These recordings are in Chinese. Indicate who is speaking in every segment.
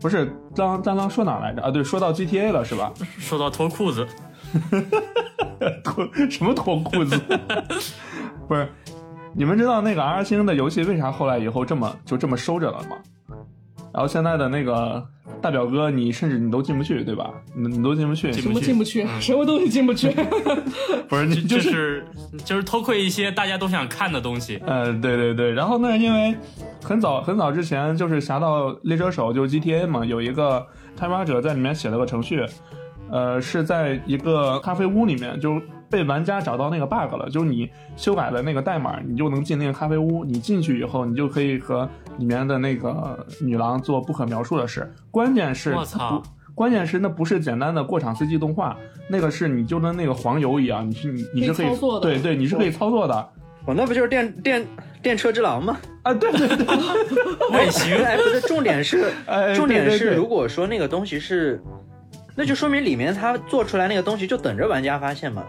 Speaker 1: 不是，刚刚刚说哪来着啊？对，说到 GTA 了是吧？
Speaker 2: 说到脱裤子，
Speaker 1: 脱什么脱裤子？ 不是，你们知道那个 R 星的游戏为啥后来以后这么就这么收着了吗？然后现在的那个大表哥，你甚至你都进不去，对吧？你你都进不去，
Speaker 2: 进
Speaker 1: 进不
Speaker 2: 不去
Speaker 1: 去
Speaker 3: 什么进不去，嗯什么东西进不去。
Speaker 1: 不是你
Speaker 2: 就
Speaker 1: 就是
Speaker 2: 是就是偷窥一些大家都想看的东西。
Speaker 1: 呃，对对对，然后呢，因为很早很早之前就是《侠盗猎车手》就是 GTA 嘛，有一个开发者在里面写了个程序，呃，是在一个咖啡屋里面，就是被玩家找到那个 bug 了，就是你修改了那个代码，你就能进那个咖啡屋，你进去以后，你就可以和里面的那个女郎做不可描述的事，关键是
Speaker 2: 我操！
Speaker 1: 关键是那不是简单的过场司机动画，那个是你就跟那个黄油一样，你是你你是可以
Speaker 3: 可以操作的
Speaker 1: 对对，你是可以操作的。
Speaker 4: 我哦那不就是电电电车之狼 吗？
Speaker 1: 啊，对对对，
Speaker 2: 外形
Speaker 4: 哎，不是，重点是
Speaker 1: 哎，
Speaker 4: 重点
Speaker 1: 对对
Speaker 4: 是，
Speaker 1: 对
Speaker 4: 如果说那个东西是，那就说明里面他做出来那个东西就等着玩家发现嘛。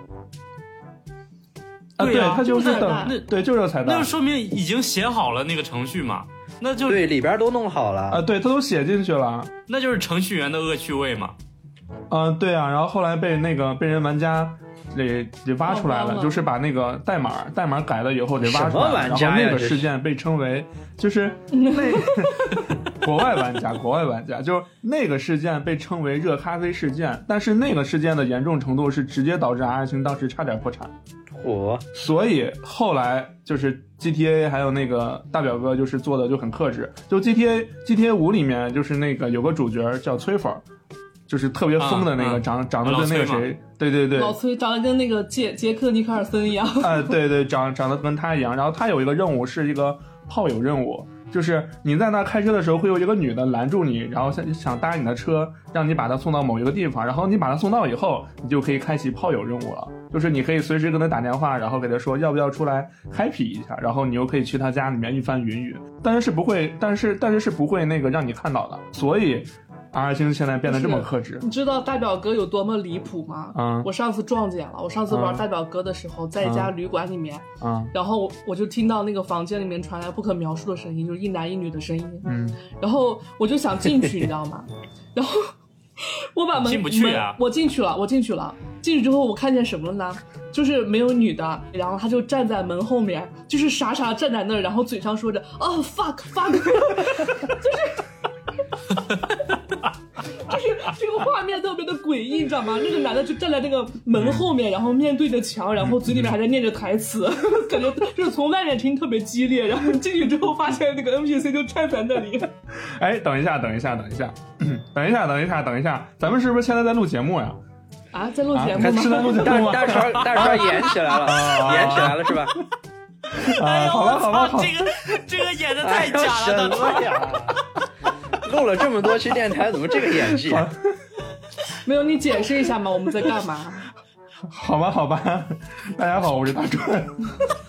Speaker 1: 啊，
Speaker 2: 对啊
Speaker 1: 他就是
Speaker 3: 就是彩蛋
Speaker 1: 等，对，就是彩
Speaker 2: 那
Speaker 1: 蛋
Speaker 2: 就说明已经写好了那个程序嘛，那就
Speaker 4: 对，里边都弄好
Speaker 1: 啊，
Speaker 4: 了，
Speaker 1: 对他都写进去了，
Speaker 2: 那就是程序员的恶趣味嘛。
Speaker 1: 嗯，对啊，然后后来被那个被人玩家给给挖出来
Speaker 3: 曝光
Speaker 1: 了，
Speaker 3: 了
Speaker 1: 就是把那个代码代码改了以后给挖
Speaker 4: 什
Speaker 1: 出
Speaker 4: 么
Speaker 1: 来了，
Speaker 4: 玩
Speaker 1: 然后
Speaker 4: 家呀
Speaker 1: 那个
Speaker 4: 这
Speaker 1: 事
Speaker 4: 是
Speaker 1: 件被称为就是那国外玩家，国外玩家就是那个事件被称为热咖啡事件，但是那个事件的严重程度是直接导致 R 星当时差点破产。
Speaker 4: 火
Speaker 1: 所以后来就是 GTA 还有那个大表哥就是做的就很克制，就 GTA GTA 五里面就是那个有个主角叫崔粉儿，就是特别疯的那
Speaker 2: 啊
Speaker 1: 个，
Speaker 2: 啊
Speaker 1: 长长得跟那
Speaker 2: 老
Speaker 1: 个
Speaker 2: 崔
Speaker 1: 谁，对对对，
Speaker 3: 老崔长得跟那个杰杰克尼克尔森一样，
Speaker 1: 啊，对对，长长得跟他一样。然后他有一个任务是一个炮友任务，就是你在那开车的时候会有一个女的拦住你，然后想想搭你的车，让你把她送到某一个地方。然后你把她送到以后，你就可以开启炮友任务了，就是你可以随时跟她打电话，然后给她说要不要出来 happy 一下，然后你又可以去她家里面一番云雨。但是是不会，但是但是是不会那个让你看到的，所以 R 星现在变得这么克制。
Speaker 3: 你知道大表哥有多么离谱吗？
Speaker 1: 嗯
Speaker 3: 我上次撞见了，我上次玩大表哥的时候，在一家旅馆里面，
Speaker 1: 啊，
Speaker 3: 然后我我就听到那个房间里面传来不可描述的声音，就是一男一女的声音，
Speaker 1: 嗯，
Speaker 3: 然后我就想进去，你知道吗？然后我把门
Speaker 2: 进不去啊
Speaker 3: 门我进去了，我进去了。进去之后，我看见什么了呢？就是没有女的，然后她就站在门后面，就是傻傻站在那儿，然后嘴上说着“哦 fuck fuck”，就是就是 这个画面特别的诡异，你知道吗？那个男的就站在那个门后面，然后面对着墙，然后嘴里面还在念着台词， 感觉就是从外面听特别激烈，然后进去之后发现那个 NPC 就站在那里。
Speaker 1: 哎，等一下，等一下，等一下， 等一下，等一下，等一下，咱们是不是现在在录节目呀？
Speaker 3: 啊，在录
Speaker 1: 啊
Speaker 3: 节，目
Speaker 1: 还
Speaker 3: 吗？
Speaker 1: 是在录节
Speaker 4: 大
Speaker 1: 目吗？
Speaker 4: 大川大川演起来了， 演起来了是吧？
Speaker 2: 哎
Speaker 1: 啊， 好吧，好吧，好
Speaker 2: 这个这个演的
Speaker 4: 哎
Speaker 2: 太
Speaker 4: 呦
Speaker 2: 假了，
Speaker 4: 什
Speaker 2: 大
Speaker 4: 么
Speaker 2: 川
Speaker 4: 呀？录了这么多期电台，怎么这个演 技？啊
Speaker 3: 没有，你解释一下嘛，我们在干嘛？
Speaker 1: 好吧，好吧。 大家好，我是大川，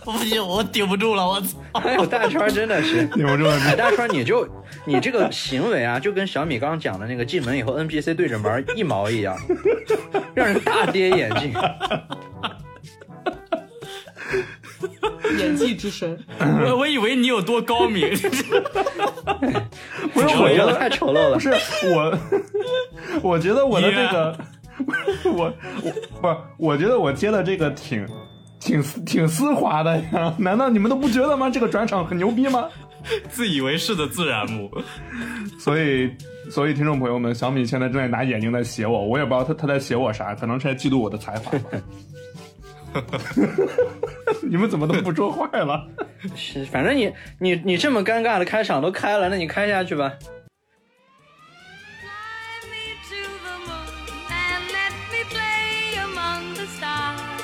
Speaker 2: 不行，我顶不住了，我操！
Speaker 4: 哎呦，大川真的是。
Speaker 1: 你们这么
Speaker 4: 哎，大川，你就你这个行为啊，就跟小米刚刚讲的那个进门以后 NPC 对着门儿一毛一样，让人大跌眼 镜。
Speaker 3: 演技之神，
Speaker 1: 嗯
Speaker 2: 我我以为你有多 高明，
Speaker 1: 不是
Speaker 4: 丑
Speaker 1: 我觉
Speaker 4: 陋
Speaker 1: 得
Speaker 4: 太丑陋了
Speaker 1: 不。是 我，我觉得我的这个， 我我不是，我觉得我接的这个挺挺挺丝滑的呀。难道你们都不觉得吗？这个转场很牛逼吗？
Speaker 2: 自以为是的自然 母。
Speaker 1: 所以，所以听众朋友们，小米现在正在拿眼睛在写我，我也不知道他他在写我啥，可能是在嫉妒我的才华 吧。你们怎么都不说话了？
Speaker 4: 是反正你你你这么尴尬的开场都开了，那你开下去吧。
Speaker 5: Fly me to the moon and let me play among the stars.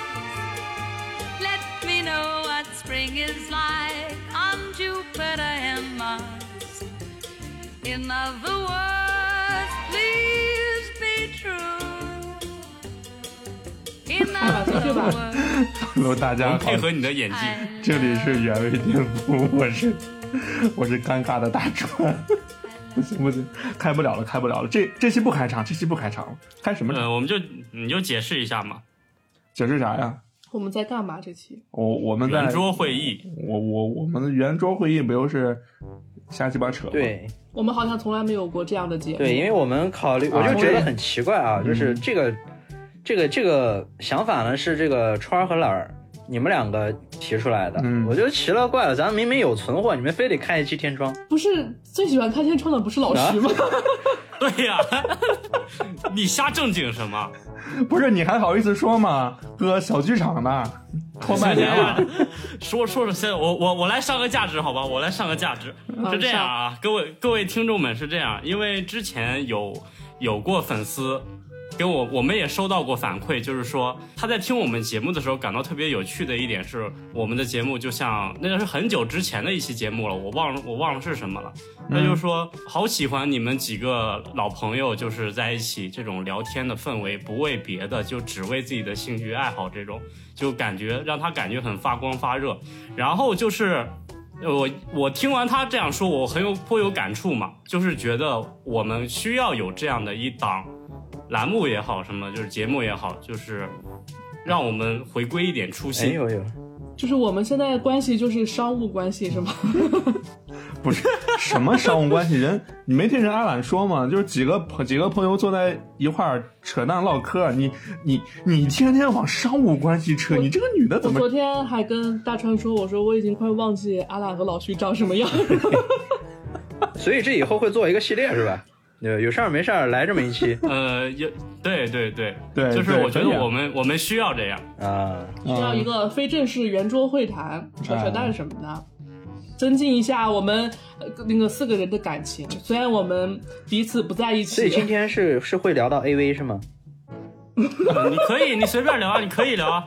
Speaker 5: Let me know what spring is like on Jupiter and Mars. In other words, please be true. In
Speaker 3: 吧
Speaker 5: other
Speaker 3: 对吧
Speaker 5: words,
Speaker 1: Hello，大
Speaker 2: 我
Speaker 1: 家
Speaker 2: 们
Speaker 1: 好
Speaker 2: 配，合你的演技，
Speaker 5: I
Speaker 1: 这里是原味店铺，我是我是尴尬的大川，不行不行，开不了了，开不了了，这这期不开场，这期不开场了，开什么场？
Speaker 2: 呃，我们就你就解释一下嘛。
Speaker 1: 解释啥呀？
Speaker 3: 我们在干嘛？这期
Speaker 1: 我我们在
Speaker 2: 圆桌会议，
Speaker 1: 我我我们的圆桌会议不就是瞎鸡巴扯吗？
Speaker 4: 对，
Speaker 3: 我们好像从来没有过这样的节目。
Speaker 4: 对，因为我们考虑，我就觉得很奇怪啊，就是这个、这个、这个想法呢，是这个川儿和懒儿你们两个提出来的，
Speaker 1: 嗯
Speaker 4: 我就奇了怪了，咱们明明有存货，你们非得开一期天窗，
Speaker 3: 不是最喜欢看天窗的不是老徐吗？
Speaker 1: 啊
Speaker 2: 对呀、 你瞎正经什么？
Speaker 1: 不是你还好意思说吗？哥，小剧场呢， 拖半年啊了。
Speaker 2: 说说着先，我我我来上个价值，好吧，我来上个价值，是这样啊，各位各位听众们是这样，因为之前有有过粉丝给我，我们也收到过反馈，就是说他在听我们节目的时候感到特别有趣的一点是，我们的节目就像那个是很久之前的一期节目了，我忘了我忘了是什么了，他就说好喜欢你们几个老朋友，就是在一起这种聊天的氛围，不为别的，就只为自己的兴趣爱好这种，就感觉让他感觉很发光发热。然后就是呃我我听完他这样说，我很有颇有感触嘛，就是觉得我们需要有这样的一档栏目也好，什么就是节目也好，就是让我们回归一点初
Speaker 4: 哎
Speaker 2: 心。
Speaker 4: 呦呦，
Speaker 3: 就是我们现在关系就是商务关系是吗？
Speaker 1: 不是什么商务关系，人你没听人阿懒说吗？就是几个朋几个朋友坐在一块儿扯淡唠嗑，你你你天天往商务关系扯，你这个女的
Speaker 3: 我
Speaker 1: 怎么
Speaker 3: 昨天还跟大川说，我说我已经快忘记阿懒和老徐长什么样了。
Speaker 4: 所以这以后会做一个系列是吧？有有事儿没事儿来这么一期
Speaker 2: 呃，有对对对
Speaker 1: 对
Speaker 2: 就是
Speaker 1: 对
Speaker 2: 我觉
Speaker 1: 可以
Speaker 2: 得
Speaker 1: 啊
Speaker 2: 我们我们需要这样。
Speaker 4: 啊，
Speaker 3: 需要一个非正式圆桌会谈，扯扯淡什么的，增进一下我们呃那个四个人的感情。虽然我们彼此不在一
Speaker 4: 所以今
Speaker 3: 起，
Speaker 4: 天是是会聊到 AV 是吗？
Speaker 2: 呃你可以，你随便聊啊，你可以聊啊。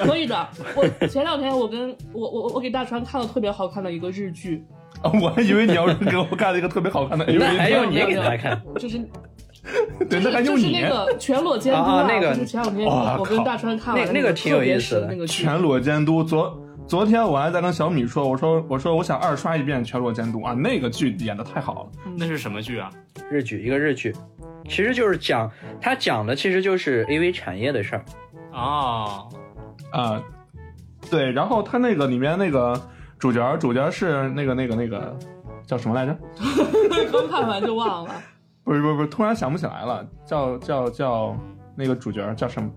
Speaker 3: 可以的。我前两天我跟我我我给大川看了特别好看的一个日剧，
Speaker 1: 啊？ 我还以为你要是给我干了一个特别好看的
Speaker 4: 那还
Speaker 1: AV，
Speaker 4: 用你给大家看？
Speaker 3: 就是
Speaker 1: 对，那还
Speaker 3: 就
Speaker 1: 用
Speaker 3: 是
Speaker 1: 你
Speaker 3: 那个全裸监督
Speaker 4: 啊啊那个
Speaker 3: 就是前两天
Speaker 1: 哇
Speaker 3: 我我跟
Speaker 1: 靠
Speaker 3: 大川看完
Speaker 4: 那
Speaker 3: 那
Speaker 4: 那个挺有意思的
Speaker 3: 特别神那个剧，
Speaker 1: 全裸监督。昨昨天我还在跟小米说，我说我说我想二刷一遍全裸监督啊，那个剧演的太好了。
Speaker 2: 那是什么剧啊？
Speaker 4: 日剧一个日剧，其实就是讲他讲的其实就是 AV 产业的事儿，
Speaker 2: 哦，
Speaker 1: 啊、对，然后他那个里面那个主角，主角是那个那个那个叫什么来着？
Speaker 3: 刚看完就忘了。
Speaker 1: 不是不是不是，突然想不起来了，叫叫叫那个主角叫什么？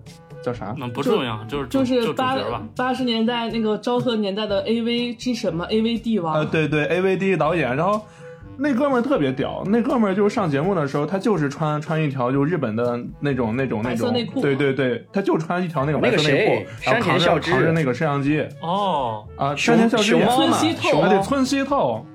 Speaker 1: 叫啥？
Speaker 2: 那不重要，就是
Speaker 3: 就
Speaker 2: 主
Speaker 3: 是
Speaker 2: 就主
Speaker 3: 八
Speaker 2: 角吧。
Speaker 3: 八十年代那个昭和年代的 AV 之神嘛，AV 帝王。
Speaker 1: 呃，对对，AVD 导演，然后。那哥们儿特别屌，那哥们儿就是上节目的时候，他就是穿穿一条就日本的那种那种那
Speaker 3: 白色
Speaker 1: 种，
Speaker 3: 内裤
Speaker 1: 对对对，他就穿一条那个
Speaker 4: 那
Speaker 1: 白
Speaker 4: 个
Speaker 1: 色内
Speaker 4: 谁
Speaker 1: 裤，然后
Speaker 4: 山
Speaker 1: 扛
Speaker 4: 田
Speaker 1: 着
Speaker 4: 孝之
Speaker 1: 扛着那个摄像机
Speaker 2: 哦，
Speaker 1: 啊，山
Speaker 4: 熊
Speaker 1: 田孝之
Speaker 4: 呃熊
Speaker 1: 演
Speaker 4: 猫
Speaker 1: 的
Speaker 3: 村
Speaker 4: 嘛，
Speaker 3: 西透
Speaker 4: 熊
Speaker 1: 啊，
Speaker 4: 猫
Speaker 1: 对，村西透，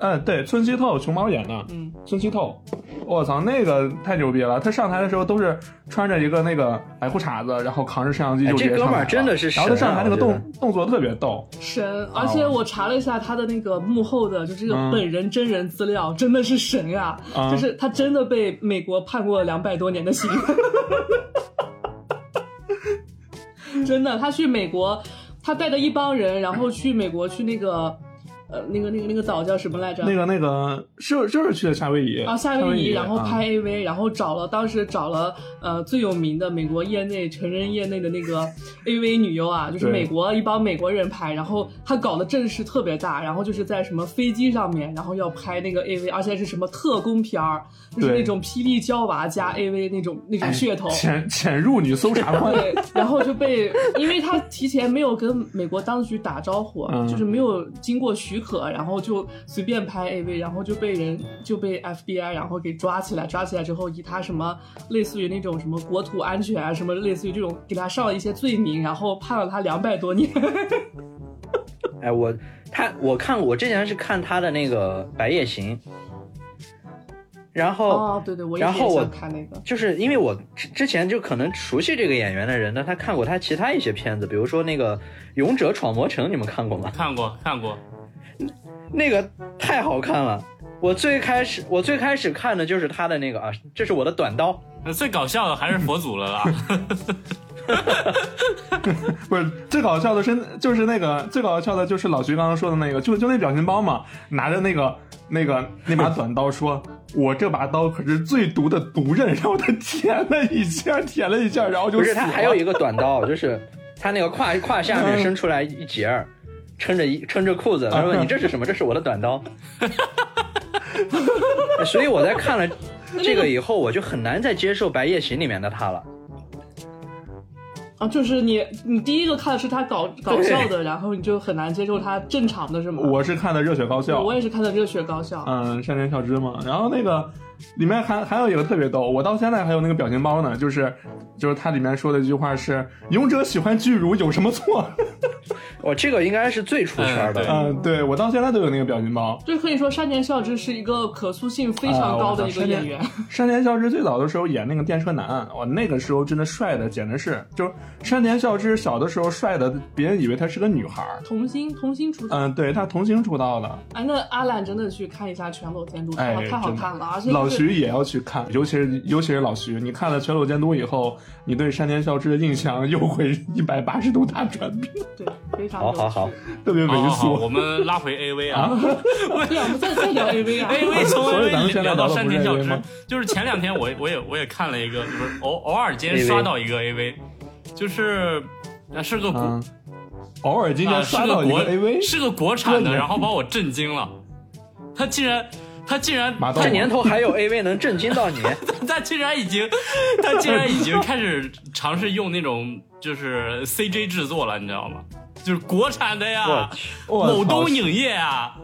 Speaker 1: 嗯，对，村西透，熊猫演的，
Speaker 3: 嗯，
Speaker 1: 村西透，我操，那个太牛逼了！他上台的时候都是穿着一个那个白裤�衩子，然后扛着摄像机
Speaker 4: 哎
Speaker 1: 就直接
Speaker 4: 这哥
Speaker 1: 上
Speaker 4: 们
Speaker 1: 台
Speaker 4: 儿
Speaker 1: 了。
Speaker 4: 真的是
Speaker 1: 然后他
Speaker 4: 神啊
Speaker 1: 上台那个
Speaker 4: 我觉得
Speaker 1: 动动作特别逗，
Speaker 3: 神，而且我查了一下他的那个幕后的，就是这个
Speaker 1: 啊嗯
Speaker 3: 本人真人资料，真的是神呀、
Speaker 1: 啊
Speaker 3: 就是他真的被美国判过两百多年的刑， 真的，他去美国，他带着一帮人，然后去美国去那个，呃，那个那个那个岛叫什么来着？
Speaker 1: 那个那个是就是去的夏威夷
Speaker 3: 啊，夏威
Speaker 1: 威
Speaker 3: 夷，然后
Speaker 1: 啊
Speaker 3: 拍 AV，、然后找了当时找了呃最有名的美国业内成人业内的那个 AV 女优啊，就是
Speaker 1: 对
Speaker 3: 美国一帮美国人拍，然后他搞的阵势特别大，然后就是在什么飞机上面，然后要拍那个 AV，而且是什么特工片儿，就是
Speaker 1: 对哎
Speaker 3: 那种霹雳娇娃加 AV 那种那种噱头。
Speaker 1: 潜潜入女搜查官，
Speaker 3: 对，然后就被，因为他提前没有跟美国当局打招呼，
Speaker 1: 嗯
Speaker 3: 就是没有经过许可，然后就随便拍 AV，然后就被人就被 FBI 然后给抓起来，抓起来之后以他什么类似于那种什么国土安全啊，什么类似于这种给他上了一些罪名，然后判了他两百多年。
Speaker 4: 哎，我他我看我之前是看他的那个《白夜行》，然后、
Speaker 3: 哦，对对，我一直
Speaker 4: 然后
Speaker 3: 也
Speaker 4: 我
Speaker 3: 想看那个。
Speaker 4: 就是因为我之之前就可能熟悉这个演员的人呢，他看过他其他一些片子，比如说那个《勇者闯魔城》，你们看过吗？
Speaker 2: 看过看过，
Speaker 4: 那个太好看了。我最开始我最开始看的就是他的那个啊，这是我的短刀，
Speaker 2: 那呃最搞笑的还是佛祖了 啦。
Speaker 1: 不是最搞笑的是就是那个最搞笑的就是老徐刚刚说的那个，就就那表情包嘛，拿着那个那个那把短刀说。我这把刀可是最毒的毒刃，然后他舔了一 下，舔了一下，然后就
Speaker 4: 不是
Speaker 1: 死
Speaker 4: 他
Speaker 1: 了
Speaker 4: 还有一个短刀， 就是他那个胯胯下面伸出来一截儿，撑着一撑着裤子，他说
Speaker 1: 啊
Speaker 4: 你这是什么？这是我的短刀。 所以我在看了这个以后，我就很难再接受《白夜行》里面的他了。
Speaker 3: 啊，就是你你第一个看的是他搞搞笑的，然后你就很难接受他正常的是吗？
Speaker 1: 我是啊看的热血高校，
Speaker 3: 我也是看的热血高校，
Speaker 1: 嗯，山田孝之嘛。然后那个里面还还有一个特别逗，我到现在还有那个表情包呢，就是就是它里面说的一句话是“勇者喜欢巨乳有什么错
Speaker 4: 我这个应该是最出圈
Speaker 2: 嗯”。
Speaker 4: 的，
Speaker 1: 嗯，对我到现在都有那个表情包。
Speaker 3: 就可以说山田孝之是一个可塑性非常高的一个演员。
Speaker 1: 山田孝之最早的时候演那个电车男，哇，那个时候真的帅的简直是，就是山田孝之小的时候帅的，别人以为他是个女孩儿。
Speaker 3: 童星童星出道，
Speaker 1: 嗯，对他童星出道的，
Speaker 3: 哎，那阿兰真的去看一下《全裸监督》，
Speaker 1: 哎
Speaker 3: 太好
Speaker 1: 真的
Speaker 3: 看了，而且
Speaker 1: 老
Speaker 3: 就是
Speaker 1: 徐也要去看，尤其是尤其是老徐，你看了《全裸监督》以后，你对山田孝之的印象又会一百八十度大转变，
Speaker 3: 对非常
Speaker 4: 好
Speaker 3: 有
Speaker 4: 好好
Speaker 3: 趣。
Speaker 1: 特别
Speaker 2: 好
Speaker 1: 猥
Speaker 2: 好好，
Speaker 1: 琐。
Speaker 2: 哦我们拉回 AV 啊。
Speaker 3: 对啊，我们再再聊 AV 啊
Speaker 2: A V 从
Speaker 1: 所以
Speaker 2: A
Speaker 1: 咱们
Speaker 2: V
Speaker 1: 现在
Speaker 2: 聊到
Speaker 1: 聊的
Speaker 2: 山
Speaker 1: 不是
Speaker 2: 田孝
Speaker 1: AV
Speaker 2: 之
Speaker 1: 吗，
Speaker 2: 就是前两天我我也我也看了一个，就是偶偶尔间刷到一个 A V，就是呃是个国
Speaker 1: 嗯，偶尔今
Speaker 2: 啊
Speaker 1: 天
Speaker 2: 是
Speaker 1: 刷到一
Speaker 2: 国
Speaker 1: 个 AV，
Speaker 2: 是个国产
Speaker 1: 这
Speaker 2: 的，
Speaker 1: 你
Speaker 2: 然后把我震惊了，他竟然他竟然
Speaker 1: 马道
Speaker 4: 这年头还有 AV 能震惊到你，
Speaker 2: 他竟然已经，他竟然已经开始尝试用那种就是 CJ 制作了，你知道吗？就是国产的呀
Speaker 4: 我，
Speaker 1: 我操
Speaker 2: 某东影业啊，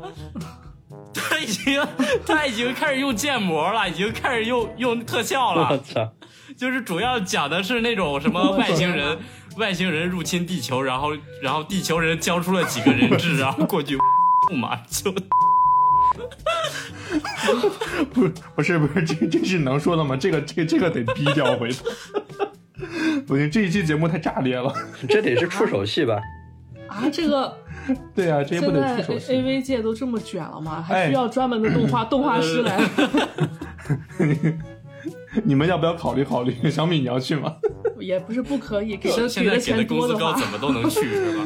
Speaker 2: 他已经他已经开始用建模了，已经开始用用特效
Speaker 4: 我
Speaker 2: 了，
Speaker 4: 操！
Speaker 2: 就是主要讲的是那种什么外星人。外星人入侵地球，然后然后地球人交出了几个人质，然后过去 嘛，就
Speaker 1: 不不是不是，这这是能说的吗？这个这这个得逼掉回头。 不行，这一期节目太炸裂了。
Speaker 4: 这得是触手戏吧？
Speaker 3: 啊！这个
Speaker 1: 对呀、这不
Speaker 3: 现
Speaker 1: 得
Speaker 3: 在
Speaker 1: 出手
Speaker 3: A
Speaker 1: 戏。
Speaker 3: V 界都这么卷了吗？
Speaker 1: 哎
Speaker 3: 还需要专门的动画动画师来？
Speaker 1: 你们要不要考虑考虑？ 小米，你要去吗？
Speaker 3: 也不是不可以，给
Speaker 2: 现
Speaker 3: 的
Speaker 2: 现
Speaker 3: 给
Speaker 2: 在
Speaker 3: 的
Speaker 2: 给的
Speaker 3: 钱
Speaker 2: 工
Speaker 3: 多
Speaker 2: 资
Speaker 3: 的
Speaker 2: 高，
Speaker 3: 话，
Speaker 2: 怎么都能去是吧？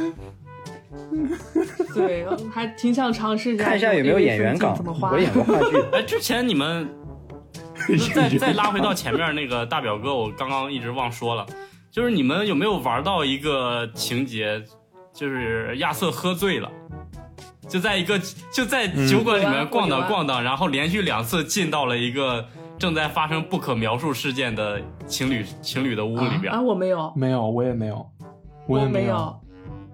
Speaker 3: 对，还挺想尝啊试一下，
Speaker 4: 看一下有没有演员岗
Speaker 3: 怎么，花
Speaker 4: 我？演过话剧。
Speaker 2: 哎，之前你们 就是 再再拉回到前面那个大表哥，我刚刚一直忘说了，就是你们有没有玩到一个情节，就是亚瑟喝醉了，就在一个就在酒馆里
Speaker 3: 有啊
Speaker 2: 面逛
Speaker 3: 有
Speaker 2: 荡
Speaker 3: 啊
Speaker 2: 逛荡，然后连续两次进到了一个正在发生不可描述事件的情侣情侣的屋里边。
Speaker 3: 啊，我没有，
Speaker 1: 没有，我也没有，我也
Speaker 3: 没
Speaker 1: 有。。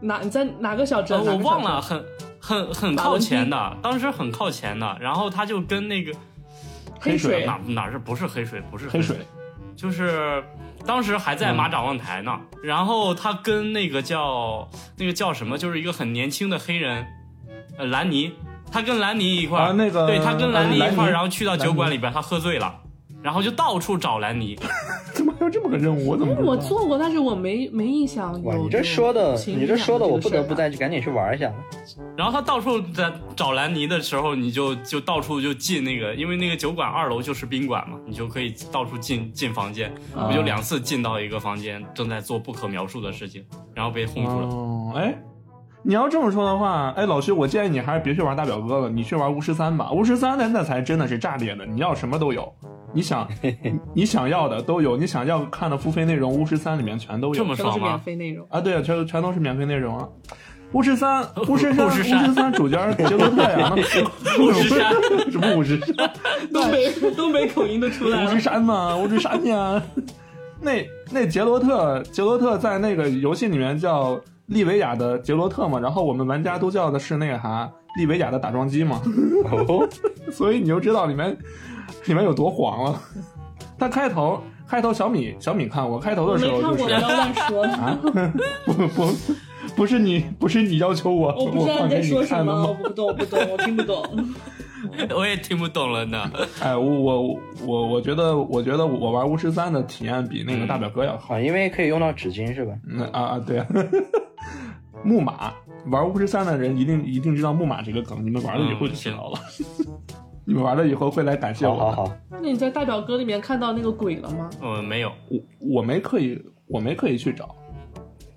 Speaker 3: 哪你在哪个小镇？
Speaker 2: 呃，
Speaker 3: 哪
Speaker 2: 我
Speaker 3: 个小
Speaker 2: 忘
Speaker 3: 镇。
Speaker 2: 了，很很很
Speaker 3: 法
Speaker 2: 靠
Speaker 3: 兰西
Speaker 2: 前的，当时很靠前的，然后他就跟那个
Speaker 3: 黑
Speaker 1: 水
Speaker 3: 水
Speaker 2: 啊哪哪是不是黑水，不是
Speaker 1: 黑水，嗯
Speaker 2: 就是当时还在马掌望台呢，然后他跟那个叫那个叫什么，就是一个很年轻的黑人，呃，兰尼，他跟兰尼一块儿、
Speaker 1: 啊那个
Speaker 2: 对他跟兰
Speaker 1: 呃兰
Speaker 2: 尼
Speaker 1: 尼
Speaker 2: 一块儿，然后去到
Speaker 1: 兰尼
Speaker 2: 酒馆里边，他喝醉了，然后就到处找兰尼，
Speaker 1: 怎么还有这么个任务？我怎么不知道
Speaker 3: 我做过，但是我没没印象有。
Speaker 4: 嗯哇，你这说的，你这说的，我不得不
Speaker 3: 在。
Speaker 4: 再去赶紧去玩一下。
Speaker 2: 然后他到处在找兰尼的时候，你就就到处就进那个，因为那个酒馆二楼就是宾馆嘛，你就可以到处进进房间，
Speaker 1: 啊
Speaker 2: 我就两次进到一个房间，正在做不可描述的事情，然后被轰出来。
Speaker 1: 哦，哎，你要这么说的话，哎，老徐，我建议你还是别去玩大表哥了，你去玩巫师三吧。巫师三那那才真的是炸裂的，你要什么都有，你想 你你想要的都有，你想要看的付费内容，巫师三里面全都
Speaker 2: 这
Speaker 1: 有
Speaker 2: 么。
Speaker 3: 都是
Speaker 2: 爽
Speaker 3: 免
Speaker 2: 吗？
Speaker 3: 费 内容。
Speaker 1: 啊，对啊，全全都是免费内容啊。巫师 三，巫师三，
Speaker 2: 巫
Speaker 1: 巫
Speaker 2: 师
Speaker 1: 师
Speaker 2: 三
Speaker 1: 三主角杰洛特 呀，啊那
Speaker 2: 巫师山，
Speaker 1: 什么 巫师山？
Speaker 3: 东北东北口 音都出来
Speaker 1: 乌之
Speaker 3: 了。
Speaker 1: 山嘛，乌之山呀。那那杰罗特，杰罗特在那个游戏里面叫利维亚的杰罗特嘛，然后我们玩家都叫的是那个啥利维亚的打桩机 嘛，
Speaker 4: 哦，
Speaker 1: 所以你就知道里面里面有多黄了。他开头开头小米小米看我开头
Speaker 3: 我
Speaker 1: 的
Speaker 3: 没
Speaker 1: 时候
Speaker 3: 看
Speaker 1: 就
Speaker 3: 过，不
Speaker 1: 是
Speaker 3: 要乱说。
Speaker 1: 啊，不不不是你不是你要求我，
Speaker 3: 我不知道
Speaker 1: 放
Speaker 3: 你在
Speaker 1: 给你
Speaker 3: 说什
Speaker 1: 看的
Speaker 3: 么，我
Speaker 1: 吗？
Speaker 3: 不懂，我不懂，我听不懂。
Speaker 2: 我也听不懂了呢。
Speaker 1: 哎，我我我我觉得我觉得我玩巫师三的体验比那个大表哥要好。
Speaker 4: 啊，因为可以用到纸巾是吧？
Speaker 1: 嗯啊啊，对啊，木马玩巫师三的人一定一定知道木马这个梗，你们玩了以后就知道了。 你们玩了以后会来感谢
Speaker 4: 好
Speaker 1: 我的。
Speaker 4: 好好，
Speaker 3: 那你在大表哥里面看到那个鬼了吗？
Speaker 2: 我没有，
Speaker 1: 我我没刻意，我没刻意去找，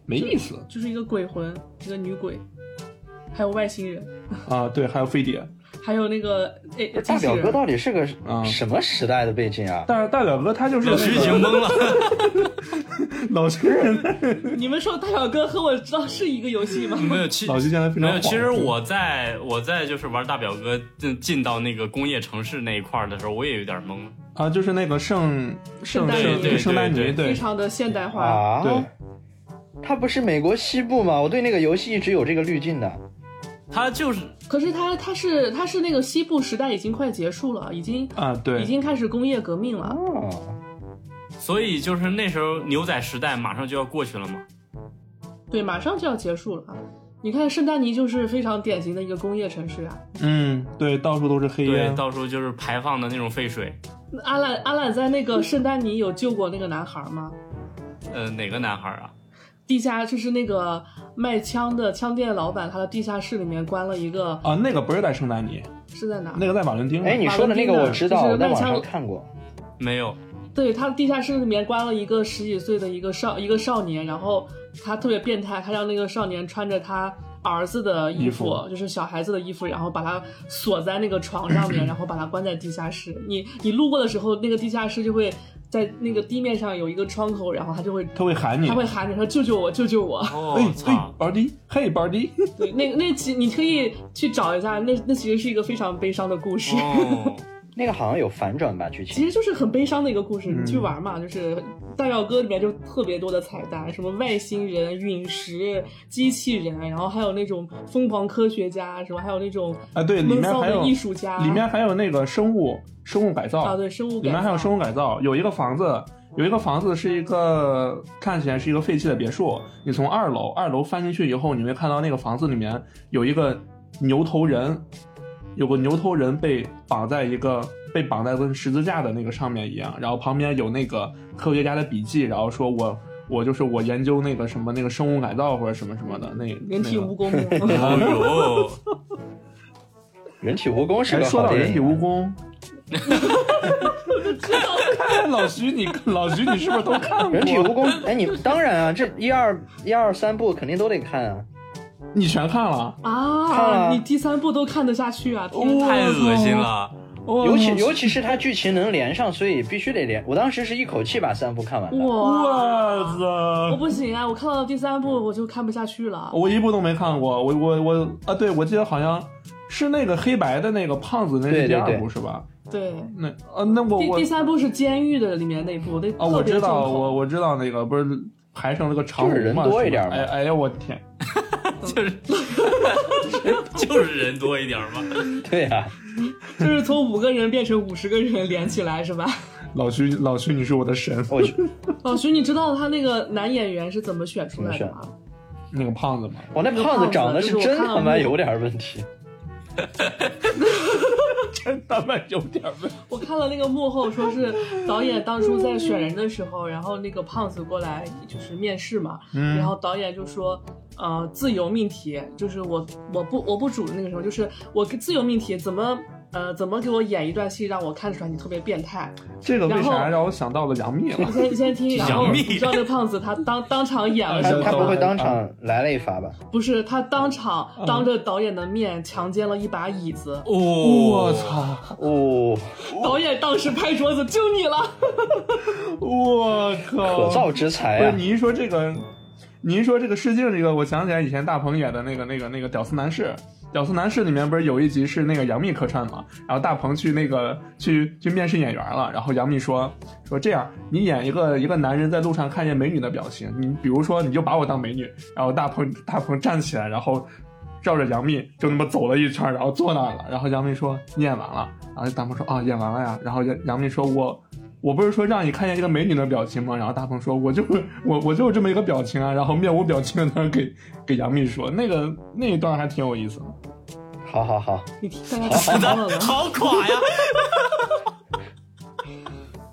Speaker 1: 没意思
Speaker 3: 就是一个鬼魂，一个女鬼，还有外星人。
Speaker 1: 啊。对，还有飞碟，
Speaker 3: 还有那个哎，
Speaker 4: 大
Speaker 3: 机器
Speaker 4: 表哥
Speaker 3: 人。
Speaker 4: 到底是个
Speaker 1: 嗯
Speaker 4: 什么时代的背景啊？
Speaker 1: 大大表哥他就是
Speaker 2: 老徐已经
Speaker 1: 那
Speaker 2: 懵了，
Speaker 1: 个老徐现在
Speaker 3: 你们说大表哥和我知道是一个游戏吗？
Speaker 2: 没有其
Speaker 1: 老徐现在非常
Speaker 2: 没有。
Speaker 1: 恍
Speaker 2: 其实
Speaker 1: 惚
Speaker 2: 我在我在就是玩大表哥进进到那个工业城市那一块儿的时候，我也有点懵了。
Speaker 1: 啊，就是那个圣圣
Speaker 3: 圣丹尼
Speaker 1: 圣圣丹尼，
Speaker 2: 对对
Speaker 1: 对
Speaker 3: 非常的现代化。
Speaker 4: 啊，
Speaker 1: 对，
Speaker 4: 他不是美国西部吗？我对那个游戏一直有这个滤镜的。啊
Speaker 2: 他就是
Speaker 3: 可是他他是他是那个西部时代已经快结束了，已经
Speaker 1: 啊
Speaker 3: 已
Speaker 1: 对，
Speaker 3: 经开始工业革命了。
Speaker 4: 哦，
Speaker 2: 所以就是那时候牛仔时代马上就要过去了嘛。
Speaker 3: 对，马上就要结束了。啊你看圣丹尼就是非常典型的一个工业城市啊。
Speaker 1: 嗯对，到处都是黑
Speaker 2: 对，
Speaker 1: 烟，
Speaker 2: 到时候就是排放的那种废水。
Speaker 3: 阿兰阿兰在那个圣丹尼有救过那个男孩吗？
Speaker 2: 呃，哪个男孩啊？
Speaker 3: 地下就是那个卖枪的枪店老板，他的地下室里面关了一个
Speaker 1: 啊，那个不是在圣丹尼，
Speaker 3: 是在哪？
Speaker 1: 那个在马伦丁，
Speaker 4: 哎，你说的那个我知道，
Speaker 3: 就是
Speaker 4: 我在网
Speaker 3: 麦
Speaker 4: 上
Speaker 3: 香
Speaker 4: 看过。
Speaker 2: 没有，
Speaker 3: 对他地下室里面关了一个十几岁的一个少一个少年，然后他特别变态，他让那个少年穿着他儿子的衣服，
Speaker 1: 衣服
Speaker 3: 就是小孩子的衣服，然后把他锁在那个床上 面，然后把他关在地下室。你你路过的时候，那个地下室就会在那个地面上有一个窗口，然后他就会
Speaker 1: 他会喊你，
Speaker 3: 他会喊你说救救我，救救我。
Speaker 2: 哦
Speaker 1: 哎，嘿
Speaker 2: 操！
Speaker 1: ，Bardy，嘿，Bardy，
Speaker 3: 对，那那其你可以去找一下，那那其实是一个非常悲伤的故事。
Speaker 2: 哦，
Speaker 4: 那个好像有反转吧？剧
Speaker 3: 其
Speaker 4: 情
Speaker 3: 实就是很悲伤的一个故事，
Speaker 1: 嗯
Speaker 3: 你去玩嘛，就是大表哥里面就特别多的彩蛋，什么外星人、陨石、机器人，然后还有那种疯狂科学家，什么还有那种
Speaker 1: 啊对，里
Speaker 3: 闷
Speaker 1: 面
Speaker 3: 骚
Speaker 1: 还有
Speaker 3: 的艺术家，
Speaker 1: 里面还有那个生物生物改造
Speaker 3: 啊对生物改造
Speaker 1: 里面还有生物改造，有一个房子，有一个房子是一个看起来是一个废弃的别墅，你从二楼二楼翻进去以后，你会看到那个房子里面有一个牛头人，有个牛头人被绑在一个被绑在跟十字架的那个上面一样，然后旁边有那个科学家的笔记，然后说我。我就是我研究那个什么那个生物改造或者什么什么的那
Speaker 3: 人体
Speaker 1: 那个
Speaker 3: 蜈蚣。
Speaker 2: 哦呦，
Speaker 4: 人体蜈蚣是
Speaker 1: 哎
Speaker 4: 个
Speaker 1: 说
Speaker 4: 好
Speaker 1: 到
Speaker 4: 电
Speaker 1: 人体蜈
Speaker 4: 影啊。
Speaker 1: 蚣， 看老徐你，老徐你是不是都看
Speaker 4: 人体蜈
Speaker 1: 过？
Speaker 4: 蚣，哎，你当然啊，这一二一二三部肯定都得看啊。
Speaker 1: 你全看了？
Speaker 3: 啊，
Speaker 4: 看了
Speaker 3: 你第三部都看得下去啊？天哪
Speaker 2: 太恶心了！
Speaker 1: 哦
Speaker 4: 尤其尤其是它剧情能连上，所以必须得连。我当时是一口气把三部看完的。
Speaker 3: 哇！我
Speaker 1: 我
Speaker 3: 不行啊！我看到第三部我就看不下去了
Speaker 1: 操！。我一部都没看过，我我我啊，对，我记得好像是那个黑白的那个胖子，那
Speaker 4: 对
Speaker 1: 是
Speaker 4: 对
Speaker 1: 第二
Speaker 4: 对
Speaker 1: 部是吧？
Speaker 3: 对，
Speaker 1: 那啊，那我
Speaker 3: 第
Speaker 1: 我
Speaker 3: 第三部是监狱的里面那部，那
Speaker 1: 啊，
Speaker 3: 特
Speaker 1: 我
Speaker 3: 别
Speaker 1: 知
Speaker 3: 重
Speaker 1: 道，
Speaker 3: 口。
Speaker 1: 我我知道那个不是排成了个长
Speaker 4: 就是
Speaker 1: 龙
Speaker 4: 人
Speaker 1: 嘛，
Speaker 4: 多
Speaker 1: 是
Speaker 4: 一点
Speaker 1: 吧
Speaker 4: 嘛
Speaker 1: 哎哎呀，我天，
Speaker 2: 就是 就是人多一点嘛。
Speaker 4: 对啊，
Speaker 3: 就是从五个人变成五十个人连起来是吧？
Speaker 1: 老徐老徐，你是我的神，
Speaker 4: 我 去
Speaker 3: 老哦徐，你知道他那个男演员是怎么选出来的吗？
Speaker 1: 那个胖子嘛，
Speaker 4: 我那胖子长得是真他妈有点问 题。
Speaker 1: 真他妈有点问题。
Speaker 3: 我看了那个幕后，说是导演当初在选人的时候，然后那个胖子过来就是面试嘛，
Speaker 1: 嗯
Speaker 3: 然后导演就说，呃，自由命题，就是我我不我不主那个什么，就是我自由命题怎么呃怎么给我演一段戏让我看出来你特别变态，
Speaker 1: 这个为
Speaker 3: 然后
Speaker 1: 啥让我想到了杨幂了
Speaker 3: 你？先你先听，然后
Speaker 2: 杨幂
Speaker 3: 你知道那胖子他当当场演了
Speaker 4: 他
Speaker 3: 什么
Speaker 4: 哎他
Speaker 3: 吗
Speaker 4: 不会当场来了一发吧？
Speaker 3: 不是，他当场当着导演的面强奸了一把椅子，
Speaker 2: 哦，
Speaker 1: 我！操！
Speaker 4: 哦，
Speaker 3: 导演当时拍桌子，就你了。
Speaker 1: 我靠！
Speaker 4: 可造之材
Speaker 1: 不是
Speaker 4: 啊！
Speaker 1: 你一说这个，你一说这个试镜这个，我想起来以前大鹏演的那个那个那个《屌丝男士》。《屌丝男士》里面不是有一集是那个杨幂客串嘛？然后大鹏去那个去去面试演员了，然后杨幂说说这样，你演一个一个男人在路上看见美女的表情，你比如说你就把我当美女，然后大鹏大鹏站起来，然后绕着杨幂就那么走了一圈，然后坐那儿了，然后杨幂说你演完了，然后大鹏说啊演完了呀，然后杨杨幂说我我不是说让你看见这个美女的表情吗？然后大鹏说，我就我我就有这么一个表情啊，然后面无表情的在那儿给给杨幂说，那个那一段还挺有意 思的。
Speaker 4: 好好好，
Speaker 3: 你听大家听到了吗？
Speaker 2: 好垮呀！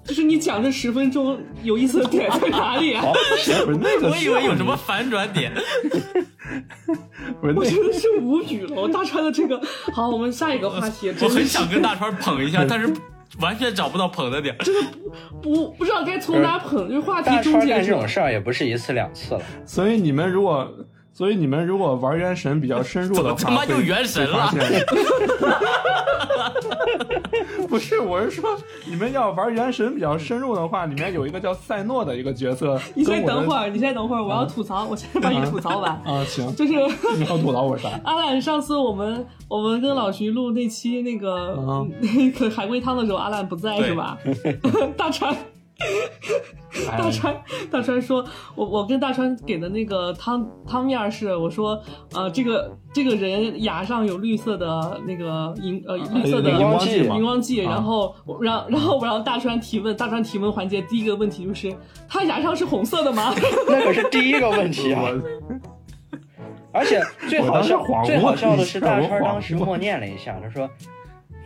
Speaker 3: 就是你讲这十分钟有意思的点在哪里啊？
Speaker 1: 不是啊那个，
Speaker 2: 我以为有什么，反转点。
Speaker 1: 不是
Speaker 3: 我
Speaker 1: 那
Speaker 3: 真的是无语了。我大川的这个，好，我们下一个话题，
Speaker 2: 我
Speaker 3: 真
Speaker 2: 很
Speaker 3: 的是
Speaker 2: 想跟大川 捧一下，但是完全找不到捧的点。
Speaker 3: 不不知道该从哪捧，这话题
Speaker 4: 大
Speaker 3: 终
Speaker 4: 川
Speaker 3: 结
Speaker 4: 干这
Speaker 3: 者
Speaker 4: 种。事儿也不是一次两次了。
Speaker 1: 所以你们如果所以你们如果玩原神比较深入的话，
Speaker 2: 怎么他妈
Speaker 1: 会
Speaker 2: 又原神了
Speaker 1: 会发现 不是，我是说，你们要玩原神比较深入的话，里面有一个叫赛诺的一个角色。
Speaker 3: 你先
Speaker 1: 跟我们
Speaker 3: 等会儿，你先等会儿，我要吐槽，我先把你吐槽完。
Speaker 1: 啊，行，
Speaker 3: 就是
Speaker 1: 你要吐槽我啥？
Speaker 3: 阿懒，上次我们我们跟老徐录那期那个、
Speaker 1: 嗯
Speaker 3: 那个海龟汤的时候，阿懒不在
Speaker 2: 对
Speaker 3: 是吧？大川大
Speaker 1: 哎
Speaker 3: 川 大川说，我我跟大川给的那个汤汤面儿是，我说呃这个这个人牙上有绿色的那个荧呃绿色的
Speaker 1: 荧
Speaker 4: 光
Speaker 1: 光
Speaker 4: 剂
Speaker 1: 剂
Speaker 4: 嘛
Speaker 1: 嘛
Speaker 3: 荧，光剂，
Speaker 1: 啊
Speaker 3: 然后我让然后我让大川提问，大川提问环节第一个问题就是他牙上是红色的吗？
Speaker 4: 那可是第一个问题啊！
Speaker 1: 我
Speaker 4: 而且最好笑
Speaker 1: 我当时恍，惚
Speaker 4: 最好笑的是
Speaker 1: 一下
Speaker 4: 大
Speaker 1: 我
Speaker 4: 川
Speaker 1: 恍惚
Speaker 4: 当时默念了一下，他说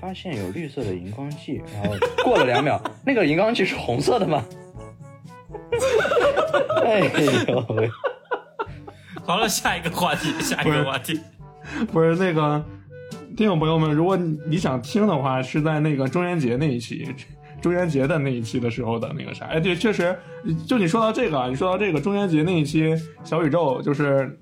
Speaker 4: 发现有绿色的荧光剂，然后过了两秒，那个荧光剂是红色的吗？ 哎呦喂！
Speaker 2: 好了，下一个 话题，下一个话题。
Speaker 1: 不是那个听友朋友们，如果你你想听的话，是在那个中元节那一期。 中元节的那一期的时候的那个啥，哎，对，确实，就你说到这个啊，你说到这个中元节那一期，小宇宙就是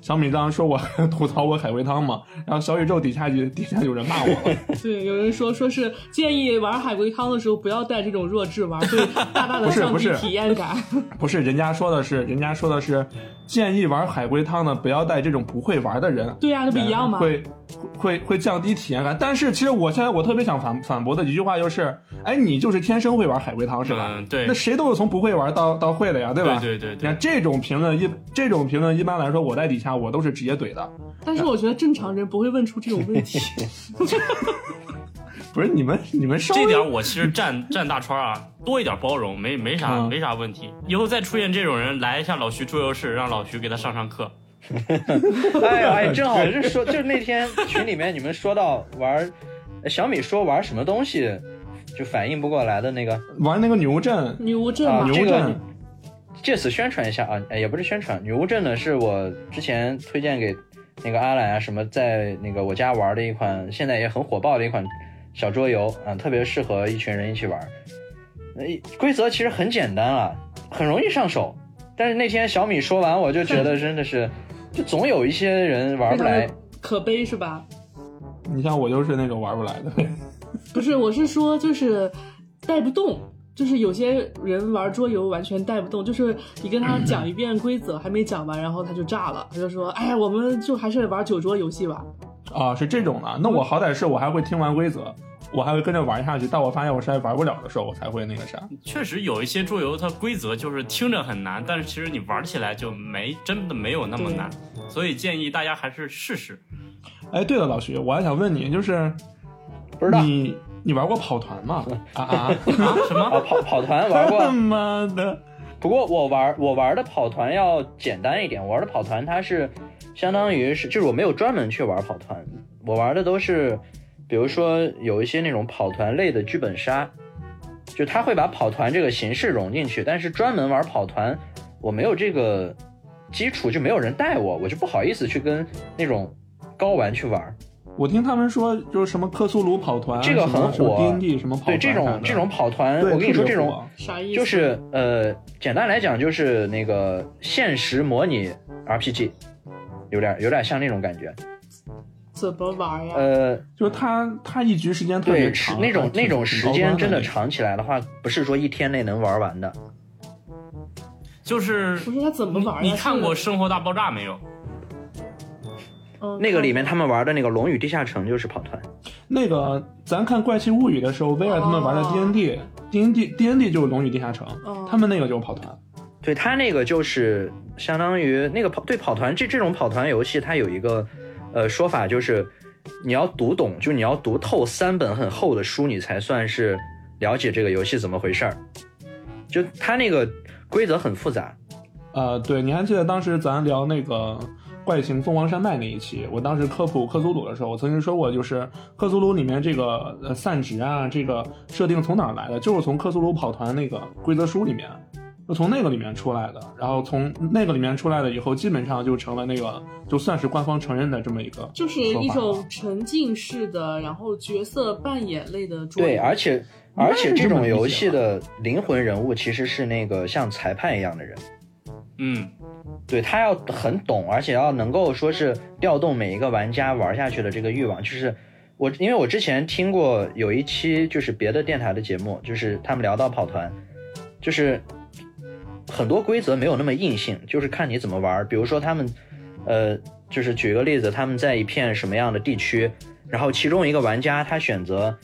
Speaker 1: 小米刚说我 吐槽我海龟汤嘛，然后小宇宙底下就 底下有人骂我了，
Speaker 3: 对，有人说说是建议玩海龟汤的时候不要带这种弱智玩，会大大的
Speaker 1: 不是
Speaker 3: 降
Speaker 1: 不
Speaker 3: 低
Speaker 1: 是
Speaker 3: 体验感。
Speaker 1: 不是，人家说的是，人家说的是建议玩海龟汤的不要带这种不会玩的人
Speaker 3: 对呀、那不一样吗？
Speaker 1: 会会会降低体验感。但是其实我现在我特别想反反驳的一句话就是，哎，你就是天生会玩海龟汤是吧？
Speaker 2: 嗯，对
Speaker 1: 那，谁都是从不会玩到到会的呀，对吧？
Speaker 2: 对对对
Speaker 1: 你
Speaker 2: 对
Speaker 1: 看这种评论一这种评论一般来说，我在底下我都是直接怼的。
Speaker 3: 但是我觉得正常人不会问出这种问 题。
Speaker 1: 不是你们你们稍微
Speaker 2: 这点我其实 站站大川啊，多一点包容，没没啥
Speaker 1: 嗯
Speaker 2: 没啥问题。以后再出现这种人，来一下老徐桌游室，让老徐给他上上课。
Speaker 4: 哎呀哎，正好是说，就是那天群里面你们说到玩哎小米说玩什么东西，就反应不过来的那个
Speaker 1: 玩那个女巫阵，
Speaker 3: 女巫镇
Speaker 4: 啊
Speaker 3: 嘛
Speaker 1: 女，巫
Speaker 4: 这个
Speaker 1: 阵
Speaker 4: 借此宣传一下啊，哎也不是宣传，女巫镇呢是我之前推荐给那个阿兰啊什么，在那个我家玩的一款，现在也很火爆的一款小桌游啊，特别适合一群人一起玩。呃规则其实很简单啊，很容易上手。但是那天小米说完，我就觉得真的是，就总有一些人玩
Speaker 3: 非
Speaker 4: 不
Speaker 3: 常
Speaker 4: 来
Speaker 3: 的。可悲是吧？
Speaker 1: 你像我就是那种玩不来的。
Speaker 3: 不是，我是说就是带不动，就是有些人玩桌游完全带不动，就是你跟
Speaker 4: 嗯
Speaker 3: 他讲一遍规则还没讲完，然后他就炸了，他就说：“哎呀，我们就还是玩酒桌游戏吧。
Speaker 1: 啊，是这种的。那我好歹是我还会听完规则，我还会跟着玩下去。但我发现我实在玩不了的时候，我才会那个啥。
Speaker 2: 确实有一些桌游，它规则就是听着很难，但是其实你玩起来就没真的没有那么难，所以建议大家还是试试。
Speaker 1: 哎，对了，老徐，我还想问你，就是
Speaker 4: 不知道
Speaker 1: 你你玩过跑团 吗？啊啊！
Speaker 2: 啊、什
Speaker 4: 啊，
Speaker 2: 么？
Speaker 4: 跑跑团玩
Speaker 1: 他
Speaker 4: 过，
Speaker 1: 妈的！
Speaker 4: 不过我玩我玩的跑团要简单一点，我玩的跑团它是相当于是就是我没有专门去玩跑团，我玩的都是比如说有一些那种跑团类的剧本杀，就他会把跑团这个形式融进去，但是专门玩跑团我没有这个基础，就没有人带我，我就不好意思去跟那种高玩去玩。
Speaker 1: 我听他们说，就是什么克苏鲁跑团，
Speaker 4: 这个很
Speaker 1: 什么
Speaker 4: 火
Speaker 1: D N D 什么跑
Speaker 4: 对
Speaker 1: 团
Speaker 4: 这
Speaker 1: 啥的
Speaker 4: 种这种，跑团，
Speaker 1: 对
Speaker 4: 我跟你说
Speaker 1: 特别
Speaker 4: 这种
Speaker 1: 火
Speaker 3: 啥意思？
Speaker 4: 就是呃，简单来讲就是那个现实模拟 RPG，有点有点像那种感觉。
Speaker 3: 怎么玩呀？
Speaker 4: 呃，
Speaker 1: 就是它它一局时间特别
Speaker 4: 对，是
Speaker 1: 长，呃
Speaker 4: 那种
Speaker 1: 还挺
Speaker 4: 那种时间真的。
Speaker 1: 挺高端
Speaker 4: 长起来的话，不是说一天内能玩完的。
Speaker 2: 就是
Speaker 3: 不是他怎么玩呀？
Speaker 2: 你看过《
Speaker 3: 是、
Speaker 2: 生活大爆炸》没有？
Speaker 3: 嗯、
Speaker 4: 那个里面他们玩的那个《龙与地下城》就是跑团，
Speaker 1: 那个咱看《怪奇物语》的时候，威尔他们玩的
Speaker 4: 哦
Speaker 1: D N D D N D D N D 就是《龙与地下城》
Speaker 3: 哦
Speaker 1: 他们那个就是跑团。
Speaker 4: 对他那个就是相当于那个跑对跑团这这种跑团游戏，它有一个呃说法就是你要读懂，就你要读透三本很厚的书，你才算是了解这个游戏怎么回事儿。就它那个规则很复杂，
Speaker 1: 呃，对，你还记得当时咱聊那个怪形凤凰山脉那一期，我当时科普克苏鲁的时候，我曾经说过，就是克苏鲁里面这个呃散值啊，这个设定从哪儿来的？就是从克苏鲁跑团那个规则书里面，就从那个里面出来的。然后从那个里面出来了以后，基本上就成了那个就算是官方承认的这么一个。
Speaker 3: 就是一种沉浸式的，然后角色扮演类的桌游。
Speaker 4: 对，而且
Speaker 1: 那
Speaker 4: 而且这
Speaker 1: 这么
Speaker 4: 种
Speaker 1: 理解
Speaker 4: 游戏
Speaker 1: 吧
Speaker 4: 的灵魂人物其实是那个像裁判一样的人，
Speaker 2: 嗯，
Speaker 4: 对他要很懂，而且要能够说是调动每一个玩家玩下去的这个欲望。就是我，因为我之前听过有一期就是别的电台的节目，就是他们聊到跑团，就是很多规则没有那么硬性，就是看你怎么玩儿。比如说他们，呃，就是举个例子，他们在一片什么样的地区，然后其中一个玩家他选择，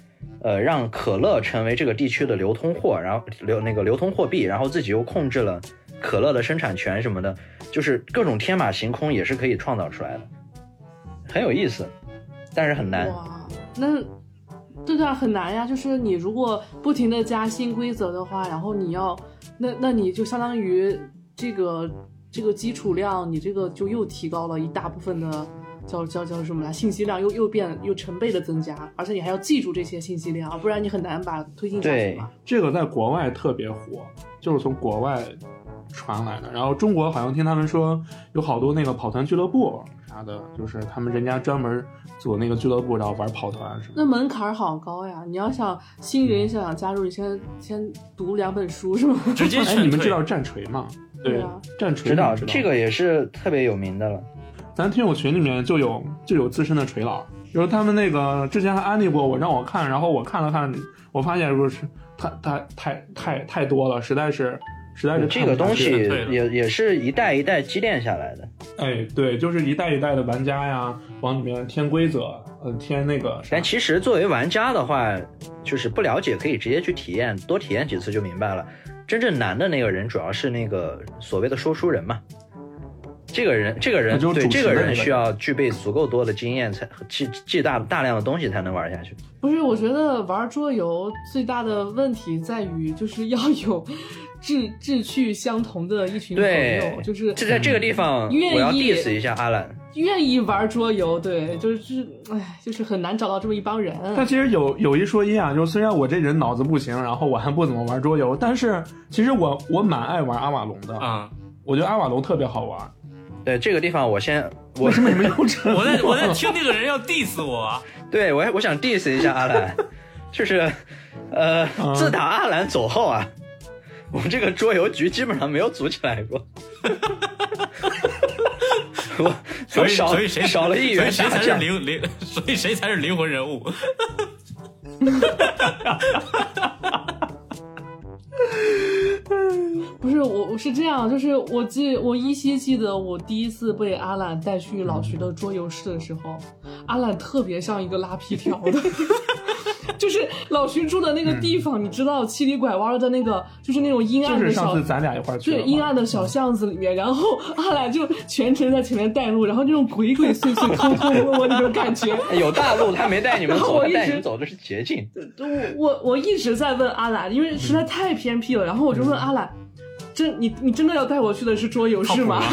Speaker 4: 呃，让可乐成为这个地区的流通货，然后流那个流通货币，然后自己又控制了可乐的生产权什么的，就是各种天马行空也是可以创造出来的，很有意思，但是很难。
Speaker 3: 哇，那这段很难呀，就是你如果不停的加新规则的话，然后你要，那那你就相当于这个这个基础量，你这个就又提高了一大部分的。叫叫叫什么来？信息量又又变又成倍的增加，而且你还要记住这些信息量，不然你很难把它推进下去
Speaker 4: 对
Speaker 3: 嘛。
Speaker 1: 这个在国外特别火，就是从国外传来的。然后中国好像听他们说有好多那个跑团俱乐部啥的，就是他们人家专门组那个俱乐部，然后玩跑团什么的。
Speaker 3: 那门槛儿好高呀！你要想新
Speaker 4: 嗯
Speaker 3: 人想加入，你先先读两本书是吗？
Speaker 2: 直接
Speaker 1: 哎，你
Speaker 2: 劝
Speaker 1: 们知
Speaker 2: 退。
Speaker 1: 道战锤吗？
Speaker 3: 对
Speaker 1: 对
Speaker 3: 啊，
Speaker 1: 战锤
Speaker 4: 知道
Speaker 1: 你们
Speaker 4: 嗯这个也是特别有名的了。
Speaker 1: 咱听友群里面就有就有资深的锤佬，就是他们那个之前还安利过我，让我看，然后我看了看，我发现不是太太太太太多了，实在是实在是
Speaker 4: 这
Speaker 1: 看不
Speaker 4: 个
Speaker 1: 下
Speaker 4: 东
Speaker 1: 去
Speaker 4: 西
Speaker 2: 对的
Speaker 4: 也也是一代一代积淀下来的，
Speaker 1: 哎，对，就是一代一代的玩家呀，往里面添规则，呃，添那个啥
Speaker 4: 但，其实作为玩家的话，就是不了解可以直接去体验，多体验几次就明白了。真正难的那个人主要是那个所谓的说书人嘛，这个人这个人
Speaker 1: 那就是
Speaker 4: 对
Speaker 1: 主持
Speaker 4: 这个
Speaker 1: 的那个
Speaker 4: 人需要具备足够多的经验才记记大大量的东西才能玩下去。
Speaker 3: 不是，我觉得玩桌游最大的问题在于，就是要有志志趣相同的一群朋
Speaker 4: 对
Speaker 3: 友，，就是嗯
Speaker 4: 这在这个地方
Speaker 3: 愿意
Speaker 4: 我要 diss 一下阿兰，
Speaker 3: 愿意玩桌游。对，就是哎，就是很难找到这么一帮人。
Speaker 1: 但其实有有一说一啊，就是虽然我这人脑子不行，然后我还不怎么玩桌游，但是其实我我蛮爱玩阿瓦隆的，
Speaker 2: 啊、
Speaker 1: 我觉得阿瓦隆特别好玩。
Speaker 4: 对这个地方我先 我
Speaker 1: 为什么你们又沉默
Speaker 2: 我在我在听那个人要 diss 我啊，
Speaker 4: 对我我想 diss 一下阿 兰，就是，呃，
Speaker 2: 啊
Speaker 1: 嗯
Speaker 4: 自打阿兰走后啊，我们这个桌游局基本上没有组起来 过。我
Speaker 2: 所
Speaker 4: 我
Speaker 2: 以
Speaker 4: 少
Speaker 2: 所以谁
Speaker 4: 少了一
Speaker 2: 所以
Speaker 4: 员
Speaker 2: 谁
Speaker 4: 大
Speaker 2: 才是
Speaker 4: 将，
Speaker 2: 灵灵， 所以谁才是灵魂人物？
Speaker 3: 不是我，我是这样，就是我记我依稀记得我第一次被阿懒带去老徐的桌游室的时候，阿懒特别像一个拉皮条 的。就是老徐住的那个地方，你知道七里拐弯的那个，就是那种阴 暗
Speaker 1: 嗯就
Speaker 3: 的
Speaker 1: 是
Speaker 3: 小
Speaker 1: 上次咱俩一块儿去
Speaker 3: 对
Speaker 1: 了
Speaker 3: 阴
Speaker 1: 嘛，
Speaker 3: 暗的小巷子里嗯面，然后阿兰就全程在前面带路，然后那种鬼鬼祟 祟、偷偷摸摸那种感觉。
Speaker 4: 有大路他没 带你们
Speaker 3: 然后
Speaker 4: 走，
Speaker 3: 我
Speaker 4: 他
Speaker 3: 一
Speaker 4: 带
Speaker 3: 直
Speaker 4: 你们走的是捷径。
Speaker 3: 我我我一直在问阿兰，因为实在太偏僻了，然后我就问阿兰，真你你真的要带我去的是桌游是吗？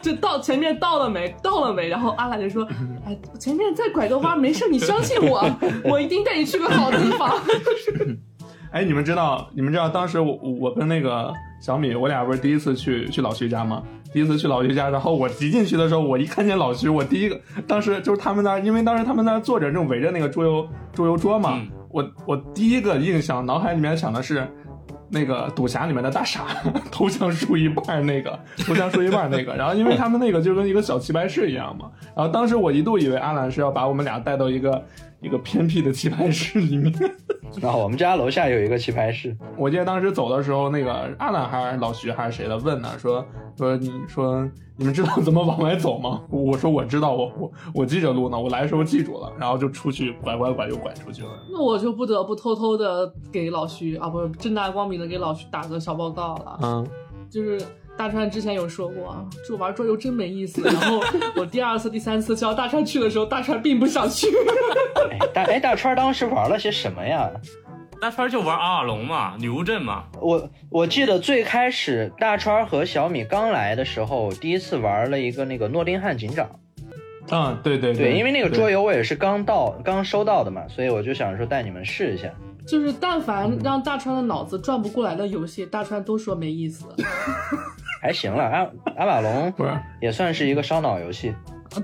Speaker 3: 这到前面到了没？到了没？然后阿兰就 说，哎，前面再拐个弯，没事，你相信 我，我一定带你去个好地方。
Speaker 1: 哎，你们知道你们知道当时我我跟那个小米，我俩不是第一次去去老徐家吗？第一次去老徐家，然后我一进去的时候，我一看见老徐，我第一个当时就是他们那儿，因为当时他们那儿坐着正围着那个桌游桌游桌嘛，
Speaker 2: 嗯
Speaker 1: 我我第一个印象脑海里面想的是。那个赌侠里面的大傻， 投降输一半儿那个，投降输一半儿那个，然后因为他们那个就跟一个小棋牌室一样嘛，然后当时我一度以为阿兰是要把我们俩带到一个一个偏僻的棋牌室里面，
Speaker 4: 啊，我们家楼下有一个棋牌室，
Speaker 1: 我记得当时走的时候，那个阿兰还是老徐还是谁的问呢，说说你说你们知道怎么往外走吗？我说我知道，我我我记着路呢，我来的时候记住了，然后就出去拐拐拐就拐出去了。
Speaker 3: 那我就不得不偷偷的给老徐啊，不是正大光明的给老徐打个小报告了。
Speaker 1: 嗯，
Speaker 3: 就是大川之前有说过，就玩桌游真没意思。然后我第二次、第三次叫大川去的时候，大川并不想去。
Speaker 4: 哎大哎大川当时玩了些什么呀？
Speaker 2: 那圈就玩阿瓦隆嘛，女巫阵嘛，
Speaker 4: 我我记得最开始大川和小米刚来的时候，第一次玩了一个那个诺丁汉警长。
Speaker 1: 嗯，对对
Speaker 4: 对，因为那个桌
Speaker 1: 游，
Speaker 4: 游我也是刚到刚收到的嘛，所以我就想说带你们试一下。
Speaker 3: 就是但凡让大川的脑子转不过来的游戏，大川都说没意思。
Speaker 4: 还行了，阿阿瓦隆
Speaker 1: 不是啊
Speaker 4: 也算是一个烧脑游戏。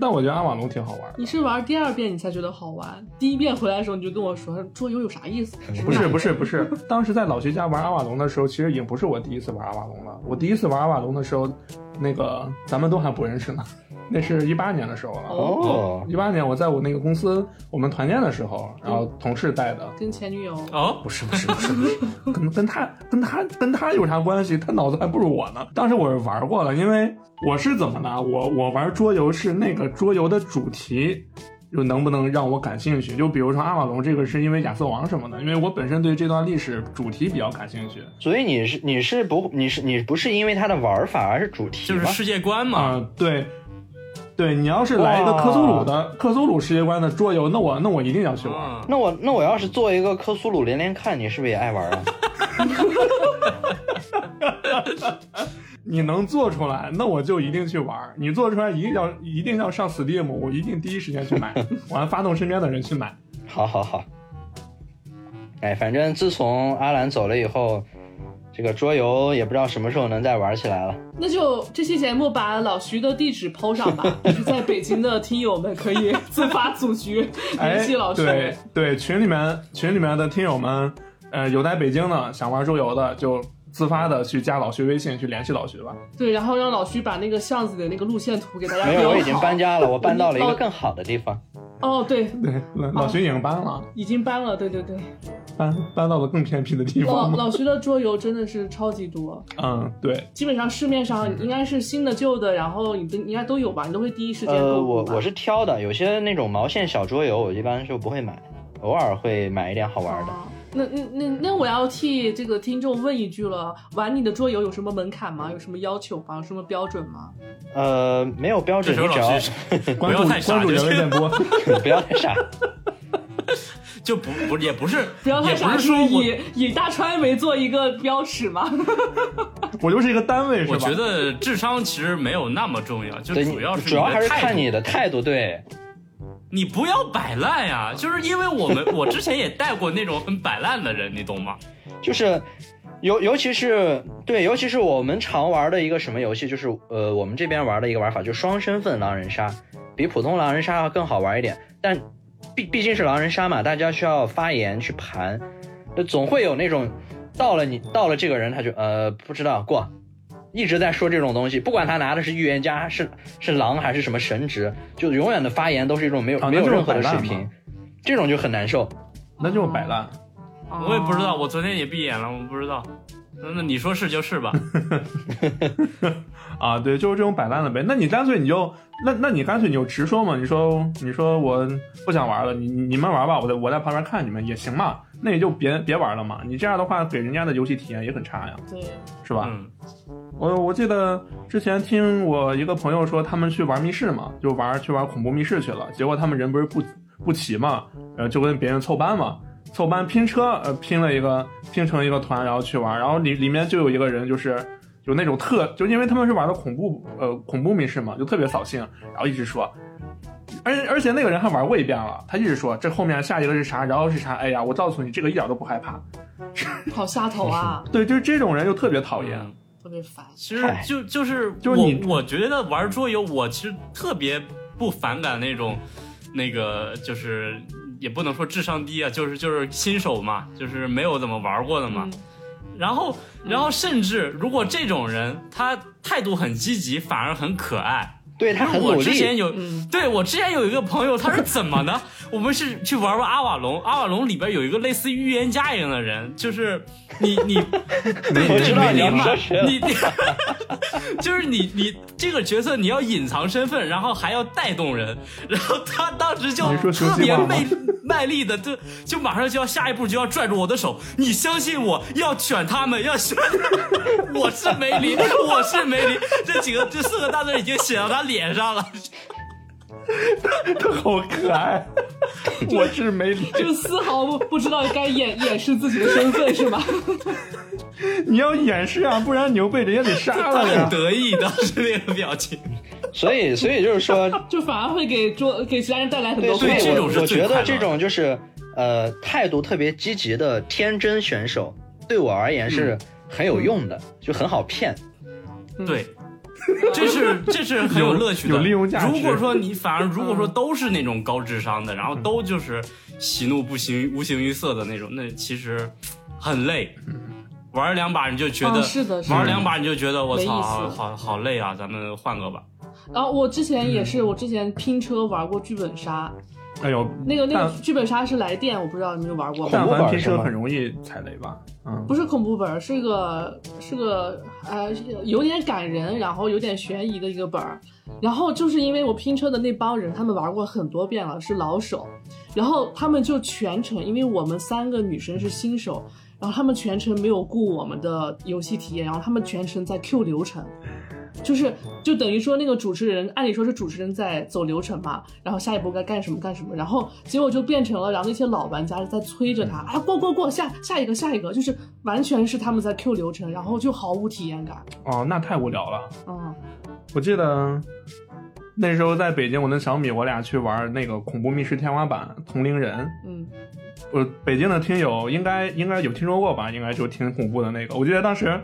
Speaker 1: 但我觉得阿瓦隆挺好玩的。
Speaker 3: 你是玩第二遍你才觉得好玩，第一遍回来的时候你就跟我说桌游有啥意思？
Speaker 1: 不是不是不是，当时在老徐家玩阿瓦隆的时候，其实已经不是我第一次玩阿瓦隆了。我第一次玩阿瓦隆的时候，那个咱们都还不认识呢，那是一八年的时候了。
Speaker 4: 哦，
Speaker 1: 一八年我在我那个公司我们团建的时候，然后同事带的，
Speaker 3: 跟前女友
Speaker 2: 哦，
Speaker 1: 不是不是不是不是， 跟跟他跟他跟他有啥关系？他脑子还不如我呢。当时我是玩过了，因为我是怎么呢？我我玩桌游是那个桌游的主题。就能不能让我感兴趣？就比如说阿瓦隆这个，是因为亚瑟王什么的，因为我本身对这段历史主题比较感兴趣。
Speaker 4: 所以你是你是不你是你不是因为它的玩法，而是主题
Speaker 2: 就是
Speaker 4: 吗？
Speaker 2: 世界观
Speaker 1: 啊、
Speaker 2: 嘛。
Speaker 1: 对，对你要是来一个
Speaker 4: 哇
Speaker 1: 克苏鲁的克苏鲁世界观的桌游，那我那我一定要去玩。
Speaker 2: 嗯，
Speaker 4: 那我那我要是做一个科苏鲁连连看，你是不是也爱玩啊？
Speaker 1: 你能做出来，那我就一定去玩儿。你做出来一定要一定要上 Steam，我一定第一时间去 买，我还发动身边的人去买。
Speaker 4: 好好好。哎，反正自从阿兰走了以后，这个桌游也不知道什么时候能再玩起来了。
Speaker 3: 那就这期节目把老徐的地址抛上吧，就是在北京的听友们可以自发组 局联
Speaker 1: 哎
Speaker 3: 系老，
Speaker 1: 对
Speaker 3: 徐。
Speaker 1: 对，群里面群里面的听友们，呃，有在北京的想玩桌游的，就自发的去加老徐微信去联系老徐吧。
Speaker 3: 对，然后让老徐把那个巷子里的那个路线图给大家
Speaker 4: 没有，
Speaker 3: 标
Speaker 4: 我已经
Speaker 3: 好
Speaker 4: 搬家了，我搬到了一个更好的地方。
Speaker 3: 哦，对，
Speaker 1: 对，老老徐已经搬了，
Speaker 3: 已经搬了，对对对。
Speaker 1: 搬搬到了更偏僻的地
Speaker 3: 老
Speaker 1: 方了。
Speaker 3: 老徐的桌游真的是超级多，
Speaker 1: 嗯，对，
Speaker 3: 基本上市面上应该是新的旧的，然后你的应该都有吧，你都会第一时间
Speaker 4: 呃，
Speaker 3: 购
Speaker 4: 我
Speaker 3: 物吧。
Speaker 4: 我是挑的，有些那种毛线小桌游，我一般就不会买，偶尔会买一点好玩的。
Speaker 3: 啊那那那那我要替这个听众问一句了，玩你的桌游有什么门槛吗？有什么要求吗？有什么标准吗？
Speaker 4: 呃，没有标
Speaker 2: 这
Speaker 4: 准，
Speaker 2: 时候
Speaker 4: 你只要
Speaker 2: 老师 不
Speaker 1: 关注
Speaker 2: 要太
Speaker 1: 关
Speaker 2: 傻
Speaker 1: 注
Speaker 2: 就
Speaker 1: 人类
Speaker 2: 行
Speaker 1: 电，波，
Speaker 4: 不要太傻。
Speaker 2: 就不不也不是
Speaker 3: 不要太
Speaker 2: 也
Speaker 3: 傻，
Speaker 2: 是说我
Speaker 3: 以以大川为做一个标尺吗？
Speaker 1: 我就是一个单位，是吧？
Speaker 2: 我觉得智商其实没有那么重要，就
Speaker 4: 对，
Speaker 2: 主要是
Speaker 4: 主要还
Speaker 2: 的
Speaker 4: 是
Speaker 2: 态度
Speaker 4: 看你的态度。对，
Speaker 2: 你不要摆烂呀、就是因为我们我之前也带过那种很摆烂的人，你懂吗？
Speaker 4: 就是尤尤其是对，尤其是我们常玩的一个什么游戏，就是呃，我们这边玩的一个玩法，就双身份狼人杀，比普通狼人杀要更好玩一点。但毕毕竟是狼人杀嘛，大家需要发言去盘，那总会有那种到了你到了这个人，他就呃不知道过。一直在说这种东西，不管他拿的是预言家，是是狼还是什么神职，就永远的发言都是一种没有、
Speaker 1: 啊那
Speaker 4: 没有
Speaker 1: 就是
Speaker 4: 任何的
Speaker 1: 摆烂
Speaker 4: 水
Speaker 1: 嘛
Speaker 4: 平，这种就很难受。
Speaker 1: 那就是摆烂。
Speaker 2: 我也不
Speaker 1: 哦
Speaker 3: 哦
Speaker 2: 知道，我昨天也闭眼了，我不知道。那那你说是就是吧？
Speaker 1: 啊，对，就是这种摆烂的呗。那你干脆你就那那你干脆你就直说嘛，你说你说我不想玩了，你你你们玩吧，我在我在旁边看你们也行嘛。那你就别别玩了嘛，你这样的话给人家的游戏体验也很差呀，
Speaker 3: 对，
Speaker 1: 是吧？
Speaker 2: 嗯，
Speaker 1: 我我记得之前听我一个朋友说，他们去玩密室嘛，就玩去玩恐怖密室去了，结果他们人不是不不齐嘛，然后就跟别人凑班嘛，凑班拼车，呃，拼了一个拼成一个团，然后去玩，然后里里面就有一个人就是。有那种特，就因为他们是玩的恐怖，呃，恐怖密室嘛，就特别扫兴，然后一直说，而而且那个人还玩过一遍了，他一直说这后面下一个是啥，然后是啥，哎呀，我告诉你，这个一点都不害怕，
Speaker 3: 好下头啊，
Speaker 1: 对，就是这种人就特别讨厌，
Speaker 2: 嗯
Speaker 3: 特别烦。
Speaker 2: 其实
Speaker 4: 嗨
Speaker 2: 就就是
Speaker 1: 就是你
Speaker 2: 我我觉得玩桌游，我其实特别不反感那种，那个就是也不能说智商低啊，就是就是新手嘛，就是没有怎么玩过的嘛。
Speaker 3: 嗯
Speaker 2: 然后，然后甚至如果这种人他态度很积极，反而很可爱。
Speaker 4: 对他 很
Speaker 2: 我
Speaker 4: 努力。
Speaker 2: 之前有，
Speaker 3: 嗯
Speaker 2: 对我之前有一个朋友，他是怎么呢？我们是去玩玩阿瓦隆，阿瓦隆里边有一个类似于预言家一样的人，就是你你， 对
Speaker 4: 我知
Speaker 2: 对
Speaker 4: 道
Speaker 2: 梅
Speaker 4: 你要
Speaker 2: 林嘛
Speaker 4: 说谁，了
Speaker 2: 你你， 就是你你这个角色你要隐藏身份，然后还要带动人，然后他当时就
Speaker 1: 你说熊
Speaker 2: 特
Speaker 1: 希
Speaker 2: 别
Speaker 1: 望吗
Speaker 2: 卖卖力的，就就马上就要下一步就要拽住我的手，你相信我要选他们，要选， 我是梅林，我是梅林，这几个这四个大字已经写到他脸上
Speaker 1: 哎
Speaker 2: 了。
Speaker 1: 好可爱， 我是梅林。
Speaker 3: 就丝毫不不知道该掩掩饰自己的身份是吧？
Speaker 1: 你要掩饰啊，不然你又被人家给杀了
Speaker 2: 很
Speaker 1: 呀。
Speaker 2: 得意当时那个表情，
Speaker 4: 所以，所以就是说，
Speaker 3: 就反而会给桌给其他人带来很
Speaker 4: 对，
Speaker 3: 多
Speaker 4: 所
Speaker 3: 困
Speaker 4: 以
Speaker 2: 这
Speaker 3: 扰。
Speaker 4: 我
Speaker 2: 种是
Speaker 4: 我
Speaker 2: 最
Speaker 4: 觉
Speaker 2: 快
Speaker 4: 得
Speaker 2: 乐
Speaker 4: 这
Speaker 2: 的
Speaker 4: 种就是呃态度特别积极的天真选手，对我而言是很有用的，就很好骗。
Speaker 3: 嗯
Speaker 2: 对，这是这是很有乐趣的，
Speaker 1: 有有利用价值
Speaker 2: 如果说你反而如果说
Speaker 3: 嗯
Speaker 2: 都是那种高智商的，然后都就是喜怒不形无形于色的那种，那其实很累。玩两把你就觉得，
Speaker 3: 啊嗯是的是的
Speaker 2: 玩两把你就觉得我
Speaker 3: 没意
Speaker 2: 操，
Speaker 3: 思
Speaker 2: 好好累啊，咱们换个吧。
Speaker 3: 然哦后我之前也是，我之前拼车玩过剧本杀，
Speaker 1: 哎呦，
Speaker 3: 那个那个剧本杀是来电，我不知道你们玩过吗？
Speaker 1: 但
Speaker 4: 恐怖本
Speaker 1: 凡
Speaker 4: 儿
Speaker 1: 拼
Speaker 4: 是
Speaker 1: 车
Speaker 4: 吗
Speaker 1: 很容易踩雷吧？嗯，
Speaker 3: 不是恐怖本儿，是个是个呃有点感人，然后有点悬疑的一个本儿。然后就是因为我拼车的那帮人，他们玩过很多遍了，是老手，然后他们就全程，因为我们三个女生是新手，然后他们全程没有顾我们的游戏体验，然后他们全程在 Q 流程。就是就等于说那个主持人，按理说是主持人在走流程嘛，然后下一步该干什么干什么，然后结果就变成了，然后那些老玩家在催着他，哎，过过过，下下一个下一个，就是完全是他们在 Q 流程，然后就毫无体验感。
Speaker 1: 哦，那太无聊了。
Speaker 3: 嗯，
Speaker 1: 我记得那时候在北京，我跟小米我俩去玩那个恐怖密室天花板同龄人。
Speaker 3: 嗯，
Speaker 1: 我呃北京的听友应该应该有听说过吧？应该就挺恐怖的那个。我记得当时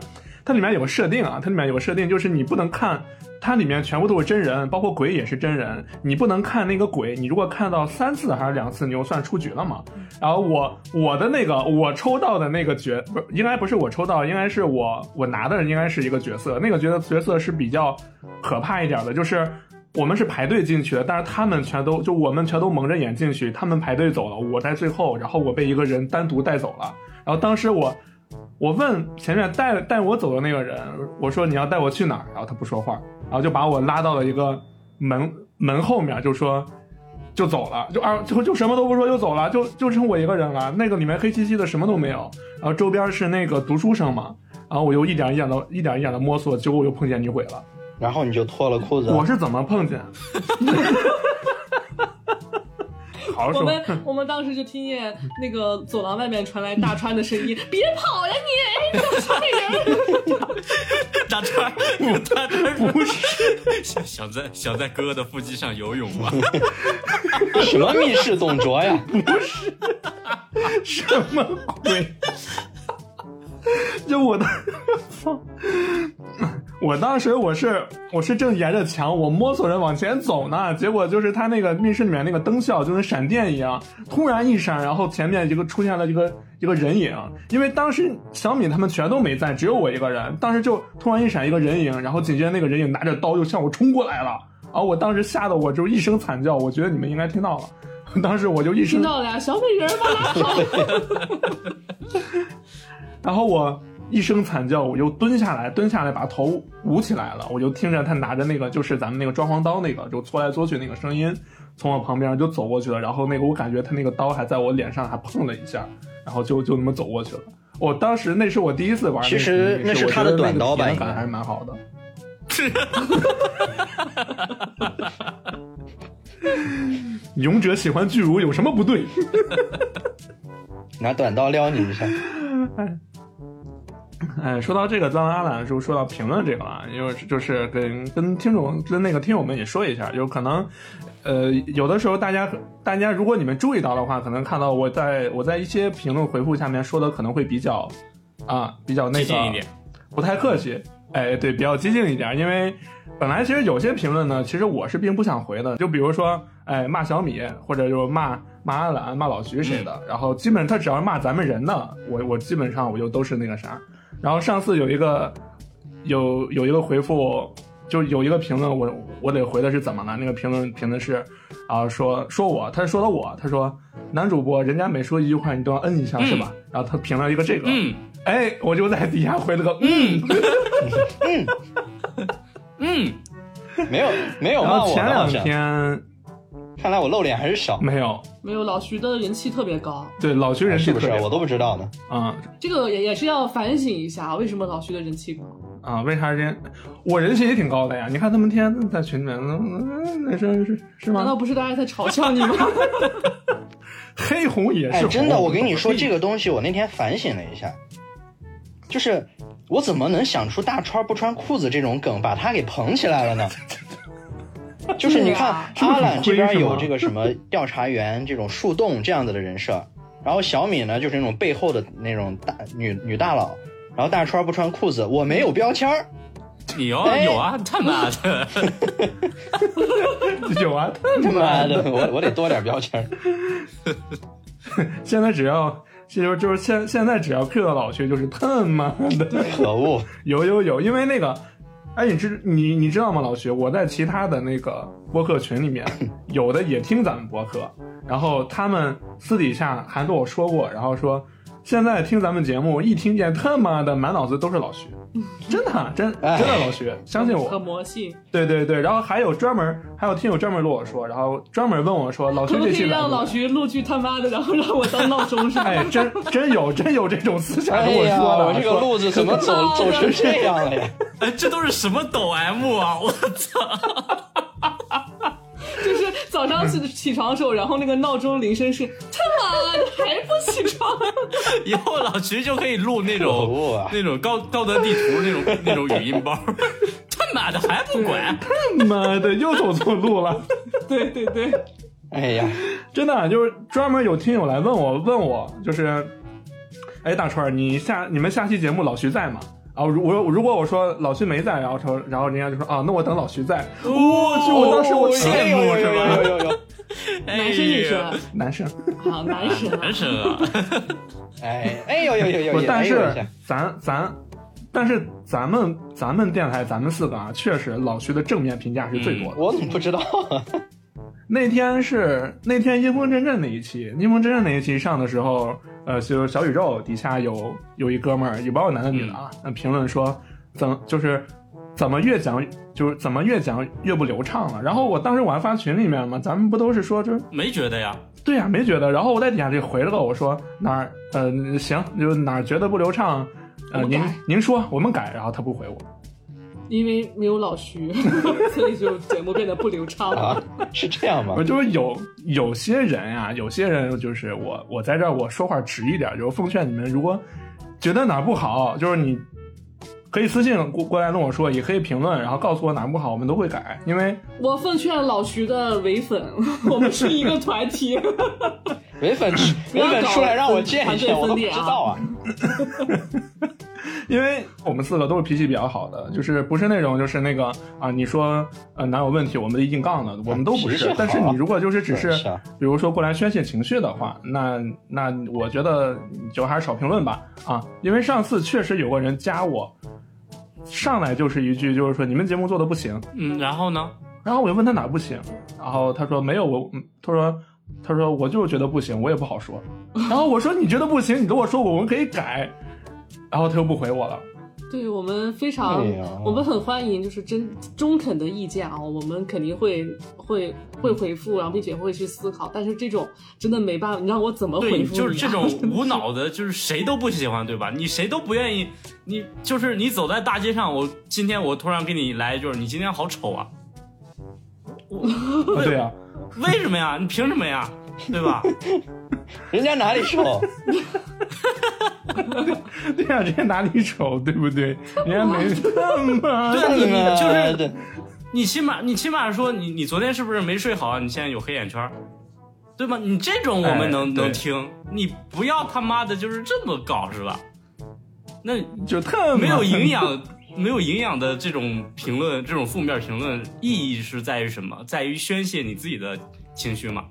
Speaker 1: 它里面有个设定啊，它里面有个设定就是你不能看。它里面全部都是真人，包括鬼也是真人。你不能看那个鬼，你如果看到三次还是两次，你就算出局了嘛。然后我我的那个我抽到的那个角，不是应该不是我抽到，应该是我我拿的应该是一个角色，那个角色角色是比较可怕一点的，就是我们是排队进去的，但是他们全都就我们全都蒙着眼进去，他们排队走了，我在最后，然后我被一个人单独带走了，然后当时我。我问前面带带我走的那个人，我说你要带我去哪儿？然后他不说话，然后就把我拉到了一个门门后面，就说就走了，就二就就什么都不说就走了，就就剩我一个人了。那个里面黑漆漆的，什么都没有。然后周边是那个读书声嘛，然后我又一点一点的、一点一点的摸索，结果我又碰见女鬼了。
Speaker 4: 然后你就脱了裤子，
Speaker 1: 我是怎么碰见？ 好好
Speaker 3: 我
Speaker 1: 说，
Speaker 3: 们我们当时就听见那个走廊外面传来大川的声音：“别跑呀你，哎，怎么是那人
Speaker 2: 大川，大川不是想想在想在哥哥的腹肌上游泳吗？
Speaker 4: 什么密室总拙呀？
Speaker 1: 什么鬼？就我的， 操！我当时我是我是正沿着墙，我摸索着往前走呢，结果就是他那个密室里面那个灯效就跟闪电一样，突然一闪，然后前面一个出现了一个一个人影，因为当时小米他们全都没在，只有我一个人，当时就突然一闪一个人影，然后紧接着那个人影拿着刀就向我冲过来了，然后我当时吓得我就一声惨叫，我觉得你们应该听到了，当时我就一声
Speaker 3: 听到了呀，小美人儿吧，拉倒。
Speaker 1: 然后我一声惨叫，我就蹲下来，蹲下来把头捂起来了，我就听着他拿着那个就是咱们那个装潢刀那个，就搓来搓去那个声音，从我旁边就走过去了。然后那个我感觉他那个刀还在我脸上还碰了一下，然后就就那么走过去了。我当时那是我第一次玩那个
Speaker 4: 其实
Speaker 1: 那
Speaker 4: 那是他的短刀吧
Speaker 1: 感
Speaker 4: 应该
Speaker 1: 还是蛮好的。 勇者喜欢巨乳有什么不对？
Speaker 4: 拿短刀撩你一下，
Speaker 1: 哎，说到这个，刚刚阿懒就说到评论这个了，啊因为就是跟跟听众跟那个听友们也说一下，有可能，呃，有的时候大家大家如果你们注意到的话，可能看到我在我在一些评论回复下面说的可能会比较啊比较那
Speaker 2: 激
Speaker 1: 个
Speaker 2: 进一点，
Speaker 1: 不太客气。哎，对，比较激进一点，因为本来其实有些评论呢，其实我是并不想回的，就比如说，哎，骂小米，或者就是骂骂阿懒、骂老徐谁的，
Speaker 2: 嗯
Speaker 1: 然后基本上他只要骂咱们人的，我我基本上我就都是那个啥。然后上次有一个有有一个回复，就有一个评论我，我得回的是怎么了？那个评论评的是啊、说说我，他说的我，他说男主播人家每说一句话你都要嗯一下、是吧？然后他评了一个这个，
Speaker 2: 嗯
Speaker 1: 哎，我就在底下回了个嗯，
Speaker 2: 嗯，
Speaker 4: 没有没有
Speaker 1: 然
Speaker 4: 骂
Speaker 1: 后
Speaker 4: 我
Speaker 1: 前
Speaker 4: 的好
Speaker 1: 两
Speaker 4: 像，
Speaker 1: 天
Speaker 4: 看来我露脸还是少，
Speaker 1: 没有，
Speaker 3: 没有，老徐的人气特别高，
Speaker 1: 对老徐人气
Speaker 4: 是不
Speaker 1: 特
Speaker 4: 是？
Speaker 1: 别
Speaker 4: 我都不知道呢。
Speaker 1: 啊
Speaker 3: 这个也也是要反省一下，为什么老徐的人气高？
Speaker 1: 啊，为啥人我人气也挺高的呀？你看他们天天在群里面，嗯那是是是
Speaker 3: 难
Speaker 1: 吗？
Speaker 3: 道不是大家在嘲笑你吗？
Speaker 1: 黑红 也是
Speaker 4: 哎，
Speaker 1: 红，
Speaker 4: 真的，我跟你说这
Speaker 1: 个
Speaker 4: 个东西，我那天反省了一下，就是我怎么能想出大川不穿裤子这种梗，把他给捧起来了呢？ 就是你看、
Speaker 1: 对啊
Speaker 4: 阿懒
Speaker 1: 这
Speaker 4: 这
Speaker 1: 个
Speaker 4: 边
Speaker 1: 很亏是
Speaker 4: 有
Speaker 1: 吗
Speaker 4: 这个什么调查员这种树洞这样子的人设，然后小米呢就是那种背 后的那种大女女大佬，然后大川不穿裤子，我没有标签儿，
Speaker 2: 你哦，
Speaker 4: 哎
Speaker 2: 有啊，他妈的！
Speaker 1: 有啊，
Speaker 4: 他妈的，我我得多点标签儿。
Speaker 1: 现在只要就是就是现现在只要 Q 到老薛就是他妈 的
Speaker 4: 可恶！
Speaker 1: 有有有，因为那个。哎，你知你你知道吗，老薛？我在其他的那个播客群里面，有的也听咱们播客，然后他们私底下还跟我说过，然后说现在听咱们节目，一听见他妈的满脑子都是老 薛，真的真真
Speaker 4: 哎
Speaker 1: 的老薛，相信我。
Speaker 3: 可魔性，
Speaker 1: 对对对，然后还有专门还有听友专门跟我说，然后专门问我说， 老
Speaker 3: 可
Speaker 1: 师
Speaker 3: 不可
Speaker 1: 这
Speaker 3: 以
Speaker 1: 期来
Speaker 3: 让
Speaker 1: 不来
Speaker 3: 老徐录句他妈的，然后让我当闹钟是吧？
Speaker 1: 哎，真真有真有这种思想
Speaker 4: 哎
Speaker 1: 跟我
Speaker 4: 呀，
Speaker 1: 说的，
Speaker 4: 我这个
Speaker 1: 说
Speaker 4: 路子怎么走走成这样了呀？
Speaker 2: 哎，这都是什么抖 M 啊！我操！
Speaker 3: 就是早上起起床的时候，然后那个闹钟铃声是他妈的还不起床，
Speaker 2: 以后老徐就可以录那
Speaker 4: 可恶
Speaker 2: 种
Speaker 4: 啊
Speaker 2: 那种高高德地图那种那种语音包。 他妈的还不管！
Speaker 1: 妈的又走错路了，
Speaker 3: 对对对，
Speaker 4: 哎呀，
Speaker 1: 真的啊就是专门有听友来问我问我就是，哎大川儿，你下你们下期节目老徐在吗？然后如我如果我说老徐没在，然后说然后人家就说啊，那我等老徐在。我、去，哦我当时
Speaker 2: 哦
Speaker 1: 我
Speaker 4: 哎
Speaker 1: 羡
Speaker 4: 呦
Speaker 1: 慕是
Speaker 4: 呦呦
Speaker 1: 吧？
Speaker 4: 呦呦呦！
Speaker 2: 男
Speaker 3: 男生女生啊
Speaker 1: 男生，，
Speaker 3: 好男生啊
Speaker 2: 哎男，生啊，
Speaker 4: 哎哎呦呦呦呦
Speaker 1: 不
Speaker 4: 呦！，
Speaker 1: 但
Speaker 4: 哎呦
Speaker 1: 是
Speaker 4: 一下
Speaker 1: 咱咱，但是咱们咱们电台咱们四个啊，确实老徐的正面评价是最多的。
Speaker 4: 我怎么不知道啊？
Speaker 1: 那天是那天阴风阵阵那一期，阴风阵阵那一期上的时候，呃，就是小宇宙底下有有一哥们儿，也不知道男的女的啊，
Speaker 3: 嗯
Speaker 1: 那评论说怎么就是怎么越讲就是怎么越讲越不流畅了。然后我当时我还发群里面嘛，咱们不都是说就是
Speaker 2: 没觉得呀？
Speaker 1: 对呀、没觉得。然后我在底下就回了个我说哪儿呃行，就是哪儿觉得不流畅，呃
Speaker 3: 我们
Speaker 1: 您
Speaker 3: 改
Speaker 1: 您说我们改。然后他不回我，
Speaker 3: 因为没有老徐， 所以就节目变得不流畅了。
Speaker 4: 啊，是这样吗
Speaker 1: 我？就是有有些人呀、有些人就是我，我在这儿我说话直一点，就是奉劝你们，如果觉得哪儿不好，就是你可以私信过过来跟我说，也可以评论，然后告诉我哪儿不好，我们都会改。因为
Speaker 3: 我奉劝老徐的伪粉， 我们是一个团体，
Speaker 4: 伪粉伪
Speaker 3: 要搞
Speaker 4: 粉出来让我见
Speaker 3: 团队
Speaker 4: 一下，
Speaker 3: 分
Speaker 4: 我都不
Speaker 3: 裂
Speaker 4: 知
Speaker 3: 啊
Speaker 4: 道啊。
Speaker 1: 因为我们四个都是脾气比较好的，就是不是那种就是那个啊，你说呃哪有问题，我们的硬杠的，我们都不
Speaker 4: 脾气
Speaker 1: 是
Speaker 4: 好。
Speaker 1: 但是你如果就是只是
Speaker 4: 是啊
Speaker 1: 比如说过来宣泄情绪的话，那那我觉得你就还是少评论吧啊，因为上次确实有个人加我，上来就是一句就是说你们节目做的不行，
Speaker 2: 嗯，然后呢？
Speaker 1: 然后我就问他哪儿不行，然后他说没有我，嗯他说他说我就是觉得不行，我也不好说，然后我说你觉得不行，你跟我说我们可以改，然后他又不回我了。
Speaker 3: 对我们非常
Speaker 4: 哎呀，
Speaker 3: 我们很欢迎就是真中肯的意见啊，我们肯定会会会回复，然后并且会去思考。但是这种真的没办法，你让我怎么
Speaker 2: 对，
Speaker 3: 回复你啊？
Speaker 2: 就是这种 无脑的，就是谁都不喜欢，对吧？你谁都不愿意，你就是你走在大街上，我今天我突然给你来一句，你今天好丑啊！
Speaker 1: 啊对呀、
Speaker 2: 为什么呀？你凭什么呀？对吧？
Speaker 4: 人家哪里丑？
Speaker 1: 对呀、人家哪里丑，对不 对？人家没 干嘛
Speaker 2: 对啊你就是
Speaker 4: 是
Speaker 2: 你起码你起码说你你昨天是不是没睡好啊？你现在有黑眼圈儿，对吧？你这种我
Speaker 1: 哎
Speaker 2: 们能、
Speaker 1: 对
Speaker 2: 能听，你不要他妈的就是这么搞是吧？那
Speaker 1: 就啊特
Speaker 2: 没有营。养、没有营养的这种评论，这种负面评论意义是在于什么？在于宣泄你自己的情绪嘛？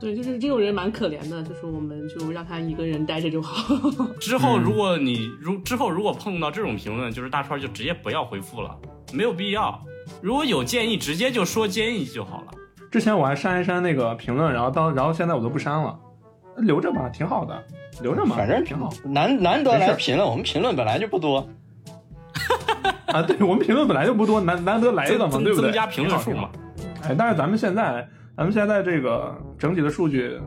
Speaker 3: 对，就是这种人蛮可怜的，就是我们就让他一个人待着就好。
Speaker 2: 之
Speaker 1: 嗯
Speaker 2: 后如果你如之后如果碰到这种评论，就是大川就直接不要回复了，没有必要。如果有建议，直接就说建议就好了。
Speaker 1: 之前我还删一删那个评论，然后当然后现在我都不删了，留着吧，挺好的，留着嘛，
Speaker 4: 反正
Speaker 1: 挺好
Speaker 4: 难难得
Speaker 1: 没事
Speaker 4: 来评论，我们评论本来就不多。
Speaker 1: 啊。对我们评论本来就不多，难难得来一个嘛，
Speaker 2: 增
Speaker 1: 对不对？
Speaker 2: 增加评论数嘛。
Speaker 1: 挺好。哎，但是咱们现在，咱们现在这个整体的数据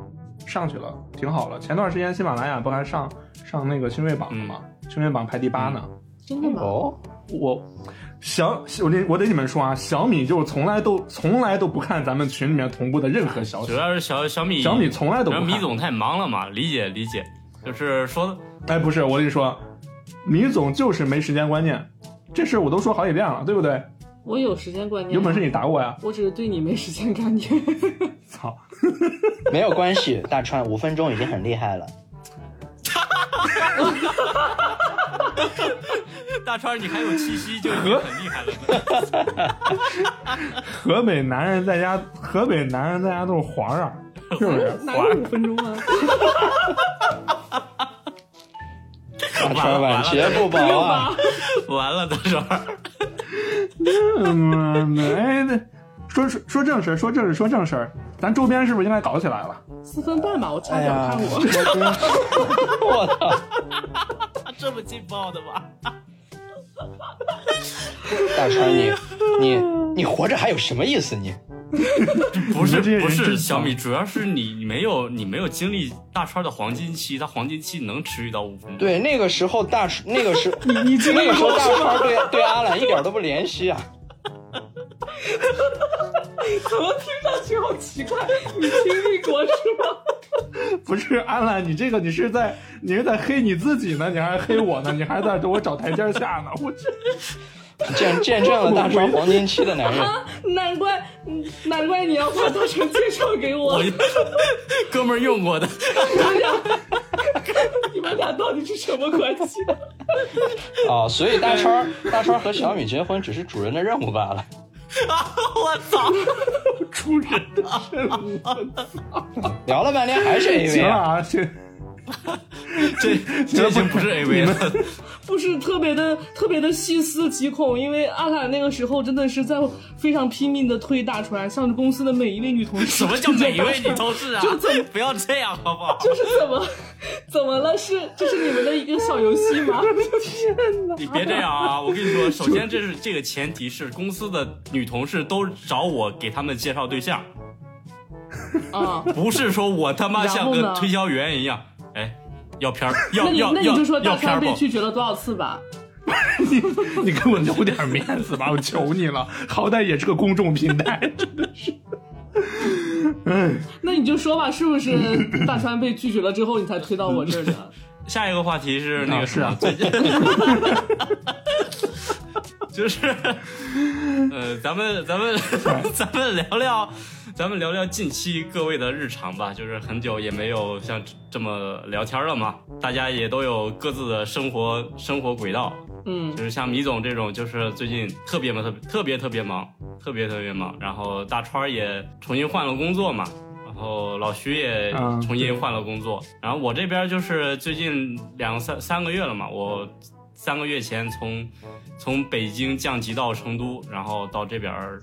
Speaker 1: 上去了，挺好了。前段时间喜马拉雅不还上上那个新锐榜了吗？
Speaker 2: 嗯
Speaker 1: 新锐榜排第八呢。
Speaker 3: 真的吗？
Speaker 4: 哦，
Speaker 1: 我小我得我得你们说啊，小米就是从来都从来都不看咱们群里面同步的任何消
Speaker 2: 主
Speaker 1: 息，
Speaker 2: 要是小小米
Speaker 1: 哦小米从来都不
Speaker 2: 然
Speaker 1: 看。
Speaker 2: 后米总太忙了嘛，理解理解，就是说
Speaker 1: 哎，不是，我跟你说，米总就是没时间观念，这事我都说好几遍了，对不对？
Speaker 3: 我有时间观念，啊
Speaker 1: 有本事你打我呀！
Speaker 2: 嗯
Speaker 3: 我只是对你没时间观 念。
Speaker 1: 操，
Speaker 4: 没有关系，大川五分钟已经很厉害了。
Speaker 2: 大川，你还有气息就已经很厉害了。
Speaker 1: 河北男人在家，河北男人在家都是皇 上，是不是？
Speaker 3: 哪有五分钟啊？
Speaker 4: 大川晚节不保
Speaker 3: 没有
Speaker 4: 啊
Speaker 3: 吧？！
Speaker 2: 完了，大 川，
Speaker 1: 他妈的，哎，那说说说正事儿，说正事儿，说正事儿，咱周边是不是应该搞起来了？
Speaker 3: 四分半吧，我差
Speaker 4: 哎
Speaker 3: 点
Speaker 4: 呀
Speaker 3: 看，我。
Speaker 4: 我操！
Speaker 2: 这么劲爆的吗？
Speaker 4: 大川，你你你活着还有什么意思？你
Speaker 2: 不
Speaker 1: 你
Speaker 2: 是
Speaker 1: 们这些人
Speaker 2: 不
Speaker 1: 真
Speaker 2: 是，
Speaker 1: 棒
Speaker 2: 小米，主要是你你没有你没有经历大川的黄金期，他黄金期能持续到五分钟。
Speaker 4: 对那个时候大川，那个时
Speaker 3: 你经历
Speaker 4: 那个时
Speaker 3: 过
Speaker 4: 候大川对对阿兰一点都不怜惜啊！
Speaker 3: 怎么听上去好奇怪？你经历过是吧？
Speaker 1: 不是安澜，你这个你是在你是在黑你自己呢，你还是黑我呢？你还是在给我找台阶下呢？我这
Speaker 4: 见见证了大川黄金期的 男人，
Speaker 3: 难怪，嗯难怪你要把大成介绍给我
Speaker 2: 我。 哥们儿用过的，
Speaker 3: 你们俩，你们俩到底是什么关系？
Speaker 4: 啊，所以大川大川和小米结婚只是主人的任务罢了。
Speaker 2: 我操！
Speaker 1: 出人
Speaker 4: 聊了半天还 是 AV
Speaker 1: 行了
Speaker 4: 啊，
Speaker 1: 啊，行，
Speaker 2: 这这已经不是 AV 了，
Speaker 3: 不是特别的，特别的细思极恐，因为阿卡那个时候真的是在非常拼命的推大船，向着公司的每一位女同事。
Speaker 2: 什么 叫每一位女同事啊
Speaker 3: 就这？
Speaker 2: 不要这样好不好？
Speaker 3: 就是怎么，怎么了？是这是你们的一个小游戏吗？
Speaker 2: 你别这样啊！我跟你说，首先这是这个前提是公司的女同事都找我给他们介绍对象，
Speaker 3: 啊，
Speaker 2: 不是说我他妈像
Speaker 3: 然后
Speaker 2: 个
Speaker 3: 呢
Speaker 2: 推销员一样，哎，要片儿，
Speaker 3: 那
Speaker 2: 要
Speaker 3: 你
Speaker 2: 要
Speaker 3: 那你
Speaker 2: 要
Speaker 3: 就说
Speaker 2: 要
Speaker 3: 大
Speaker 2: 片
Speaker 3: 川
Speaker 2: 儿
Speaker 3: 被
Speaker 2: 不？
Speaker 3: 拒绝了多少次吧？
Speaker 1: 你你给我留点面子吧，我求你了，好歹也是个公众平台，真的是。嗯，
Speaker 3: 那你就说吧，是不是 大川被拒绝了之后你才推到我这儿的？
Speaker 2: 下一个话题是那
Speaker 1: 啊
Speaker 2: 个
Speaker 1: 是
Speaker 2: 什么
Speaker 1: 啊，
Speaker 2: 最近，就是，呃，咱们咱们
Speaker 1: 啊
Speaker 2: 咱们聊聊，咱们聊聊近期各位的日常吧。就是很久也没有像这么聊天了嘛，大家也都有各自的生活生活轨道。
Speaker 3: 嗯
Speaker 2: 就是像米总这种，就是最近特别忙，特别特别特别忙，特别特别忙。然后大川儿也重新换了工作嘛，然后老徐也
Speaker 1: 嗯
Speaker 2: 重新换了工作。然后我这边就是最近两三三个月了嘛，我三个月前从从北京降级到成都，然后到这边儿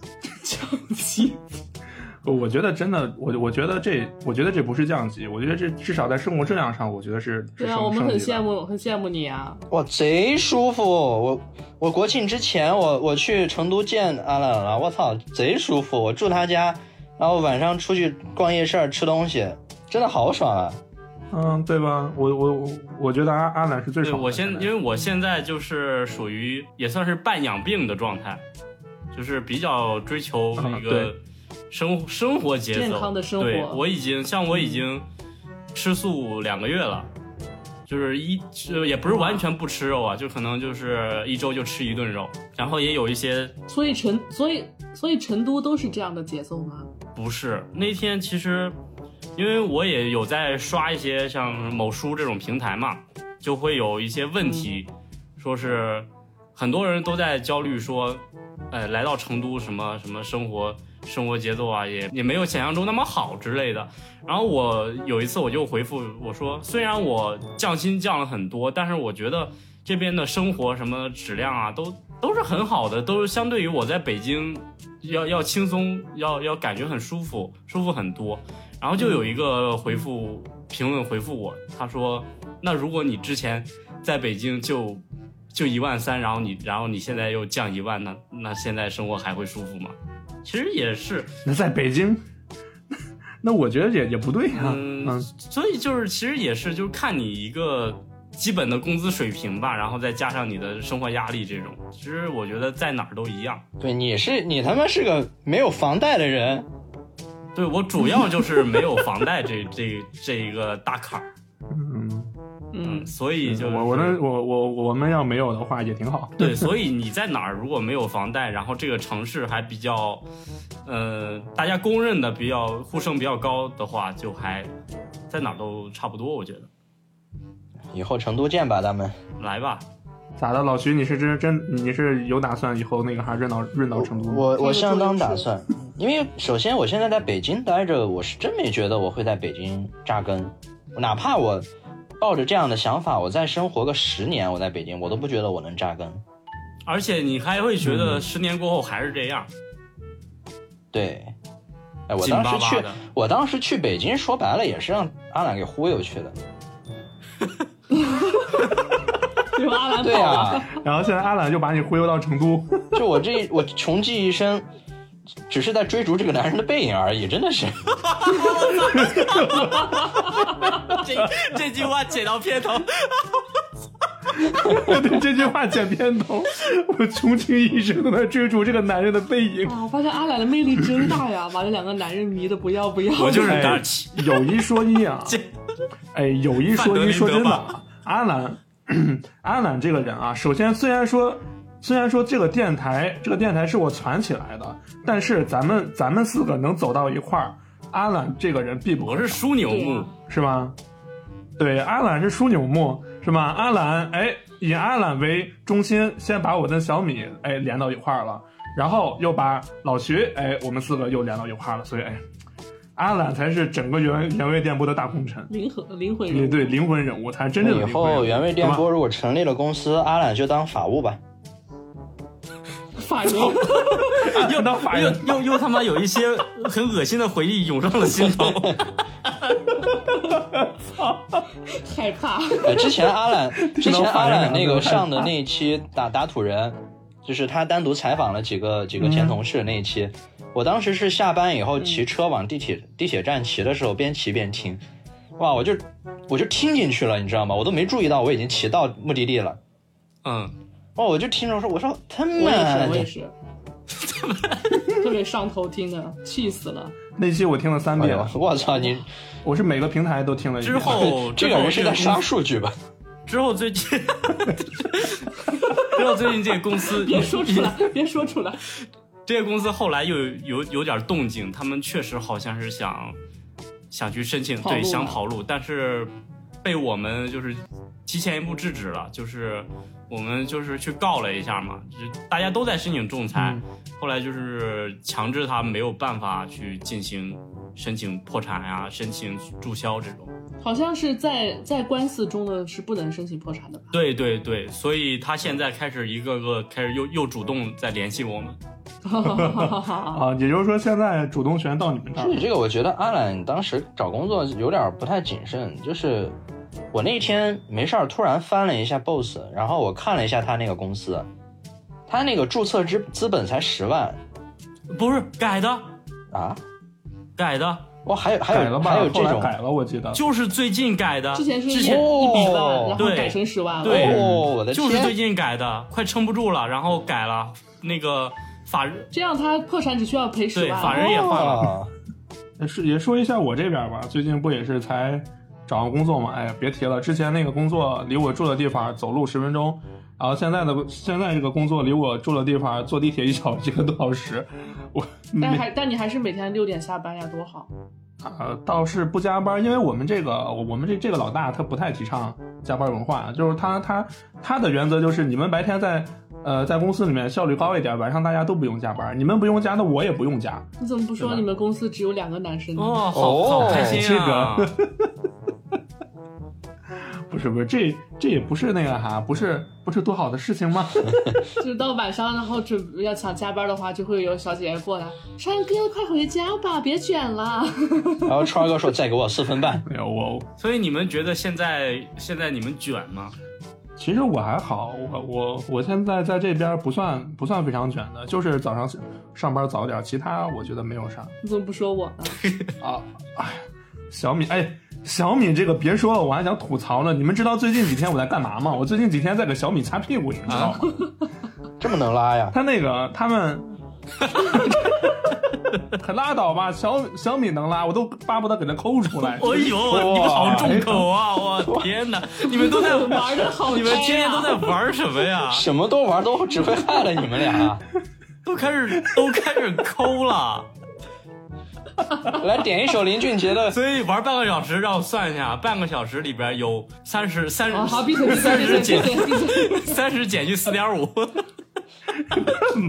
Speaker 1: 我觉得真的，我我觉得这，我觉得这不是降级，我觉得这至少在生活质量上，我觉得是是
Speaker 3: 对啊，
Speaker 1: 升
Speaker 3: 我们很
Speaker 1: 升级的
Speaker 3: 羡慕，很羡慕你啊！
Speaker 4: 哇，贼舒服！我我国庆之前我我去成都见阿兰了，我操，贼舒服！我住他家，然后晚上出去逛夜市儿吃东西，真的好爽啊！
Speaker 1: 嗯，对吧？我我我我觉得阿阿兰是最
Speaker 2: 对
Speaker 1: 爽的。
Speaker 2: 我现因
Speaker 1: 为
Speaker 2: 为我现在就是属于也算是半养病的状态，就是比较追求
Speaker 1: 嗯
Speaker 2: 一个生、生活节奏，
Speaker 3: 健康的生活
Speaker 2: 对我已经像我已经吃素两个月了。就是一，呃也不是完全不吃肉啊，就可能就是一周就吃一顿肉，然后也有一些
Speaker 3: 所以成，所以所以成都都是这样的节奏吗？
Speaker 2: 不是，那天其实因为我也有在刷一些像某书这种平台嘛，就会有一些问题，说是很多人都在焦虑说，呃，来到成都什么什么生活生活节奏啊，也也没有想象中那么好之类的。然后我有一次我就回复我说，虽然我降薪降了很多，但是我觉得这边的生活什么质量啊，都都是很好的，都是相对于我在北京要要轻松，要要感觉很舒服，舒服很多。然后就有一个回复评论回复我，他说：“那如果你之前在北京就就一万三，然后你然后你现在又降一万，那那现在生活还会舒服吗？”其实也是，
Speaker 1: 那在北京， 那我觉得也也不对啊呀、
Speaker 2: 嗯所以就是其实也是，就是看你一个基本的工资水平吧，然后再加上你的生活压力这种，其实我觉得在哪儿都一样。
Speaker 4: 对，你是你他妈是个没有房贷的人，
Speaker 2: 对我主要就是没有房贷这这这一个大坎儿，
Speaker 1: 嗯
Speaker 3: 嗯
Speaker 2: 嗯，，所以
Speaker 1: 嗯，
Speaker 2: 就是
Speaker 1: 我我那我我我们要没有的话也挺好。
Speaker 2: 对，所以你在哪儿如果没有房贷，然后这个城市还比较，呃，大家公认的比较呼声比较高的话，就还在哪儿都差不多，我觉得。
Speaker 4: 以后成都见吧，咱们。
Speaker 2: 来吧，
Speaker 1: 咋的？老徐，你是真真你是有打算以后那个啥润到润到成都吗？
Speaker 4: 我
Speaker 3: 这个
Speaker 4: 我相当
Speaker 3: 重要
Speaker 4: 打
Speaker 3: 是
Speaker 4: 算，因为首先我现在在北京待着，我是真没觉得我会在北京扎根，哪怕我抱着这样的想法，我再生活个十年，我在北京，我都不觉得我能扎根。
Speaker 2: 而且你还会觉
Speaker 1: 嗯
Speaker 2: 得十年过后还是这样，
Speaker 4: 对，哎，我
Speaker 2: 紧
Speaker 4: 当
Speaker 2: 巴
Speaker 4: 时
Speaker 2: 巴
Speaker 4: 去
Speaker 2: 的，
Speaker 4: 我当时去北京，说白了也是让阿兰给忽悠去的。
Speaker 3: 就是阿兰跑
Speaker 4: 对
Speaker 3: 了，
Speaker 4: 啊，
Speaker 1: 然后现在阿懒就把你忽悠到成都，
Speaker 4: 就我这我穷极一生，只是在追逐这个男人的背影而已，真的是。
Speaker 2: 这这句话剪到片头，
Speaker 1: 对这句话剪片头， 我穷尽一生都在追逐这个男人的背影。
Speaker 3: 啊，我发现阿兰的魅力真大呀，把这两个男人迷的不要不要的。
Speaker 2: 我就是
Speaker 1: 哎
Speaker 2: 达尔奇，
Speaker 1: 有一说一啊，
Speaker 2: 这
Speaker 1: 哎，有一说一，说真的
Speaker 2: 范德林德
Speaker 1: 啊，阿兰，阿兰这个人啊，首先虽然说，虽然说这个电台，这个电台是我攒起来的，但是咱们咱们四个能走到一块儿，阿兰这个人必不
Speaker 2: 我
Speaker 1: 会
Speaker 2: 是枢纽
Speaker 3: 对
Speaker 2: 木
Speaker 3: 啊，
Speaker 1: 是吗？对，阿兰是枢纽木是吗？阿兰，哎，以阿兰为中心，先把我跟小米哎连到一块儿了，然后又把老徐哎我们四个又连到一块儿了，所以哎，阿兰才是整个原原味电波的大功臣。
Speaker 3: 灵魂灵魂
Speaker 1: 对
Speaker 3: 人物，
Speaker 1: 对，灵魂人物才是真
Speaker 4: 那
Speaker 1: 正的
Speaker 4: 以
Speaker 1: 灵魂人物
Speaker 4: 后原味电
Speaker 1: 是吧
Speaker 4: 波如果成立了公司，阿兰就当法务吧。
Speaker 3: 法人
Speaker 2: 又
Speaker 1: 当法
Speaker 2: 又
Speaker 1: 人
Speaker 2: 又又他妈有一些很恶心的回忆涌上了心头。
Speaker 3: 害怕，
Speaker 4: 呃，之前阿 兰，之前阿兰
Speaker 3: 啊
Speaker 4: 那个上的那一期打打土人，就是他单独采访了几个几个前同事那一
Speaker 3: 嗯
Speaker 4: 期，我当时是下班以后骑车往地铁地铁站骑的时候，边骑边听，哇，我就我就听进去了，你知道吗？我都没注意到我已经骑到目的地了，
Speaker 2: 嗯，
Speaker 4: 哇，我就听着说，我说他
Speaker 3: 我也是
Speaker 4: 妈
Speaker 3: 我也
Speaker 4: 的，
Speaker 3: 是，特别上头听的，气死了。
Speaker 1: 那期我听了三
Speaker 4: 哎
Speaker 1: 遍
Speaker 4: 呦，我操你，
Speaker 1: 我是每个平台都听了一遍。
Speaker 2: 之
Speaker 3: 哦
Speaker 2: 后
Speaker 4: 这
Speaker 2: 之
Speaker 4: 个
Speaker 2: 后
Speaker 4: 人是在刷数据吧？
Speaker 2: 之后最近， 之后最近这个公司
Speaker 3: 别说出 来，别说出来。
Speaker 2: 这个公司后来又有有有点动静，他们确实好像是想想去申请，
Speaker 3: 跑路
Speaker 2: 对，
Speaker 3: 了
Speaker 2: 想跑路，但是被我们就是提前一步制止了，就是我们就是去告了一下嘛，就是大家都在申请仲
Speaker 3: 嗯
Speaker 1: 嗯
Speaker 2: 裁，后来就是强制他没有办法去进行申请破产啊、申请注销这种。
Speaker 3: 好像是在在官司中呢是不能申请破产的吧？
Speaker 2: 对对对，所以他现在开始一个个开始又又主动在联系我们。
Speaker 3: 哈哈哈哈哈哈
Speaker 1: 啊，也就是说现在主动权到你们这儿
Speaker 4: 所以这个我觉得阿兰当时找工作有点不太谨慎，就是我那天没事儿突然翻了一下 Boss，然后我看了一下他那个公司，他那个注册资资本才十万
Speaker 2: 不是改的，
Speaker 4: 啊，
Speaker 2: 改的，
Speaker 4: 哇，还有还
Speaker 1: 改了
Speaker 4: 有
Speaker 1: 吧？
Speaker 4: 还有这
Speaker 1: 后来
Speaker 4: 种哦
Speaker 1: 改了，我记得。
Speaker 2: 就是最近改的。
Speaker 3: 之前是一
Speaker 2: 之
Speaker 3: 一
Speaker 2: 前
Speaker 3: 百万，
Speaker 4: 哦
Speaker 3: 然后改成十万了。
Speaker 2: 对
Speaker 4: 哦，我的天，
Speaker 2: 就是最近改的，快撑不住了，然后改了那个法人，
Speaker 3: 这样他破产只需要赔十
Speaker 2: 对，
Speaker 3: 万。
Speaker 2: 法人也换了。
Speaker 4: 哦
Speaker 1: 也是也呃说一下我这边吧，最近不也是才找个工作嘛？哎呀，别提了，之前那个工作离我住的地方走路十分钟，然后现在的现在这个工作离我住的地方坐地铁一小一个多小时， 我
Speaker 3: 但还但你还是每天六点下班呀，多好！
Speaker 1: 啊，倒是不加班，因为我们这个我我们这这个老大他不太提倡加班文化，就是他他他的原则就是你们白天在呃在公司里面效率高一点，晚上大家都不用加班，你们不用加，那我也不用加。
Speaker 3: 你怎么不说
Speaker 1: 是的
Speaker 3: 你们公司只有两个男生呢？
Speaker 2: 哦，好好开心啊！
Speaker 1: 不是不是，这这也不是那个啥，不是不是多好的事情吗？
Speaker 3: 就是到晚上，然后准备要想加班的话，就会有小姐姐过来，山哥快回家吧，别卷了。
Speaker 4: 然后川哥说再给我四分半，
Speaker 1: 没有我
Speaker 2: 所以你们觉得现在现在你们卷吗？
Speaker 1: 其实我还好，我我我现在在这边不算不算非常卷的，就是早上上班早点，其他我觉得没有啥。
Speaker 3: 你怎么不说我呢？
Speaker 1: 啊，哎，小米，哎，小米这个别说了，我还想吐槽呢。你们知道最近几天我在干嘛吗？我最近几天在给小米擦屁股，你们知道
Speaker 2: 啊
Speaker 1: 吗？
Speaker 4: 这么能拉呀？
Speaker 1: 他那个他 们。可拉倒吧，小小米能拉，我都巴不得给他抠出来。
Speaker 2: 哎呦，你们好重口啊！我天哪，你们都在
Speaker 3: 玩的好
Speaker 2: 你们天天都在玩什么呀？
Speaker 4: 什么都玩都只会害了你们俩，
Speaker 2: 都开始都开始抠了。
Speaker 4: 来点一首林俊杰的，
Speaker 2: 所以玩半个小时，让我算一下，半个小时里边有三十三
Speaker 3: 啊，好，
Speaker 2: 十
Speaker 3: 闭嘴，闭嘴，
Speaker 2: 三
Speaker 3: 闭
Speaker 2: 十
Speaker 3: 嘴，
Speaker 2: 减
Speaker 3: 闭嘴，闭嘴。
Speaker 2: 三十减去四点五，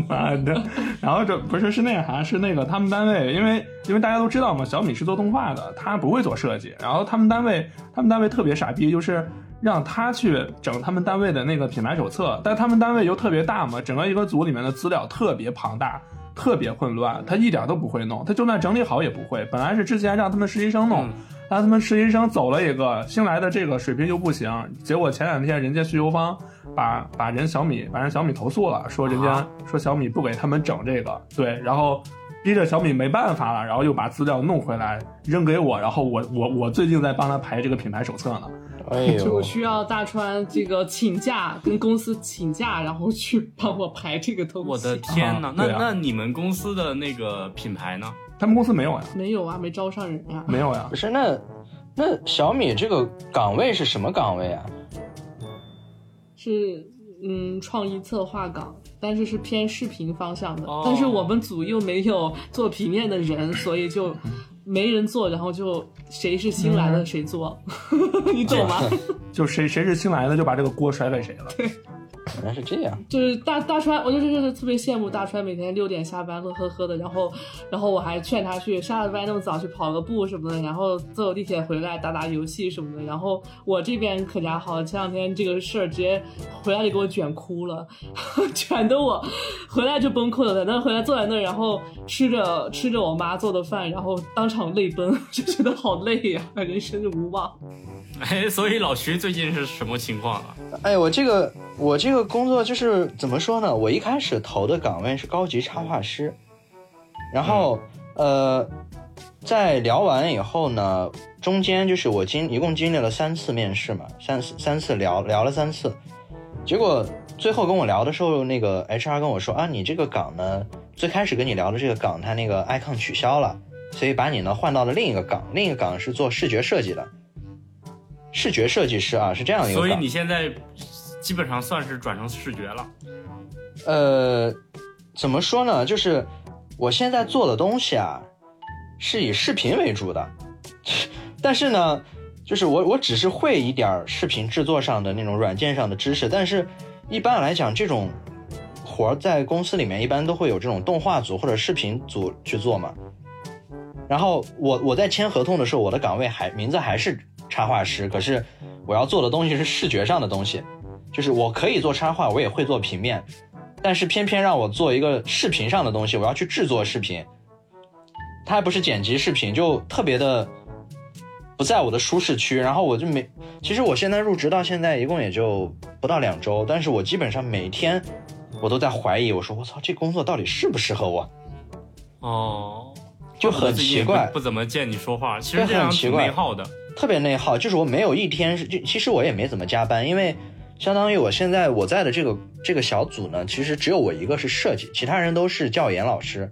Speaker 1: 妈的！ 然后这不是是那个啥，是那个他们单位，因为因为大家都知道嘛，小米是做动画的，他不会做设计。然后他们单位，他们单位特别傻逼，就是让他去整他们单位的那个品牌手册，但他们单位又特别大嘛，整个一个组里面的资料特别庞大。特别混乱，他一点都不会弄，他就算整理好也不会。本来是之前让他们实习生弄，
Speaker 2: 嗯
Speaker 1: 让他们实习生走了一个，新来的这个水平就不行。结果前两天人家需求方把把人小米把人小米投诉了，说人家、
Speaker 2: 啊
Speaker 1: 说小米不给他们整这个，对，然后逼着小米没办法了，然后又把资料弄回来扔给我，然后我我我最近在帮他排这个品牌手册呢。
Speaker 4: 哎
Speaker 3: 就
Speaker 4: 呦，
Speaker 3: 需要大川这个请假，跟公司请假，然后去帮我排这个东西。哦
Speaker 2: 我的天哪！
Speaker 1: 啊
Speaker 2: 那
Speaker 1: 对啊
Speaker 2: 那你们公司的那个品牌呢？
Speaker 1: 他们公司没有呀，
Speaker 3: 没有啊，没招上人啊。
Speaker 1: 没有呀
Speaker 4: 不，是那那小米这个岗位是什么岗位啊？
Speaker 3: 是嗯，创意策划岗，但是是偏视频方向的。
Speaker 2: 哦
Speaker 3: 但是我们组又没有做平面的人，所以就没人做，然后就谁是新来的谁做， 你懂吗？
Speaker 1: 就谁谁是新来的就把这个锅甩给谁了。
Speaker 4: 原来是这样，
Speaker 3: 就是大大川，我就是就是特别羡慕大川，每天六点下班乐呵呵的，然后，然后我还劝他去下了班那么早去跑个步什么的，然后坐地铁回来打打游戏什么的。然后我这边可家好，前两天这个事儿直接回来就给我卷哭了， 卷得我回来就崩溃了，在那儿回来坐在那儿，然后吃着吃着我妈做的饭，然后当场泪奔， 就觉得好累呀、人生无望。
Speaker 2: 哎，所以老徐最近是什么情况啊？
Speaker 4: 哎，我这个我这个工作就是怎么说呢？我一开始投的岗位是高级插画师，然后、
Speaker 2: 嗯
Speaker 4: 呃，在聊完以后呢，中间就是我经一共经历了三次面试嘛，三次三次聊聊了三次，结果最后跟我聊的时候，那个 HR 跟我说啊，你这个岗呢，最开始跟你聊的这个岗，它那个 icon 取消了，所以把你呢换到了另一个岗，另一个岗是做视觉设计的。视觉设计师啊，是这样一个
Speaker 2: 所
Speaker 4: 岗。
Speaker 2: 以你现在基本上算是转成视觉了。
Speaker 4: 呃，怎么说呢？就是我现在做的东西啊，是以视频为主的， 但是呢，就是我我只是会一点儿视频制作上的那种软件上的知识，但是一般来讲，这种活儿在公司里面一般都会有这种动画组或者视频组去做嘛。然后我我在签合同的时候，我的岗位还名字还是插画师，可是我要做的东西是视觉上的东西，就是我可以做插画，我也会做平面，但是偏偏让我做一个视频上的东西，我要去制作视频，它还不是剪辑视频，就特别的不在我的舒适区。然后我就没，其实我现在入职到现在一共也就不到两周，但是我基本上每天我都在怀疑，我说我操，这工作到底适不适合我？
Speaker 2: 哦，
Speaker 4: 就很奇
Speaker 2: 怪
Speaker 4: 怪
Speaker 2: 不，不怎么见你说话，其实这
Speaker 4: 对
Speaker 2: 样
Speaker 4: 很奇
Speaker 2: 挺
Speaker 4: 怪
Speaker 2: 内耗的。
Speaker 4: 特别内耗，就是我没有一天是，就其实我也没怎么加班，因为相当于我现在我在的这个这个小组呢，其实只有我一个是设计，其他人都是教研老师，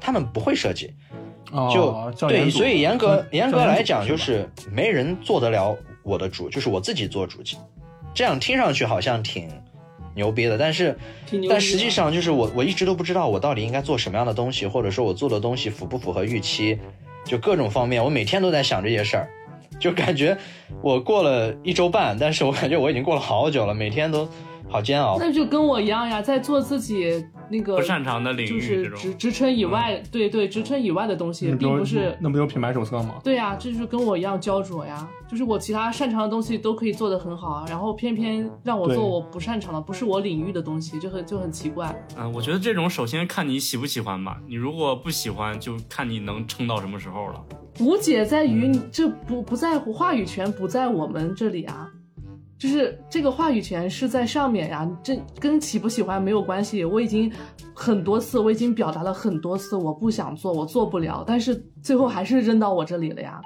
Speaker 4: 他们不会设计，
Speaker 1: 哦
Speaker 4: 就、
Speaker 1: 教研
Speaker 4: 对，
Speaker 1: 组嗯
Speaker 4: 所以严格严格来讲，
Speaker 1: 教研组
Speaker 4: 就是
Speaker 1: 吧
Speaker 4: 是没人做得了我的主，就是我自己做主。这样听上去好像挺牛逼的，但是
Speaker 3: 挺牛逼啊的
Speaker 4: 但实际上就是我我一直都不知道我到底应该做什么样的东西，或者说我做的东西符不符合预期，就各种方面，我每天都在想这些事儿，就感觉我过了一周半，但是我感觉我已经过了好久了，每天都好煎熬。
Speaker 3: 那就跟我一样呀，在做自己那个
Speaker 2: 不擅长的领
Speaker 3: 呃就
Speaker 2: 域
Speaker 3: 是
Speaker 2: 这种嗯
Speaker 3: 职职称以外，对对，职称以外的东西，
Speaker 1: 那
Speaker 3: 并
Speaker 1: 有
Speaker 3: 不是。
Speaker 1: 那不有品牌手册吗？
Speaker 3: 对呀、这就是跟我一样焦灼呀，就是我其他擅长的东西都可以做得很好啊，然后
Speaker 2: 嗯
Speaker 3: 偏偏让我
Speaker 1: 对
Speaker 3: 做我不擅长的，不是我领域的东西，就很就很奇怪。
Speaker 2: 嗯，我觉得这种首先看你喜不喜欢吧，你如果不喜欢，就看你能撑到什么时候了。
Speaker 3: 无解在于你这不不在乎话语权不在我们这里啊，就是这个话语权是在上面呀、这跟喜不喜欢没有关系。我已经很多次，我已经表达了很多次，我不想做，我做不了，但是最后还是扔到我这里了呀。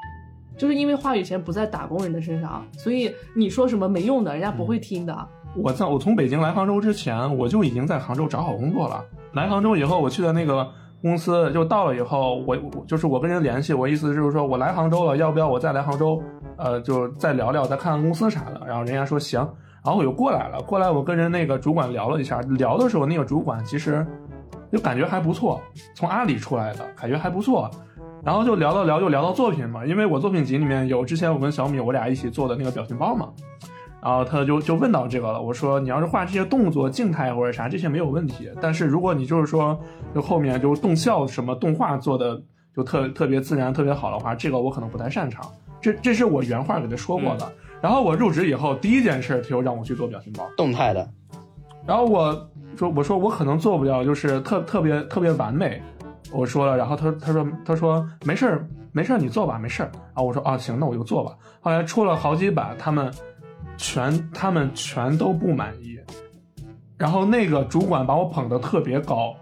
Speaker 3: 就是因为话语权不在打工人的身上，所以你说什么没用的，人家不会听的。
Speaker 1: 我在我从北京来杭州之前，我就已经在杭州找好工作了。来杭州以后，我去的那个公司就到了以后，我我就是我跟人联系，我意思就是说我来杭州了，要不要我再来杭州？呃，就再聊聊，再看看公司啥的。然后人家说行，然后我就过来了。过来我跟人那个主管聊了一下，聊的时候那个主管其实就感觉还不错，从阿里出来的，感觉还不错。然后就聊到聊就聊到作品嘛，因为我作品集里面有之前我跟小米我俩一起做的那个表情包嘛，然后他就就问到这个了，我说你要是画这些动作静态或者啥这些没有问题，但是如果你就是说就后面就动效什么动画做的就特特别自然特别好的话，这个我可能不太擅长，这这是我原话给他说过的。然后我入职以后第一件事，他就让我去做表情包。
Speaker 4: 动态的，
Speaker 1: 然后我说我说我可能做不了，就是特特别特别完美。我说啊了，然后他他说他说没事儿没事儿你做吧没事儿。啊我说啊行啊那我就做吧。后来出了好几版，他们全他们全都不满意。然后那个主管把我捧得特别高，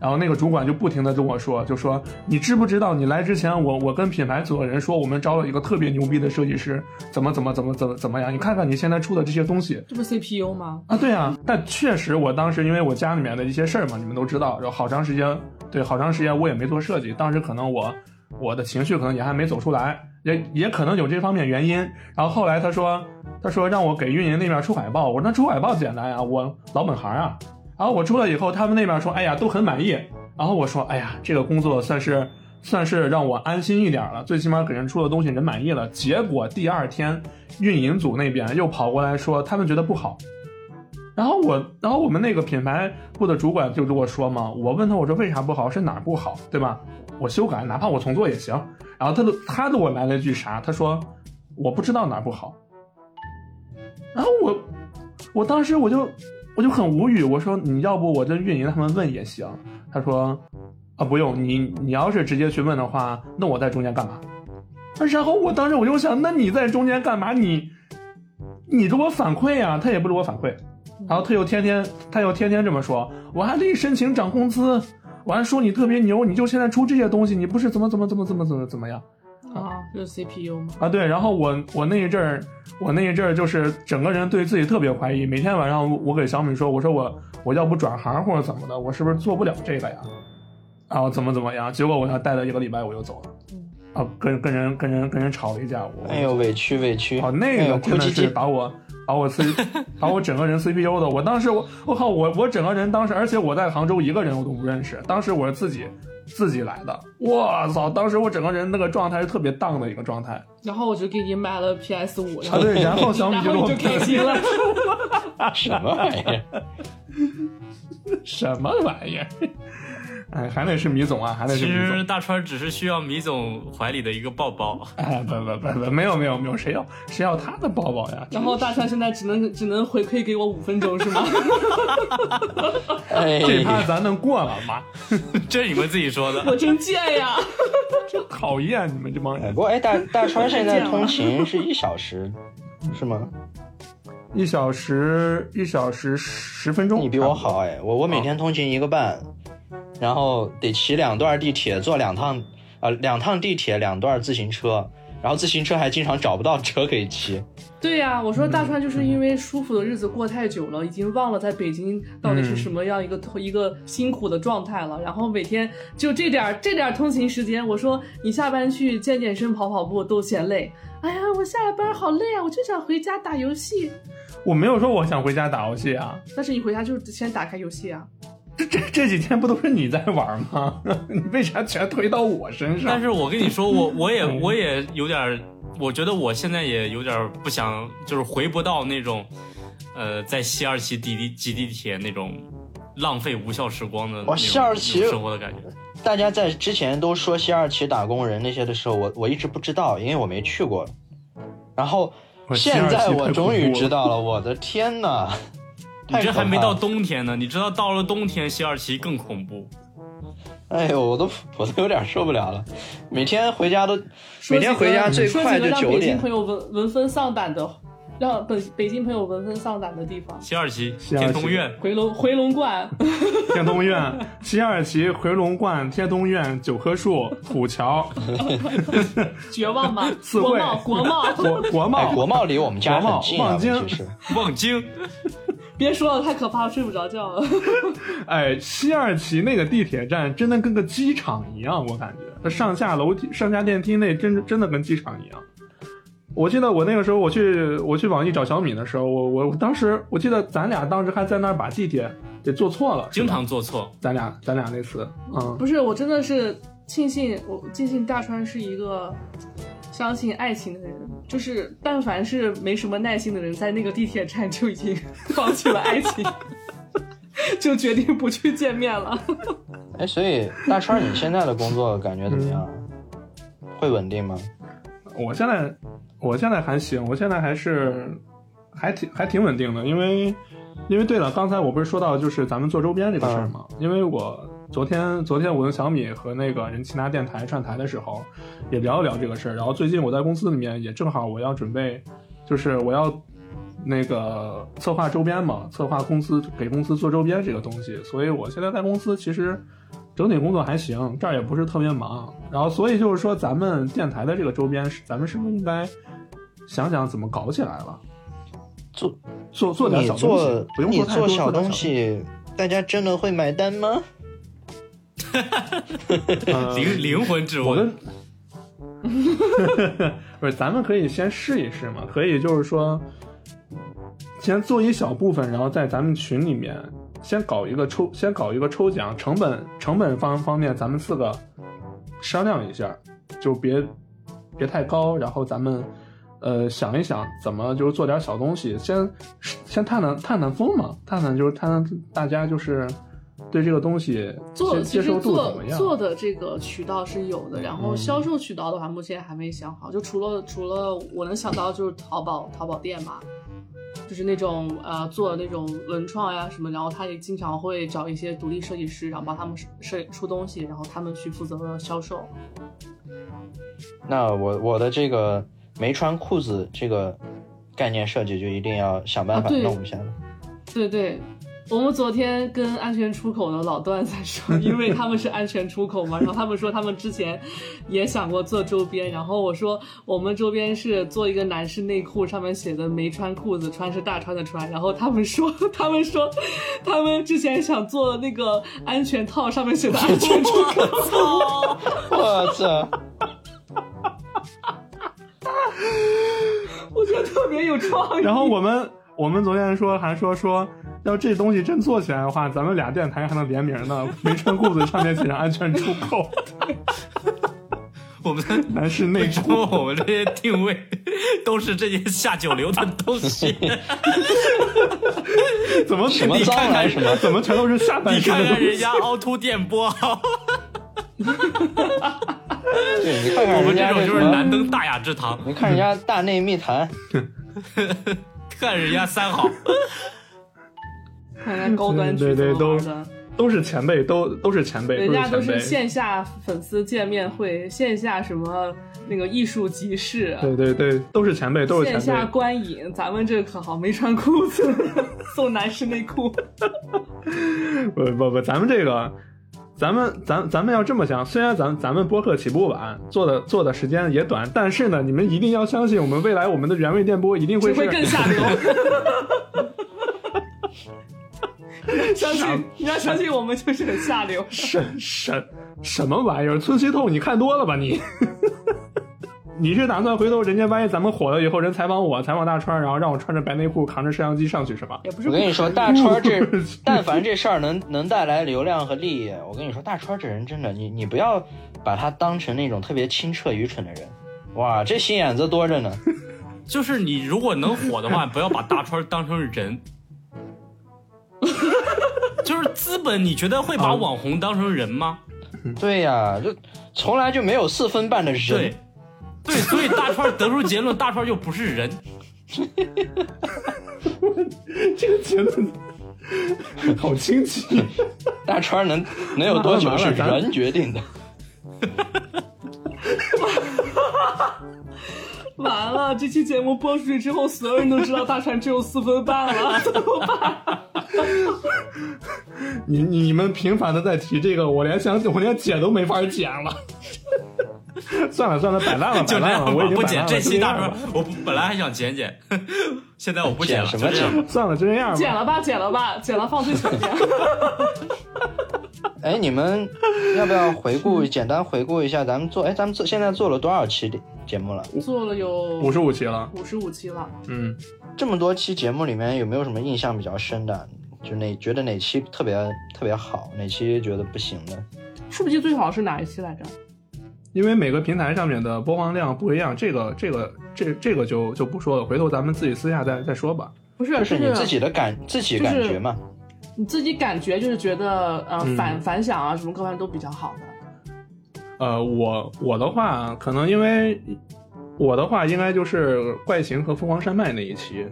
Speaker 1: 然后那个主管就不停的跟我说，就说你知不知道你来之前我我跟品牌组的人说我们招了一个特别牛逼的设计师，怎么怎么怎么怎么怎么样？你看看你现在出的这些东西，
Speaker 3: 这不是 CPU 吗？
Speaker 1: 啊，对啊，但确实我当时因为我家里面的一些事儿嘛，你们都知道，然后好长时间，对，好长时间我也没做设计，当时可能我我的情绪可能也还没走出来，也也可能有这方面原因。然后后来他说，他说让我给运营那边出海报，我说那出海报简单呀、我老本行啊。然后我出来以后，他们那边说，哎呀，都很满意。然后我说，哎呀，这个工作算是算是让我安心一点了，最起码给人出的东西人满意了。结果第二天，运营组那边又跑过来说，他们觉得不好。然后我，然后我们那个品牌部的主管就跟我说嘛，我问他我说为啥不好，是哪儿不好，对吧？我修改，哪怕我重做也行。然后他都他给我来了一句啥？他说我不知道哪儿不好。然后我，我当时我就我就很无语，我说你要不我跟运营他们问也行。他说啊不用，你你要是直接去问的话，那我在中间干嘛？然后我当时我就想，那你在中间干嘛？你你给我反馈呀、他也不给我反馈。然后他又天天他又天天这么说，我还给你申请涨工资，我还说你特别牛，你就现在出这些东西，你不是怎么怎么怎么怎么怎么怎么样
Speaker 3: 啊，就是 CPU 吗？
Speaker 1: 啊？对，然后我我那一阵儿，我那一阵儿就是整个人对自己特别怀疑，每天晚上我给小米说，我说我我要不转行或者怎么的，我是不是做不了这个呀？然后怎么怎么样？结果我要待了一个礼拜，我就走了
Speaker 3: 嗯，
Speaker 1: 啊，跟跟人跟人跟人吵了一架，我
Speaker 4: 哎呦委屈委屈，
Speaker 1: 哦，那
Speaker 4: 哎
Speaker 1: 个
Speaker 4: 呦
Speaker 1: 真
Speaker 4: 哭
Speaker 1: 的
Speaker 4: 唧
Speaker 1: 是
Speaker 4: 唧，
Speaker 1: 把 我把我 C 把我整个人 CPU 的，我当时我我靠我我整个人当时，而且我在杭州一个人我都不认识，当时我是自己自己来的，我操，当时我整个人那个状态是特别荡的一个状态
Speaker 3: 然后我就给你买了 PS 五，然
Speaker 1: 啊，
Speaker 3: 后
Speaker 1: 对，然后小米
Speaker 3: 然
Speaker 1: 就给
Speaker 3: 后
Speaker 1: 我
Speaker 3: 你就开心 了。
Speaker 4: 什么玩意儿？
Speaker 1: 什么玩意儿， 哎，还得是米总啊，还得
Speaker 2: 其
Speaker 1: 是米总
Speaker 2: 实。大川只是需要米总怀里的一个抱抱，
Speaker 1: 哎，不不不不，没有没有没有，谁要谁要他的抱抱呀？
Speaker 3: 然后大川现在只能只能回馈给我五分钟是吗？
Speaker 4: 哎，
Speaker 1: 这趴咱能过了吗？
Speaker 2: 这是你们自己说的。
Speaker 3: 我真贱呀！
Speaker 1: 讨厌你们这帮
Speaker 4: 哎
Speaker 1: 人
Speaker 4: 不！过哎，大大川现在 通
Speaker 3: 啊
Speaker 4: 勤是一小时，是吗？
Speaker 1: 一小时一小时十分钟，
Speaker 4: 你比我好哎，我我每天通勤一个半，然后得骑两段地铁，坐两趟呃两趟地铁，两段自行车，然后自行车还经常找不到车可以骑。
Speaker 3: 对呀、我说大川就是因为舒服的日子过太久了，已经忘了在北京到底是什么样一个、一个辛苦的状态了。然后每天就这点儿这点儿通勤时间，我说你下班去健健身、跑跑步都嫌累。哎呀，我下了班好累啊，我就想回家打游戏。
Speaker 1: 我没有说我想回家打游戏啊，
Speaker 3: 但是你回家就是先打开游戏啊，
Speaker 1: 这这这几天不都是你在玩吗？ 你为啥全推到我身上？
Speaker 2: 但是我跟你说， 我我也我也有点儿，我觉得我现在也有点儿不想，就是回不到那种，呃，在西二旗地地挤地铁那种浪费无效时光的那种
Speaker 4: 哇哦西二旗
Speaker 2: 那种生活的感觉。
Speaker 4: 大家在之前都说西二旗打工人那些的时候，我我一直不知道，因为我没去过。然后
Speaker 1: 我西
Speaker 4: 现
Speaker 1: 二旗
Speaker 4: 在
Speaker 1: 太
Speaker 4: 我
Speaker 1: 恐
Speaker 4: 终于
Speaker 1: 怖
Speaker 4: 知道了，我的天呐！
Speaker 2: 你这还没
Speaker 4: 太可怕
Speaker 2: 到
Speaker 4: 了
Speaker 2: 冬天呢，你知道到了冬天西二旗更恐怖。
Speaker 4: 哎呦，我都我都有点受不了了，每天回家都
Speaker 3: 说几个
Speaker 4: 每天回家最快就
Speaker 3: 说几个让
Speaker 4: 九
Speaker 3: 北京
Speaker 4: 点
Speaker 3: 朋。友闻闻风丧胆的，让北北京朋友闻风丧胆的地方，
Speaker 2: 西二旗、
Speaker 1: 西二旗
Speaker 2: 天通苑，
Speaker 3: 回龙 回龙观。
Speaker 1: 天通苑、西二旗、回龙观、天通苑、九棵树、土桥、
Speaker 3: 绝望吗？
Speaker 1: 四
Speaker 3: 国
Speaker 1: 惠
Speaker 3: 贸，国贸，
Speaker 1: 国国
Speaker 4: 哎，
Speaker 1: 贸、
Speaker 4: 国贸离我们家
Speaker 1: 国贸
Speaker 4: 很近啊，
Speaker 1: 望京
Speaker 4: 问题是。
Speaker 2: 望京。
Speaker 3: 别说了，太可怕了，睡不着觉 了。
Speaker 1: 哎，西二旗那个地铁站真的跟个机场一样，我感觉它上下楼梯、上下电梯那真真的跟机场一样。我记得我那个时候我去我去网易找小米的时候，我我我当时我记得咱俩当时还在那儿把地铁给坐错了，是吧
Speaker 2: 经常做错，
Speaker 1: 咱俩咱俩那次，嗯，
Speaker 3: 不是，我真的是庆幸我庆幸大川是一个相信爱情的人，就是但凡是没什么耐心的人，在那个地铁站就已经 放弃了爱情， 就决定不去见面了。
Speaker 4: 哎，所以大川，你现在的工作感觉怎么样啊？会稳定吗？
Speaker 1: 我现在我现在还行，我现在还是还挺还挺稳定的，因为因为对了，刚才我不是说到就是咱们做周边这个事儿吗？因为我昨天昨天我跟小米和那个人气拿电台串台的时候也聊一聊这个事儿，然后最近我在公司里面也正好我要准备，就是我要。那个策划周边嘛，策划公司给公司做周边这个东西，所以我现在在公司其实整体工作还行，这儿也不是特别忙。然后，所以就是说，咱们电台的这个周边，是咱们是不是应该想想怎么搞起来了？
Speaker 4: 做
Speaker 1: 做做点
Speaker 4: 你
Speaker 1: 小东西
Speaker 4: 做，
Speaker 1: 不用
Speaker 4: 你
Speaker 1: 做太多，
Speaker 4: 做小
Speaker 1: 点
Speaker 4: 东 西，大家真的会买单吗？
Speaker 1: 小东西。
Speaker 2: 灵灵魂质
Speaker 1: 呃、我
Speaker 2: 问。
Speaker 1: 的 不是，咱们可以先试一试嘛，可以就是说，先做一小部分，然后在咱们群里面先搞一个抽，先搞一个抽奖，成本成本方方面咱们四个商量一下，就别别太高，然后咱们呃想一想怎么就是做点小东西，先先探探探探风嘛，探探就是探探大家就是对这个东西
Speaker 3: 做
Speaker 1: 接
Speaker 3: 其
Speaker 1: 接
Speaker 3: 实
Speaker 1: 受度怎
Speaker 3: 做
Speaker 1: 么样？嗯
Speaker 3: 做的这个渠道是有的，然后销售渠道的话，目前还没想好。就除了除了我能想到就是淘宝淘宝店嘛，就是那种呃做那种文创呀什么，然后他也经常会找一些独立设计师，然后帮他们设设出东西，然后他们去负责销售。
Speaker 4: 那我我的这个没穿裤子这个概念设计就一定要想办法
Speaker 3: 啊对
Speaker 4: 弄一下了。
Speaker 3: 对对，我们昨天跟安全出口的老段在 说，因为他们是安全出口嘛，然后他们说他们之前也想过做周边，然后我说我们周边是做一个男士内裤，上面写的没穿裤子，穿是大穿的穿，然后他们说 他们说他们之前想做那个安全套，上面写的安全出口。
Speaker 4: 我操！
Speaker 3: 我觉得特别有创 意。
Speaker 1: 然后我们我们昨天说还说说，要这东西真做起来的话，咱们俩电台还能联名呢。没穿裤子上面写上安全出 口，
Speaker 2: 我们
Speaker 1: 男士内
Speaker 2: 为 什
Speaker 1: 裤。
Speaker 2: 么我们这些定位都是这些下九流的东 西？
Speaker 1: 怎么
Speaker 4: 什么
Speaker 1: 你
Speaker 4: 蟑
Speaker 1: 看
Speaker 4: 螂
Speaker 1: 看
Speaker 4: 什么
Speaker 1: 怎么全都是下半
Speaker 2: 你
Speaker 1: 身
Speaker 2: 看
Speaker 1: 的
Speaker 2: 看
Speaker 1: 东
Speaker 2: 人
Speaker 1: 西？
Speaker 2: 家凹凸电波，
Speaker 4: 对，你看看
Speaker 2: 我们
Speaker 4: 人
Speaker 2: 这
Speaker 4: 家
Speaker 2: 种就
Speaker 4: 什
Speaker 2: 是
Speaker 4: 么？
Speaker 2: 难登大雅之堂，
Speaker 4: 你看人家大内密谈，
Speaker 2: 看人家三好。
Speaker 3: 看看高端
Speaker 1: 嗯对
Speaker 3: 剧
Speaker 1: 对
Speaker 3: 怎么玩
Speaker 1: 都
Speaker 3: 的。
Speaker 1: 都是前辈，都都是前辈，
Speaker 3: 人家都
Speaker 1: 前
Speaker 3: 是
Speaker 1: 辈。嗯
Speaker 3: 线下粉丝见面会，线下什么那个艺术集市，
Speaker 1: 对对对，都是前辈，都是
Speaker 3: 线
Speaker 1: 前
Speaker 3: 下
Speaker 1: 辈。
Speaker 3: 观影，咱们这可好，没穿裤子， 送男士内裤。
Speaker 1: 不不不，咱们这个，咱们咱咱们要这么想，虽然咱咱们播客起步晚，做的做的时间也短，但是呢，你们一定要相信，我们未来我们的原味电波一定
Speaker 3: 只
Speaker 1: 会是
Speaker 3: 会 更下流。相信你要相信我们就是很下流。
Speaker 1: 什什什么玩意儿？村西透，你看多了吧你？ 你是打算回头人家万一咱们火了以后，人采访我，采访大川，然后让我穿着白内裤扛着摄像机上去是吧？
Speaker 3: 也不是
Speaker 4: 我
Speaker 3: 不
Speaker 4: 跟你说，大川这， 但凡这事儿能能带来流量和利益，我跟你说，大川这人真的，你你不要把他当成那种特别清澈愚蠢的人，哇，这心眼子多 着呢。
Speaker 2: 就是你如果能火的话，不要把大川当成人。 就是资本，你觉得会把网红当成人吗？
Speaker 4: 对呀、就从来就没有四分半的人
Speaker 2: 对，，对，所以大川得出结论，大川就不是人。
Speaker 1: 这个结论好清奇。
Speaker 4: 大川能能有多 久是
Speaker 1: 完了完了
Speaker 4: 人决定的。
Speaker 3: 完了，这期节目播出去之后，所有人都知道大川只有四分半 了，怎么办？
Speaker 1: 你你你们频繁的在提这个，我连想我连剪都没法剪了。 算了算了，摆烂了，
Speaker 2: 就
Speaker 1: 摆
Speaker 2: 这
Speaker 1: 烂
Speaker 2: 样吧
Speaker 1: 了，我已经
Speaker 2: 不
Speaker 1: 摆
Speaker 2: 剪
Speaker 1: 烂了。
Speaker 2: 这
Speaker 1: 就
Speaker 2: 期大
Speaker 1: 样
Speaker 2: 川
Speaker 1: 吧，
Speaker 2: 我不本来还想剪剪，现在我不剪了。
Speaker 4: 什么
Speaker 2: 就这样
Speaker 4: 剪？
Speaker 1: 算了，就这样吧。
Speaker 3: 剪了吧，剪了吧，剪了放最前面。
Speaker 4: 哎，你们要不要回顾简单回顾一下咱们做？哎，咱们做现在做了多少期节目了？
Speaker 3: 做了有
Speaker 1: 五十五期了，
Speaker 3: 五十五期了，
Speaker 1: 嗯，
Speaker 4: 这么多期节目里面，有没有什么印象比较深的？就哪觉得哪期特别特别好，哪期觉得不行的？
Speaker 3: 数据最好是哪一期来着？
Speaker 1: 因为每个平台上面的播放量不一样，这个这个这这个就就不说了，回头咱们自己私下再再说吧。
Speaker 3: 不是，
Speaker 4: 就
Speaker 3: 就是
Speaker 4: 你自己的感自己感觉嘛。
Speaker 3: 你自己感觉就是觉得呃
Speaker 1: 嗯
Speaker 3: 反反响啊什么各方面都比较好的。
Speaker 1: 呃，我我的话，可能因为我的话应该就是怪形和凤凰山脉那一期，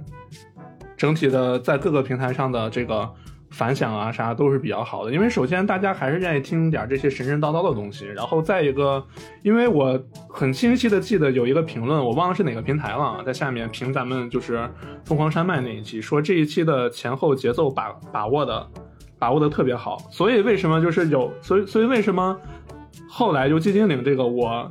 Speaker 1: 整体的在各个平台上的这个反响啊啥都是比较好的。因为首先大家还是愿意听点这些神神叨叨的东西，然后再一个，因为我很清晰的记得有一个评论，我忘了是哪个平台了啊，在下面评咱们就是凤凰山脉那一期，说这一期的前后节奏把把握的把握的特别好，所以为什么就是有，所以所以为什么后来就寂静岭这个我。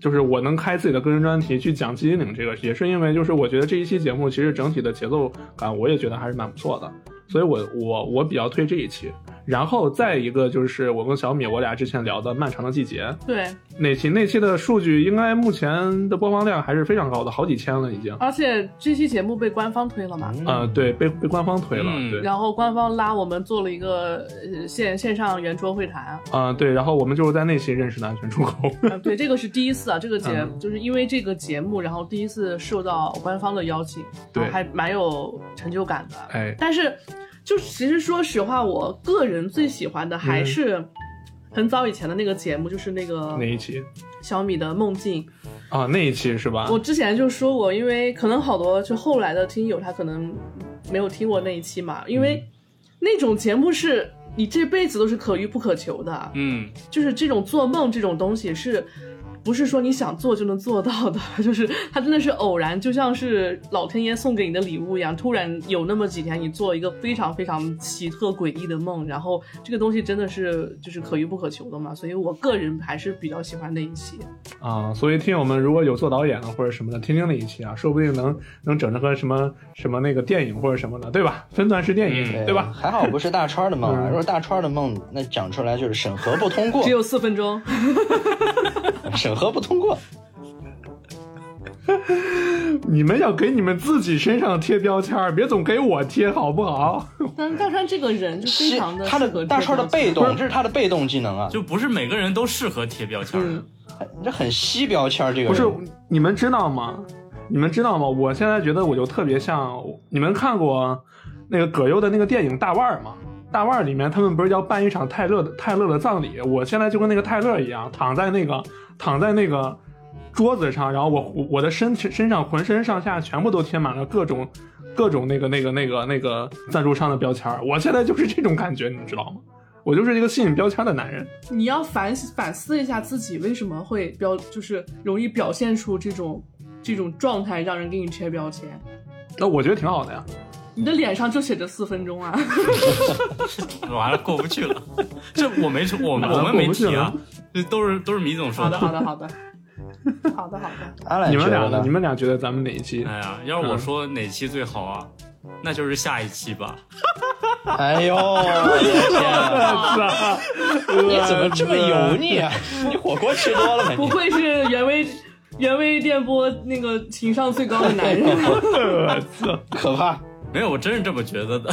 Speaker 1: 就是我能开自己的个人专题去讲寂静岭这个，也是因为就是我觉得这一期节目其实整体的节奏感我也觉得还是蛮不错的，所以我我我比较推这一期。然后再一个就是我跟小米我俩之前聊的《漫长的季节》
Speaker 3: 对，
Speaker 1: 那期，那期的数据应该目前的播放量还是非常高的，好几千了已经。
Speaker 3: 而且这期节目被官方推了嘛，
Speaker 1: 呃，对，被被官方推了，
Speaker 2: 嗯
Speaker 1: 对。
Speaker 3: 然后官方拉我们做了一个呃线线上圆桌会谈。
Speaker 1: 啊、对，然后我们就是在那期认识的安全出口。
Speaker 3: 嗯，对，这个是第一次啊，这个节、
Speaker 1: 嗯
Speaker 3: 就是因为这个节目，然后第一次受到官方的邀请，
Speaker 1: 对
Speaker 3: 然后还蛮有成就感的。
Speaker 1: 哎，
Speaker 3: 但是，就其实说实话，我个人最喜欢的还是很早以前的那个节目，就是那个
Speaker 1: 那一期
Speaker 3: 小米的梦境。
Speaker 1: 啊、那一期是吧？
Speaker 3: 我之前就说过，因为可能好多就后来的听友他可能没有听过那一期嘛，因为那种节目是你这辈子都是可遇不可求的，
Speaker 2: 嗯，
Speaker 3: 就是这种做梦这种东西是。不是说你想做就能做到的， 就是它真的是偶然，就像是老天爷送给你的礼物一样。突然有那么几天，你做了一个非常非常奇特诡异的梦，然后这个东西真的是就是可遇不可求的嘛。所以我个人还是比较喜欢那一期。
Speaker 1: 啊、所以听友们如果有做导演的或者什么的，听听那一期啊，说不定能能整成个什么什么那个电影或者什么的，对吧？分段式电影，
Speaker 4: 对
Speaker 1: 对吧？
Speaker 4: 还好不是大川的梦啊，
Speaker 1: 嗯
Speaker 4: 如果大川的梦，那讲出来就是审核不通过
Speaker 3: 只，有四分钟，
Speaker 4: 审核不通过。
Speaker 1: 你们要给你们自己身上贴标签儿，别总给我贴，好不好？
Speaker 3: 但是大川这个人就非
Speaker 4: 是
Speaker 3: 常的
Speaker 4: 他
Speaker 3: 适合
Speaker 4: 的大
Speaker 3: 贴
Speaker 4: 川的
Speaker 3: 标签
Speaker 4: 被动，这是他的被动技能啊，
Speaker 2: 就不是每个人都适合贴标签
Speaker 1: 嗯
Speaker 2: 的。
Speaker 4: 这很吸标签儿这个
Speaker 1: 不是
Speaker 4: 人，
Speaker 1: 你们知道吗？你们知道吗？我现在觉得我就特别像你们看过那个葛优的那个电影《大腕儿》吗？《大腕儿》里面他们不是要办一场泰勒的泰勒的葬礼？我现在就跟那个泰勒一样，躺在那个躺在那个桌子上，然后我我我的身身上浑身上下全部都贴满了各种各种那个那个那个那个赞助商的标签儿。我现在就是这种感觉，你们知道吗？我就是一个吸引标签的男人。
Speaker 3: 你要反反思一下自己为什么会标，就是容易表现出这种这种状态，让人给你贴标签。
Speaker 1: 那我觉得挺好的呀。
Speaker 3: 你的脸上就写着四分钟啊，
Speaker 2: 完了，过不去了。 这我没说，我
Speaker 1: 完了
Speaker 2: 我们
Speaker 1: 过
Speaker 2: 没
Speaker 1: 不去
Speaker 2: 提啊
Speaker 1: 了，
Speaker 2: 这都是都是米总说
Speaker 3: 好的，好的，好的，好的，好的。
Speaker 4: 阿兰
Speaker 1: 你
Speaker 4: 觉
Speaker 1: 们
Speaker 4: 得
Speaker 1: 俩呢？
Speaker 4: 呢
Speaker 1: 你？们俩觉得咱们哪一期？
Speaker 2: 哎
Speaker 4: 嗯
Speaker 2: 呀，要是我说哪期最好啊，那就是下一期吧。
Speaker 4: 哎呦，我的天啊！
Speaker 1: 你
Speaker 4: 你怎么这么油？腻啊？你火锅吃多了吧？
Speaker 3: 不
Speaker 4: 你
Speaker 3: 愧是原味原味电波那个情商最高的男 人。
Speaker 1: 我操！
Speaker 4: 可怕。？
Speaker 2: 没有，我真是这么觉得的。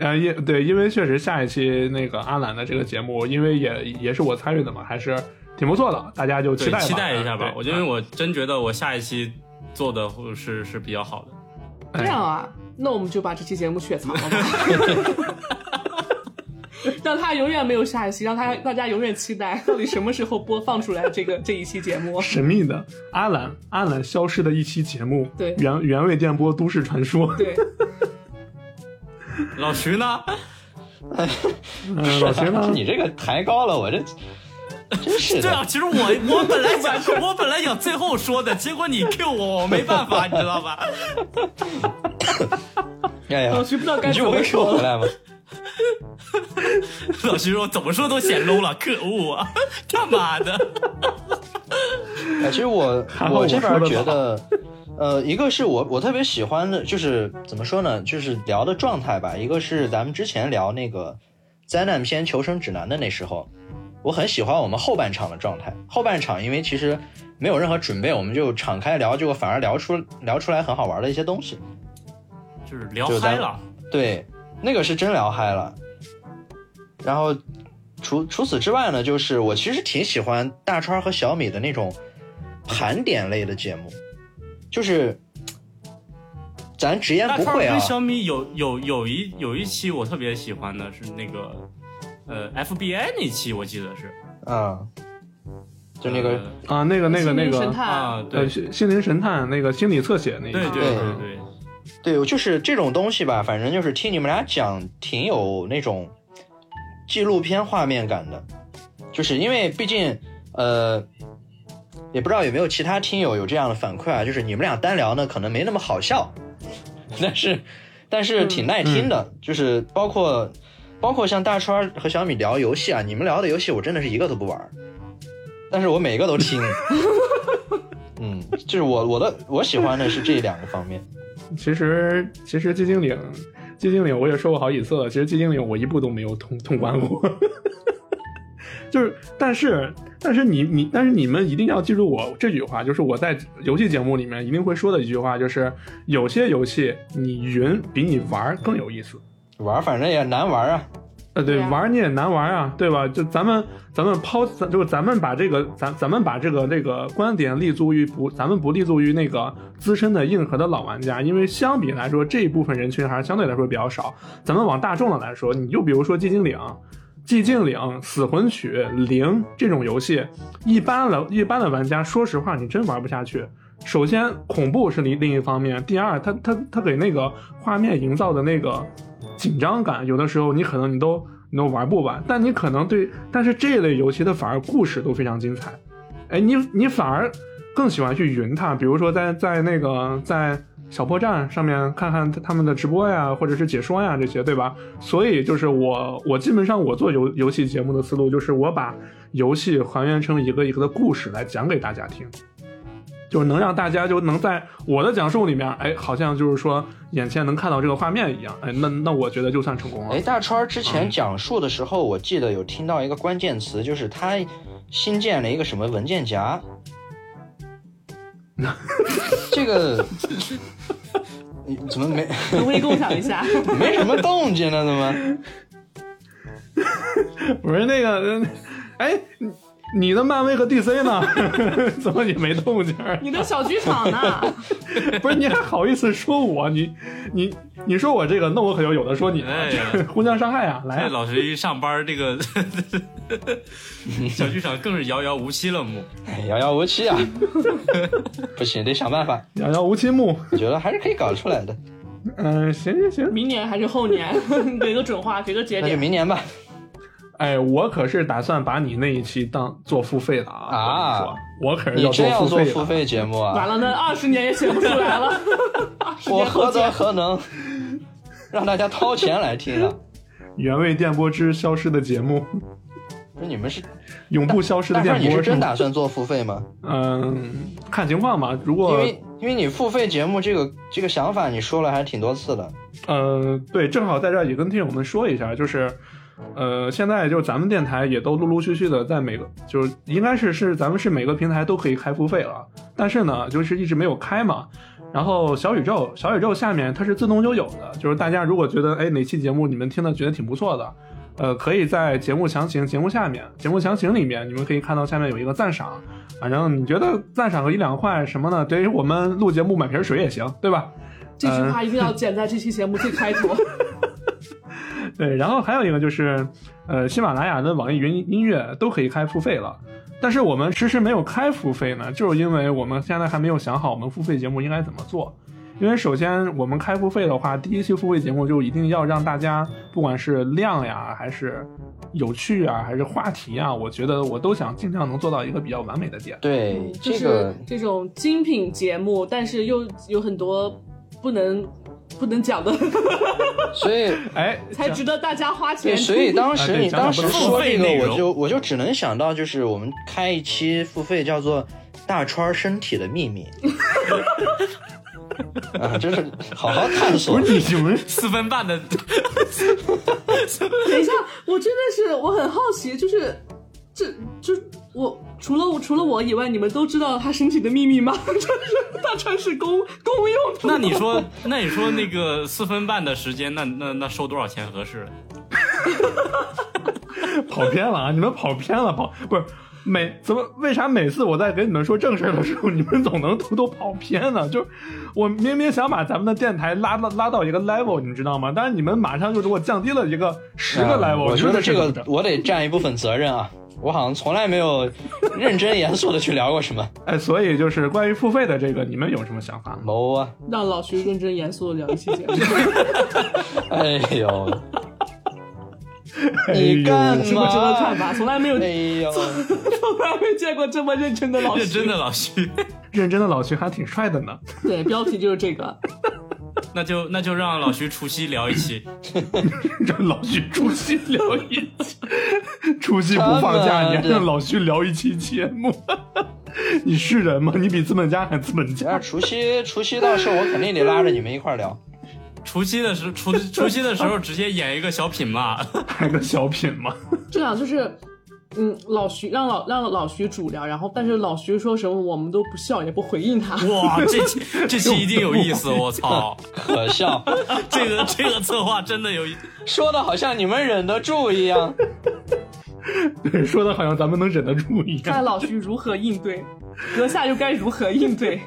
Speaker 1: 呃，因对，因为确实下一期那个阿兰的这个节目，因为也也是我参与的嘛，还是挺不错的，大家就期
Speaker 2: 对，
Speaker 1: 待吧
Speaker 2: 期待一下吧
Speaker 1: 对。啊
Speaker 2: 我因为我真觉得我下一期做的是是比较好的。
Speaker 3: 这样啊，那我们就把这期节目雪藏了吧。 让他永远没有下一期，让他大家永远期待到底什么时候播放出来这个这一期节目。
Speaker 1: 神秘的阿兰，阿兰消失的一期节目，
Speaker 3: 对
Speaker 1: 原原味电波都市传说，
Speaker 3: 对，
Speaker 2: 老徐呢？
Speaker 1: 嗯，老秦呢
Speaker 4: 你这个抬高了，我这真是
Speaker 2: 对
Speaker 4: 的。
Speaker 2: 啊，其实我我本来想我本来想最后说的，结果你 Q 我，我没办法，你知道吧？
Speaker 4: 哎呀
Speaker 3: 老，徐不知道该
Speaker 4: 你
Speaker 3: 怎
Speaker 4: 就
Speaker 3: 么
Speaker 4: 会
Speaker 3: 说
Speaker 4: Q 回
Speaker 3: 了。
Speaker 4: 来吗？
Speaker 2: 老徐说怎么说都显 low 了，可恶啊！ 他妈的，
Speaker 4: 哎，其实我
Speaker 1: 还好
Speaker 4: 我
Speaker 1: 我
Speaker 4: 这
Speaker 1: 说
Speaker 4: 边
Speaker 1: 得
Speaker 4: 觉得，呃，一个是我我特别喜欢的，就是怎么说呢，就是聊的状态吧。一个是咱们之前聊那个灾难片《求生指南》的那时候，我很喜欢我们后半场的状态。后半场因为其实没有任何准备，我们就敞开聊，结果反而聊出聊出来很好玩的一些东西。
Speaker 2: 就是聊
Speaker 4: 就咱
Speaker 2: 嗨了。
Speaker 4: 对，那个是真聊嗨了。然后除除此之外呢，就是我其实挺喜欢大川和小米的那种盘点类的节目，就是咱直言
Speaker 2: 大
Speaker 4: 不
Speaker 2: 川
Speaker 4: 讳啊
Speaker 2: 跟，小米有有有一有一期我特别喜欢的是那个呃 FBI 那期，我记得是
Speaker 4: 嗯，就那个
Speaker 2: 呃
Speaker 1: 啊，那个那个那
Speaker 3: 心灵神
Speaker 1: 个，
Speaker 3: 探
Speaker 2: 啊，
Speaker 1: 呃，
Speaker 2: 对
Speaker 1: 心心灵神探那个心理侧写那一
Speaker 2: 对对
Speaker 1: 期
Speaker 2: 对对，
Speaker 4: 对，就是这种东西吧，反正就是听你们俩讲，挺有那种纪录片画面感的，就是因为毕竟，呃，也不知道有没有其他听友有这样的反馈啊，就是你们俩单聊呢，可能没那么好笑， 但是但是挺耐听的，就是包括包括像大川和小米聊游戏啊，你们聊的游戏我真的是一个都不玩儿，但是我每个都听，嗯，就是我我的我喜欢的是这两个方面。
Speaker 1: 其实其实寂静岭，寂静岭我也说过好几次了，其实寂静岭我一步都没有通通关过。 就是，但是，但是你你，但是你们一定要记住我这句话，就是我在游戏节目里面一定会说的一句话，就是有些游戏你云比你玩儿更有意思。
Speaker 4: 玩儿反正也难玩儿啊。
Speaker 1: 呃，对，
Speaker 3: 对啊
Speaker 1: 玩儿你也难玩儿啊，对吧？就咱们咱们抛，咱就是咱们把这个咱咱们把这个这个观点立足于不，咱们不立足于那个资深的硬核的老玩家，因为相比来说这一部分人群还是相对来说比较少。咱们往大众的来说，你就比如说寂静岭。寂静岭、死魂曲、零这种游戏，一般的一般的玩家，说实话，你真玩不下去。首先，恐怖是另另一方面；第二，它它它给那个画面营造的那个紧张感，有的时候你可能你都你都玩不完，但你可能对，但是这类游戏它反而故事都非常精彩，哎，你你反而更喜欢去云它，比如说在在那个在小破站上面看看他们的直播呀，或者是解说呀这些，对吧？所以就是我我基本上我做游游戏节目的思路就是我把游戏还原成一个一个的故事来讲给大家听。就是能让大家就能在我的讲述里面，哎，好像就是说眼前能看到这个画面一样，哎，那那我觉得就算成功了
Speaker 4: 哎，。大川儿之前讲述的时候，我记得有听到一个关键词，就是他新建了一个什么文件 夹。这个你怎么没
Speaker 3: 可不可以共享一 下？
Speaker 4: 没什么动静呢？怎么？
Speaker 1: 我说那个，呃哎，你你的漫威和 DC 呢？ 怎么也没动静儿？
Speaker 3: 你的小剧场呢？
Speaker 1: 不是你还好意思说我？你你你说我这个，那我可就有的说你了，
Speaker 2: 哎呀
Speaker 1: 这互相伤害啊！来
Speaker 2: 这
Speaker 1: 啊，
Speaker 2: 老师一上班，这个小剧场更是遥遥无期了木。
Speaker 4: 哎遥遥无期啊！ 不行，得想办法。
Speaker 1: 遥遥无期木。
Speaker 4: 我觉得还是可以搞出来的。
Speaker 1: 嗯、行行行，
Speaker 3: 明年还是后年？ 给个准话，给个节
Speaker 4: 那就
Speaker 3: 点。
Speaker 4: 明年吧。
Speaker 1: 哎，我可是打算把你那一期当做付费的啊！
Speaker 4: 啊
Speaker 1: 我跟你说，
Speaker 4: 你
Speaker 1: 我可
Speaker 4: 真
Speaker 1: 是
Speaker 4: 要
Speaker 1: 做
Speaker 4: 做
Speaker 1: 付费
Speaker 4: 付
Speaker 1: 的。
Speaker 4: 费节目
Speaker 3: 完
Speaker 4: 啊？
Speaker 3: 了，那二十年也写不出来 了。20
Speaker 4: 我
Speaker 3: 年后
Speaker 4: 何德
Speaker 3: 见
Speaker 4: 何能，让大家掏钱来听啊？
Speaker 1: 原味电波之消失的节目，
Speaker 4: 不是你们是
Speaker 1: 永不消失的
Speaker 4: 大川
Speaker 1: 电
Speaker 4: 儿，
Speaker 1: 波。
Speaker 4: 你是真
Speaker 1: 吗
Speaker 4: 打算做付费吗？
Speaker 1: 嗯，看情况吧。如
Speaker 4: 因
Speaker 1: 果
Speaker 4: 为因为你付费节目这个这个想法，你说了还挺多次的。
Speaker 1: 呃，对，正好在这儿也跟听友们说一下，就是，呃，现在就是咱们电台也都陆陆续续的在每个，就是应该是是咱们是每个平台都可以开付费了，但是呢，就是一直没有开嘛。然后小宇宙，小宇宙下面它是自动就有的，就是大家如果觉得哎哪期节目你们听的觉得挺不错的，呃，可以在节目详情节目下面，节目详情里面你们可以看到下面有一个赞赏，反正你觉得赞赏个一两块什么呢？对于我们录节目买瓶水也行，对吧？
Speaker 3: 这句
Speaker 4: 呃
Speaker 3: 话一定要剪在这期节目最开头。
Speaker 1: 对，然后还有一个就是，呃，喜马拉雅跟网易云音乐都可以开付费了，但是我们迟迟没有开付费呢，就是因为我们现在还没有想好我们付费节目应该怎么做。因为首先我们开付费的话，第一期付费节目就一定要让大家，不管是量呀，还是有趣啊，还是话题啊，我觉得我都想尽量能做到一个比较完美的点。
Speaker 4: 对，
Speaker 3: 嗯就
Speaker 4: 这
Speaker 3: 是
Speaker 4: 个
Speaker 3: 这种精品节目，但是又有很多不能不能讲的，
Speaker 4: 所以
Speaker 1: 哎，
Speaker 3: 才值得大家花钱。
Speaker 4: 对，所以当
Speaker 1: 啊
Speaker 4: 时
Speaker 1: 对
Speaker 4: 你
Speaker 1: 讲讲
Speaker 4: 当
Speaker 1: 不
Speaker 4: 时
Speaker 1: 能
Speaker 4: 说
Speaker 2: 付费
Speaker 4: 这个
Speaker 2: 内，容
Speaker 4: 我就我就只能想到就是我们开一期付费叫做“大川身体的秘密”， 啊，真是好好探索啊
Speaker 1: 不。是 你们
Speaker 2: 四分半的，
Speaker 3: 等一下，我真的是我很好奇，就是这就是我除了我除了我以外，你们都知道他身体的秘密吗？ 就是大川是公公用的。
Speaker 2: 那你说，那你说那个四分半的时间，那那那收多少钱合适？
Speaker 1: 跑偏了啊！你们跑偏了，跑不是每怎么为啥每次我在给你们说正事儿的时候，你们总能都都跑偏呢？就是我明明想把咱们的电台拉到拉到一个 level，你们知道吗？但是你们马上就给我降低了一个十个 level，、
Speaker 4: 啊我觉得这
Speaker 1: 真的是
Speaker 4: 个我得占一部分责任啊。我好像从来没有认真严肃的去聊过什么。
Speaker 1: 哎，所以就是关于付费的这个，你们有什么想 法吗？
Speaker 4: 谋啊，
Speaker 3: 让老徐认真严肃的聊一期节目。
Speaker 4: 哎 呦，
Speaker 1: 哎呦
Speaker 4: 你干嘛？
Speaker 3: 直播值得看吧，从来没有
Speaker 4: 哎 呦，
Speaker 3: 从来没见过这么认真的老师。
Speaker 2: 认真的老徐，
Speaker 1: 认真的老徐还挺帅的呢。
Speaker 3: 对，标题就是这个。
Speaker 2: 那就那就让老徐除夕聊一期，
Speaker 1: 让老徐除夕聊一期，除夕不放假，你还让老徐聊一期节目， 你是人吗？你比资本家还资本
Speaker 4: 那
Speaker 1: 家？
Speaker 4: 除夕除夕到时候我肯定得拉着你们一块儿聊。
Speaker 2: 除夕的时除除夕的时候直接演一个小品嘛，
Speaker 1: 还个小品吗？
Speaker 3: 这样就是，嗯，老徐让老让老徐主聊，然后但是老徐说什么我们都不笑，也不回应他。
Speaker 2: 哇，这期这期一定有意思，我操，
Speaker 4: 可笑，
Speaker 2: 这个这个策划真的有意，
Speaker 4: 说的好像你们忍得住一样。
Speaker 1: 对，说的好像咱们能忍得住一
Speaker 3: 看
Speaker 1: 样。
Speaker 3: 老徐如何应对，阁下又该如何应对？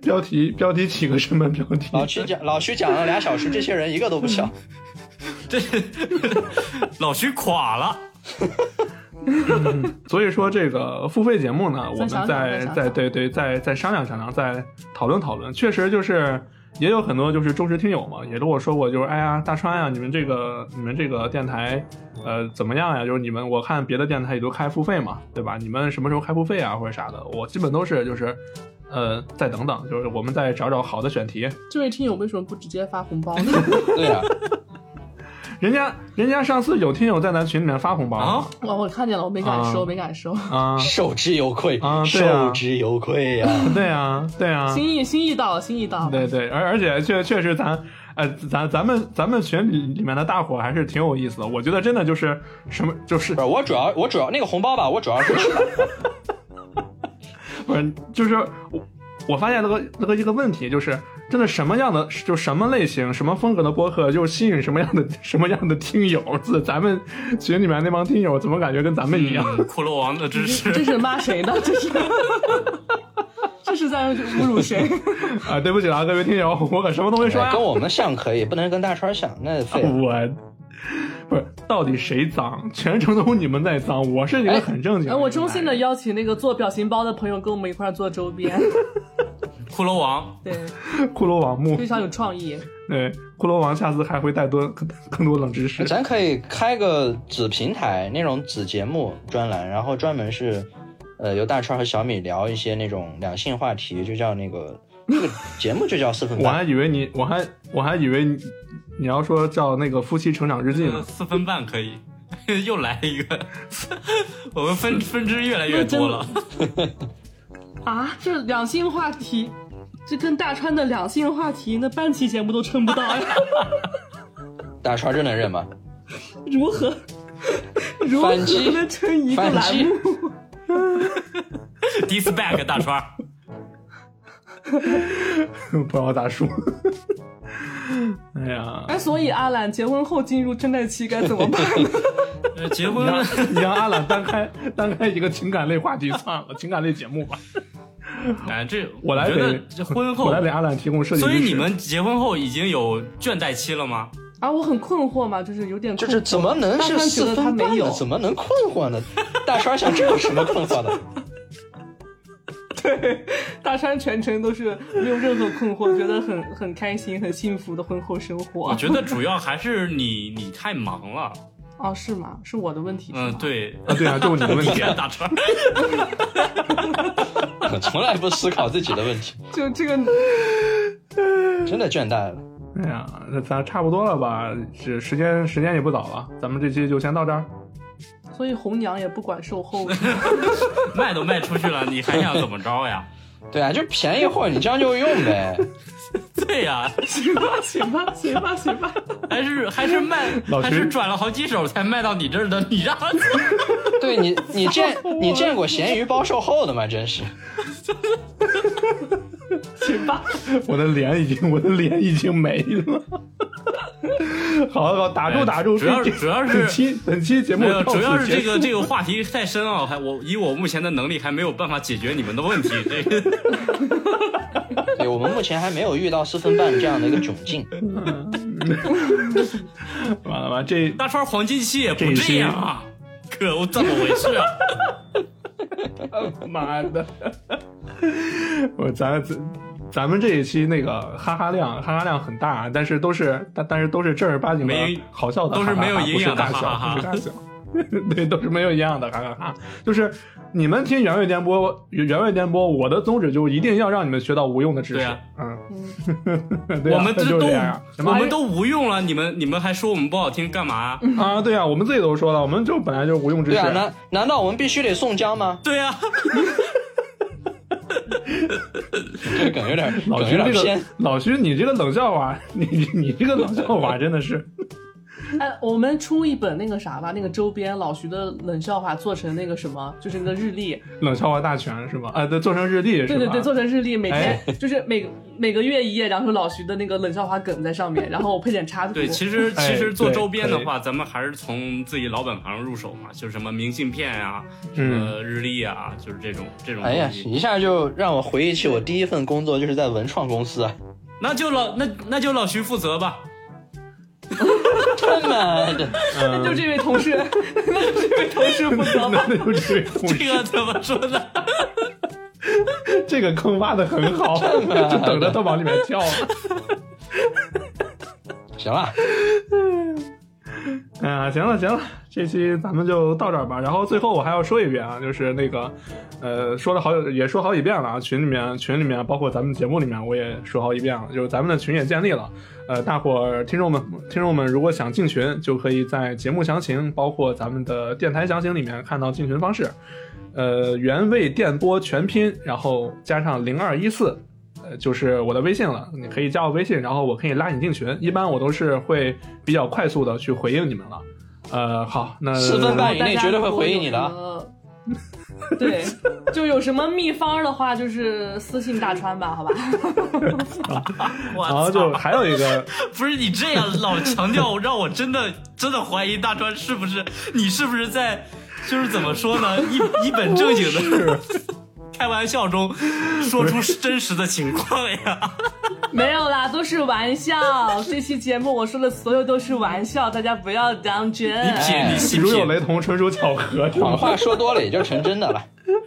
Speaker 1: 标题标题起个什么标题？
Speaker 4: 老徐讲，老徐讲了俩小时，这些人一个都 不笑。
Speaker 2: 这 老徐垮了，
Speaker 1: 所以说这个付费节目呢，我们
Speaker 3: 想想
Speaker 1: 再
Speaker 3: 再想
Speaker 1: 再
Speaker 3: 想
Speaker 1: 对对再再商量商量，再讨论讨论。确实就是也有很多就是忠实听友嘛，也跟我说过，就是哎呀大川呀，你们这个你们这个电台呃怎么样呀？就是你们我看别的电台也都开付费嘛，对吧？你们什么时候开付费啊或者啥的？我基本都是就是呃再等等，就是我们再找找好的选题。
Speaker 3: 这位听友为什么不直接发红包呢？
Speaker 4: 对
Speaker 1: 啊
Speaker 4: 呀、
Speaker 1: 人家人家上次有听友在咱群里面发红包
Speaker 2: 啊
Speaker 3: 我我看见了，我没敢收，
Speaker 1: 啊
Speaker 3: 没敢收。
Speaker 1: 啊
Speaker 4: 受之有愧，
Speaker 1: 啊对啊
Speaker 4: 受之有愧呀、
Speaker 1: 对啊对啊，
Speaker 3: 心意心意到了，心意到了。
Speaker 1: 对对，而而且确确实咱，呃，咱咱们咱们群里里面的大伙还是挺有意思的。我觉得真的就是什么就是
Speaker 4: 不是，我主要我主要那个红包吧，我主要是去
Speaker 1: 不是就是我我发现那个那个一个问题就是，真的什么样的就什么类型什么风格的播客，就吸引什么样的 什么样的听友。自咱们群里面那帮听友怎么感觉跟咱们一样？
Speaker 2: 嗯，骷髅王的支持，
Speaker 3: 这是骂谁呢？这 是这是在侮辱谁？
Speaker 1: 啊、对不起啊，各位听友，我可什么都没 说呀、啊嗯
Speaker 4: 跟我们像可以，不能跟大川像，那废了。
Speaker 1: 我。不是，到底谁脏？全程都你们在脏，我是一个很正经
Speaker 3: 哎，
Speaker 1: 人。
Speaker 3: 我衷心的邀请那个做表情包的朋友跟我们一块儿做周 边，
Speaker 2: 骷髅王，
Speaker 3: 对，
Speaker 1: 骷髅网木
Speaker 3: 非常有创意。
Speaker 1: 对，骷髅王下次还会带多更更多冷知识。
Speaker 4: 咱可以开个子平台那种子节目专栏，然后专门是，呃，由大川和小米聊一些那种两性话题，就叫那个那个节目就叫四分
Speaker 1: 我还
Speaker 4: 半。
Speaker 1: 以为你，我还我还以为你你要说叫那个夫妻成长日记
Speaker 2: 嗯
Speaker 1: 呢。
Speaker 2: 四分半可以， 又来一个，我们分分支越来越多了，
Speaker 3: 啊，这两性话题，这跟大川的两性话题，那半期节目都撑不到 呀，
Speaker 4: 大川真能认吗？
Speaker 3: 如何？如何
Speaker 4: 反击
Speaker 3: 能撑一个
Speaker 4: 反
Speaker 3: 栏
Speaker 4: 击
Speaker 3: 目？
Speaker 2: d i s back 大川儿，嗯
Speaker 1: 不知道咋说。哎呀，
Speaker 3: 哎，所以阿兰结婚后进入倦怠期该怎么办 呢？
Speaker 2: 呃结婚
Speaker 1: 你让
Speaker 2: 了。
Speaker 1: 你让阿懒单开单开一个情感类话题算了，情感类节目吧。
Speaker 2: 哎，这
Speaker 1: 我来
Speaker 2: 觉得
Speaker 1: 给
Speaker 2: 这婚后
Speaker 1: 我来，给阿懒提供设计支持。
Speaker 2: 哦所以你们结婚后已经有倦怠期了吗？
Speaker 3: 啊，我很困惑嘛，就是有点
Speaker 4: 就
Speaker 3: 困惑
Speaker 4: 是怎么能是
Speaker 3: 大川觉
Speaker 4: 四
Speaker 3: 得他
Speaker 4: 分半
Speaker 3: 没
Speaker 4: 呢？
Speaker 3: 有？
Speaker 4: 怎么能困惑呢？ 大川想这有什么困惑的？
Speaker 3: 对，大川全程都是没有任何困惑，觉得很很开心、很幸福的婚后生
Speaker 2: 我
Speaker 3: 活。
Speaker 2: 觉得主要还是你你太忙了，
Speaker 3: 哦，是吗？是我的问题？
Speaker 2: 嗯，。对，
Speaker 1: 啊，对啊，就是你的问 题。
Speaker 2: 天大川儿，
Speaker 4: 我从来不思考自己的问题，
Speaker 3: 就这个，
Speaker 4: 真的倦怠了。
Speaker 1: 哎呀，那咱差不多了吧？这时间时间也不早了，咱们这期就先到这儿。
Speaker 3: 所以红娘也不管售后。
Speaker 2: 卖都卖出去了，你还想怎么着呀？
Speaker 4: 对啊，就便宜货，你将就用呗。
Speaker 2: 对呀、
Speaker 3: 行吧，行吧，行吧，行吧。
Speaker 2: 还是还是卖
Speaker 1: 老，徐
Speaker 2: 还是转了好几手才卖到你这儿的，你让他
Speaker 4: 对你，你见你见过咸鱼包售后的吗？真是，
Speaker 1: 我的脸已经我的脸已经没了。好好，打住打住，
Speaker 2: 哎主要
Speaker 1: 这
Speaker 2: 主要是
Speaker 1: 本期本期节目
Speaker 2: 没 有，
Speaker 1: 到
Speaker 2: 主要
Speaker 1: 此
Speaker 2: 是
Speaker 1: 结
Speaker 2: 这个
Speaker 1: 束
Speaker 2: 这个话题太深奥，还我以我目前的能力还没有办法解决你们的问题。这个
Speaker 4: 对我们目前还没有遇到四分半这样的一个窘境。
Speaker 1: 完了完了，这
Speaker 2: 大川黄金期也不
Speaker 1: 这一期
Speaker 2: 这样啊，可恶，怎么回事啊？
Speaker 1: 妈的！ 我咱咱咱们这一期那个哈哈量哈哈量很大，啊但是都是但但是都是正儿八经的
Speaker 2: 没
Speaker 1: 好笑的
Speaker 2: 都
Speaker 1: 哈哈哈，
Speaker 2: 是没有营养的
Speaker 1: 不是大
Speaker 2: 哈哈
Speaker 1: 笑，
Speaker 2: 哈
Speaker 1: 不是大笑。 对，都是没有营养的，哈哈哈！就是你们听原味电波，原味电波，我的宗旨就是一定要让你们学到无用的知识。
Speaker 2: 对啊
Speaker 1: 嗯， 对啊
Speaker 2: 我们
Speaker 1: 那就
Speaker 2: 这
Speaker 1: 是
Speaker 2: 都
Speaker 1: 这样，什么
Speaker 2: 我们都无用了，你们你们还说我们不好听干嘛？
Speaker 1: 啊，对啊，我们自己都说了，我们就本来就是无用之
Speaker 4: 对
Speaker 1: 士。
Speaker 4: 啊，难难道我们必须得宋江吗？
Speaker 2: 对 啊，
Speaker 4: 这个梗有点
Speaker 1: 老
Speaker 4: 梗
Speaker 1: 徐
Speaker 4: 有
Speaker 1: 这
Speaker 4: 点
Speaker 1: 个
Speaker 4: 偏。
Speaker 1: 老徐，你这个冷笑话， 你你这个冷笑话真的是。
Speaker 3: 哎，我们出一本那个啥吧，那个周边老徐的冷笑话做成那个什么，就是那个日历，
Speaker 1: 冷笑话大全是吧？啊，对，做成日历是吧？
Speaker 3: 对对对，做成日历，每天
Speaker 1: 哎
Speaker 3: 就是每每个月一页，然后有老徐的那个冷笑话梗在上面，然后我配点插图。
Speaker 2: 对，其实
Speaker 1: 哎
Speaker 2: 其实做
Speaker 1: 对
Speaker 2: 周边的
Speaker 1: 可以
Speaker 2: 话，咱们还是从自己老本行入手嘛，就是什么明信片啊，什
Speaker 1: 嗯
Speaker 2: 么日历啊，就是这种这种
Speaker 4: 哎呀
Speaker 2: 东，西。
Speaker 4: 一下就让我回忆起我第一份工作就是在文创公司啊！
Speaker 2: 那就老那那就老徐负责吧。
Speaker 4: 他妈的，
Speaker 3: 那就这位同 事，那就这位同事 负责吧。
Speaker 1: 那就是 这
Speaker 2: 这个怎么说呢？
Speaker 1: 这个坑挖的很好， 就等着他往里面跳。啊
Speaker 4: 行了，
Speaker 1: 哎呀，行了行了，这期咱们就到这儿吧。然后最后我还要说一遍啊，就是那个，呃，说了好也说好几遍了啊，群里面群里面包括咱们节目里面我也说好几遍了，就是咱们的群也建立了。呃，大伙儿听众们听众们如果想进群，就可以在节目详情包括咱们的电台详情里面看到进群方式。呃，原味电波全拼，然后加上零二一四，呃，就是我的微信了。你可以加我微信，然后我可以拉你进群。一般我都是会比较快速的去回应你们了。呃，好，那
Speaker 4: 四分半以
Speaker 3: 大
Speaker 4: 内
Speaker 3: 家
Speaker 4: 绝对
Speaker 3: 如
Speaker 4: 会
Speaker 3: 果
Speaker 4: 回
Speaker 3: 有
Speaker 4: 应你的
Speaker 3: 什
Speaker 4: 啊。
Speaker 3: 么。对， 就有什么秘方的话，就是私信大川吧， 好吧？
Speaker 2: 我
Speaker 1: 然后
Speaker 2: 操
Speaker 1: 就！还有一个，
Speaker 2: 不是你这样老强 调，让我真的真的怀疑大川是不是你是不是在，就是怎么说呢， 一一本正经的开玩笑中说出真实的情况呀？
Speaker 3: 没有啦，都是玩笑。这期节目我说的所有都是玩笑，大家不要当真。
Speaker 2: 你品，你细
Speaker 1: 如有
Speaker 2: 品。
Speaker 1: 雷同，纯属巧合。
Speaker 4: 谎话说多了也就成真的了。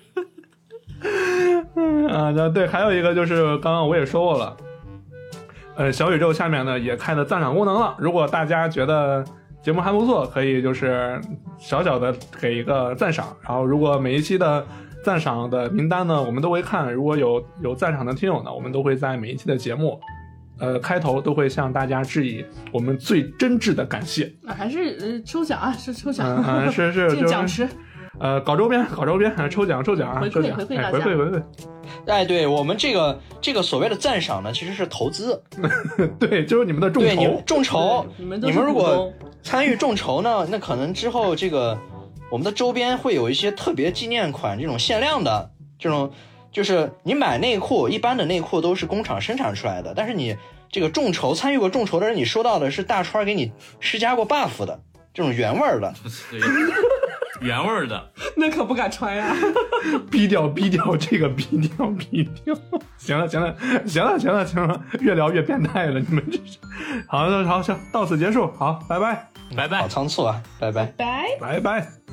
Speaker 1: 啊，那对，还有一个就是刚刚我也说过了，呃，小宇宙下面呢也开了赞赏功能了。如果大家觉得节目还不错，可以就是小小的给一个赞赏。然后，如果每一期的赞赏的名单呢，我们都会看。如果有有赞赏的听友呢，我们都会在每一期的节目，呃，开头都会向大家致以我们最真挚的感谢。
Speaker 3: 啊还是呃抽奖啊，是抽奖，
Speaker 1: 嗯嗯是是
Speaker 3: 进
Speaker 1: 就是
Speaker 3: 奖池。
Speaker 1: 呃，搞周边，搞周边，呃抽奖，抽奖啊，
Speaker 3: 回馈
Speaker 1: 抽奖，
Speaker 3: 回馈
Speaker 1: 哎
Speaker 3: 大
Speaker 1: 回
Speaker 3: 家
Speaker 1: 馈，回馈。
Speaker 4: 哎，对我们这个这个所谓的赞赏呢，其实是投资。
Speaker 1: 对，就是你们的众
Speaker 4: 对，你
Speaker 1: 筹
Speaker 4: 们。众筹，
Speaker 3: 对
Speaker 4: 你
Speaker 3: 你们都是
Speaker 4: 如
Speaker 3: 股
Speaker 4: 果
Speaker 3: 东
Speaker 4: 参与众筹呢，那可能之后这个我们的周边会有一些特别纪念款这种限量的这种，就是你买内裤，一般的内裤都是工厂生产出来的，但是你这个众筹参与过众筹的人，你收到的是大川儿给你施加过 buff 的这种原味儿的。
Speaker 2: 对原味儿的，
Speaker 3: 那可不敢穿呀、
Speaker 1: 逼掉逼掉这个逼掉逼掉， 行了行了行了行了行了，越聊越变态了，你们这是。好，那好行，到此结束，好，拜拜
Speaker 2: 拜拜
Speaker 4: 好。仓促啊，拜拜。
Speaker 3: 拜。
Speaker 1: 拜拜。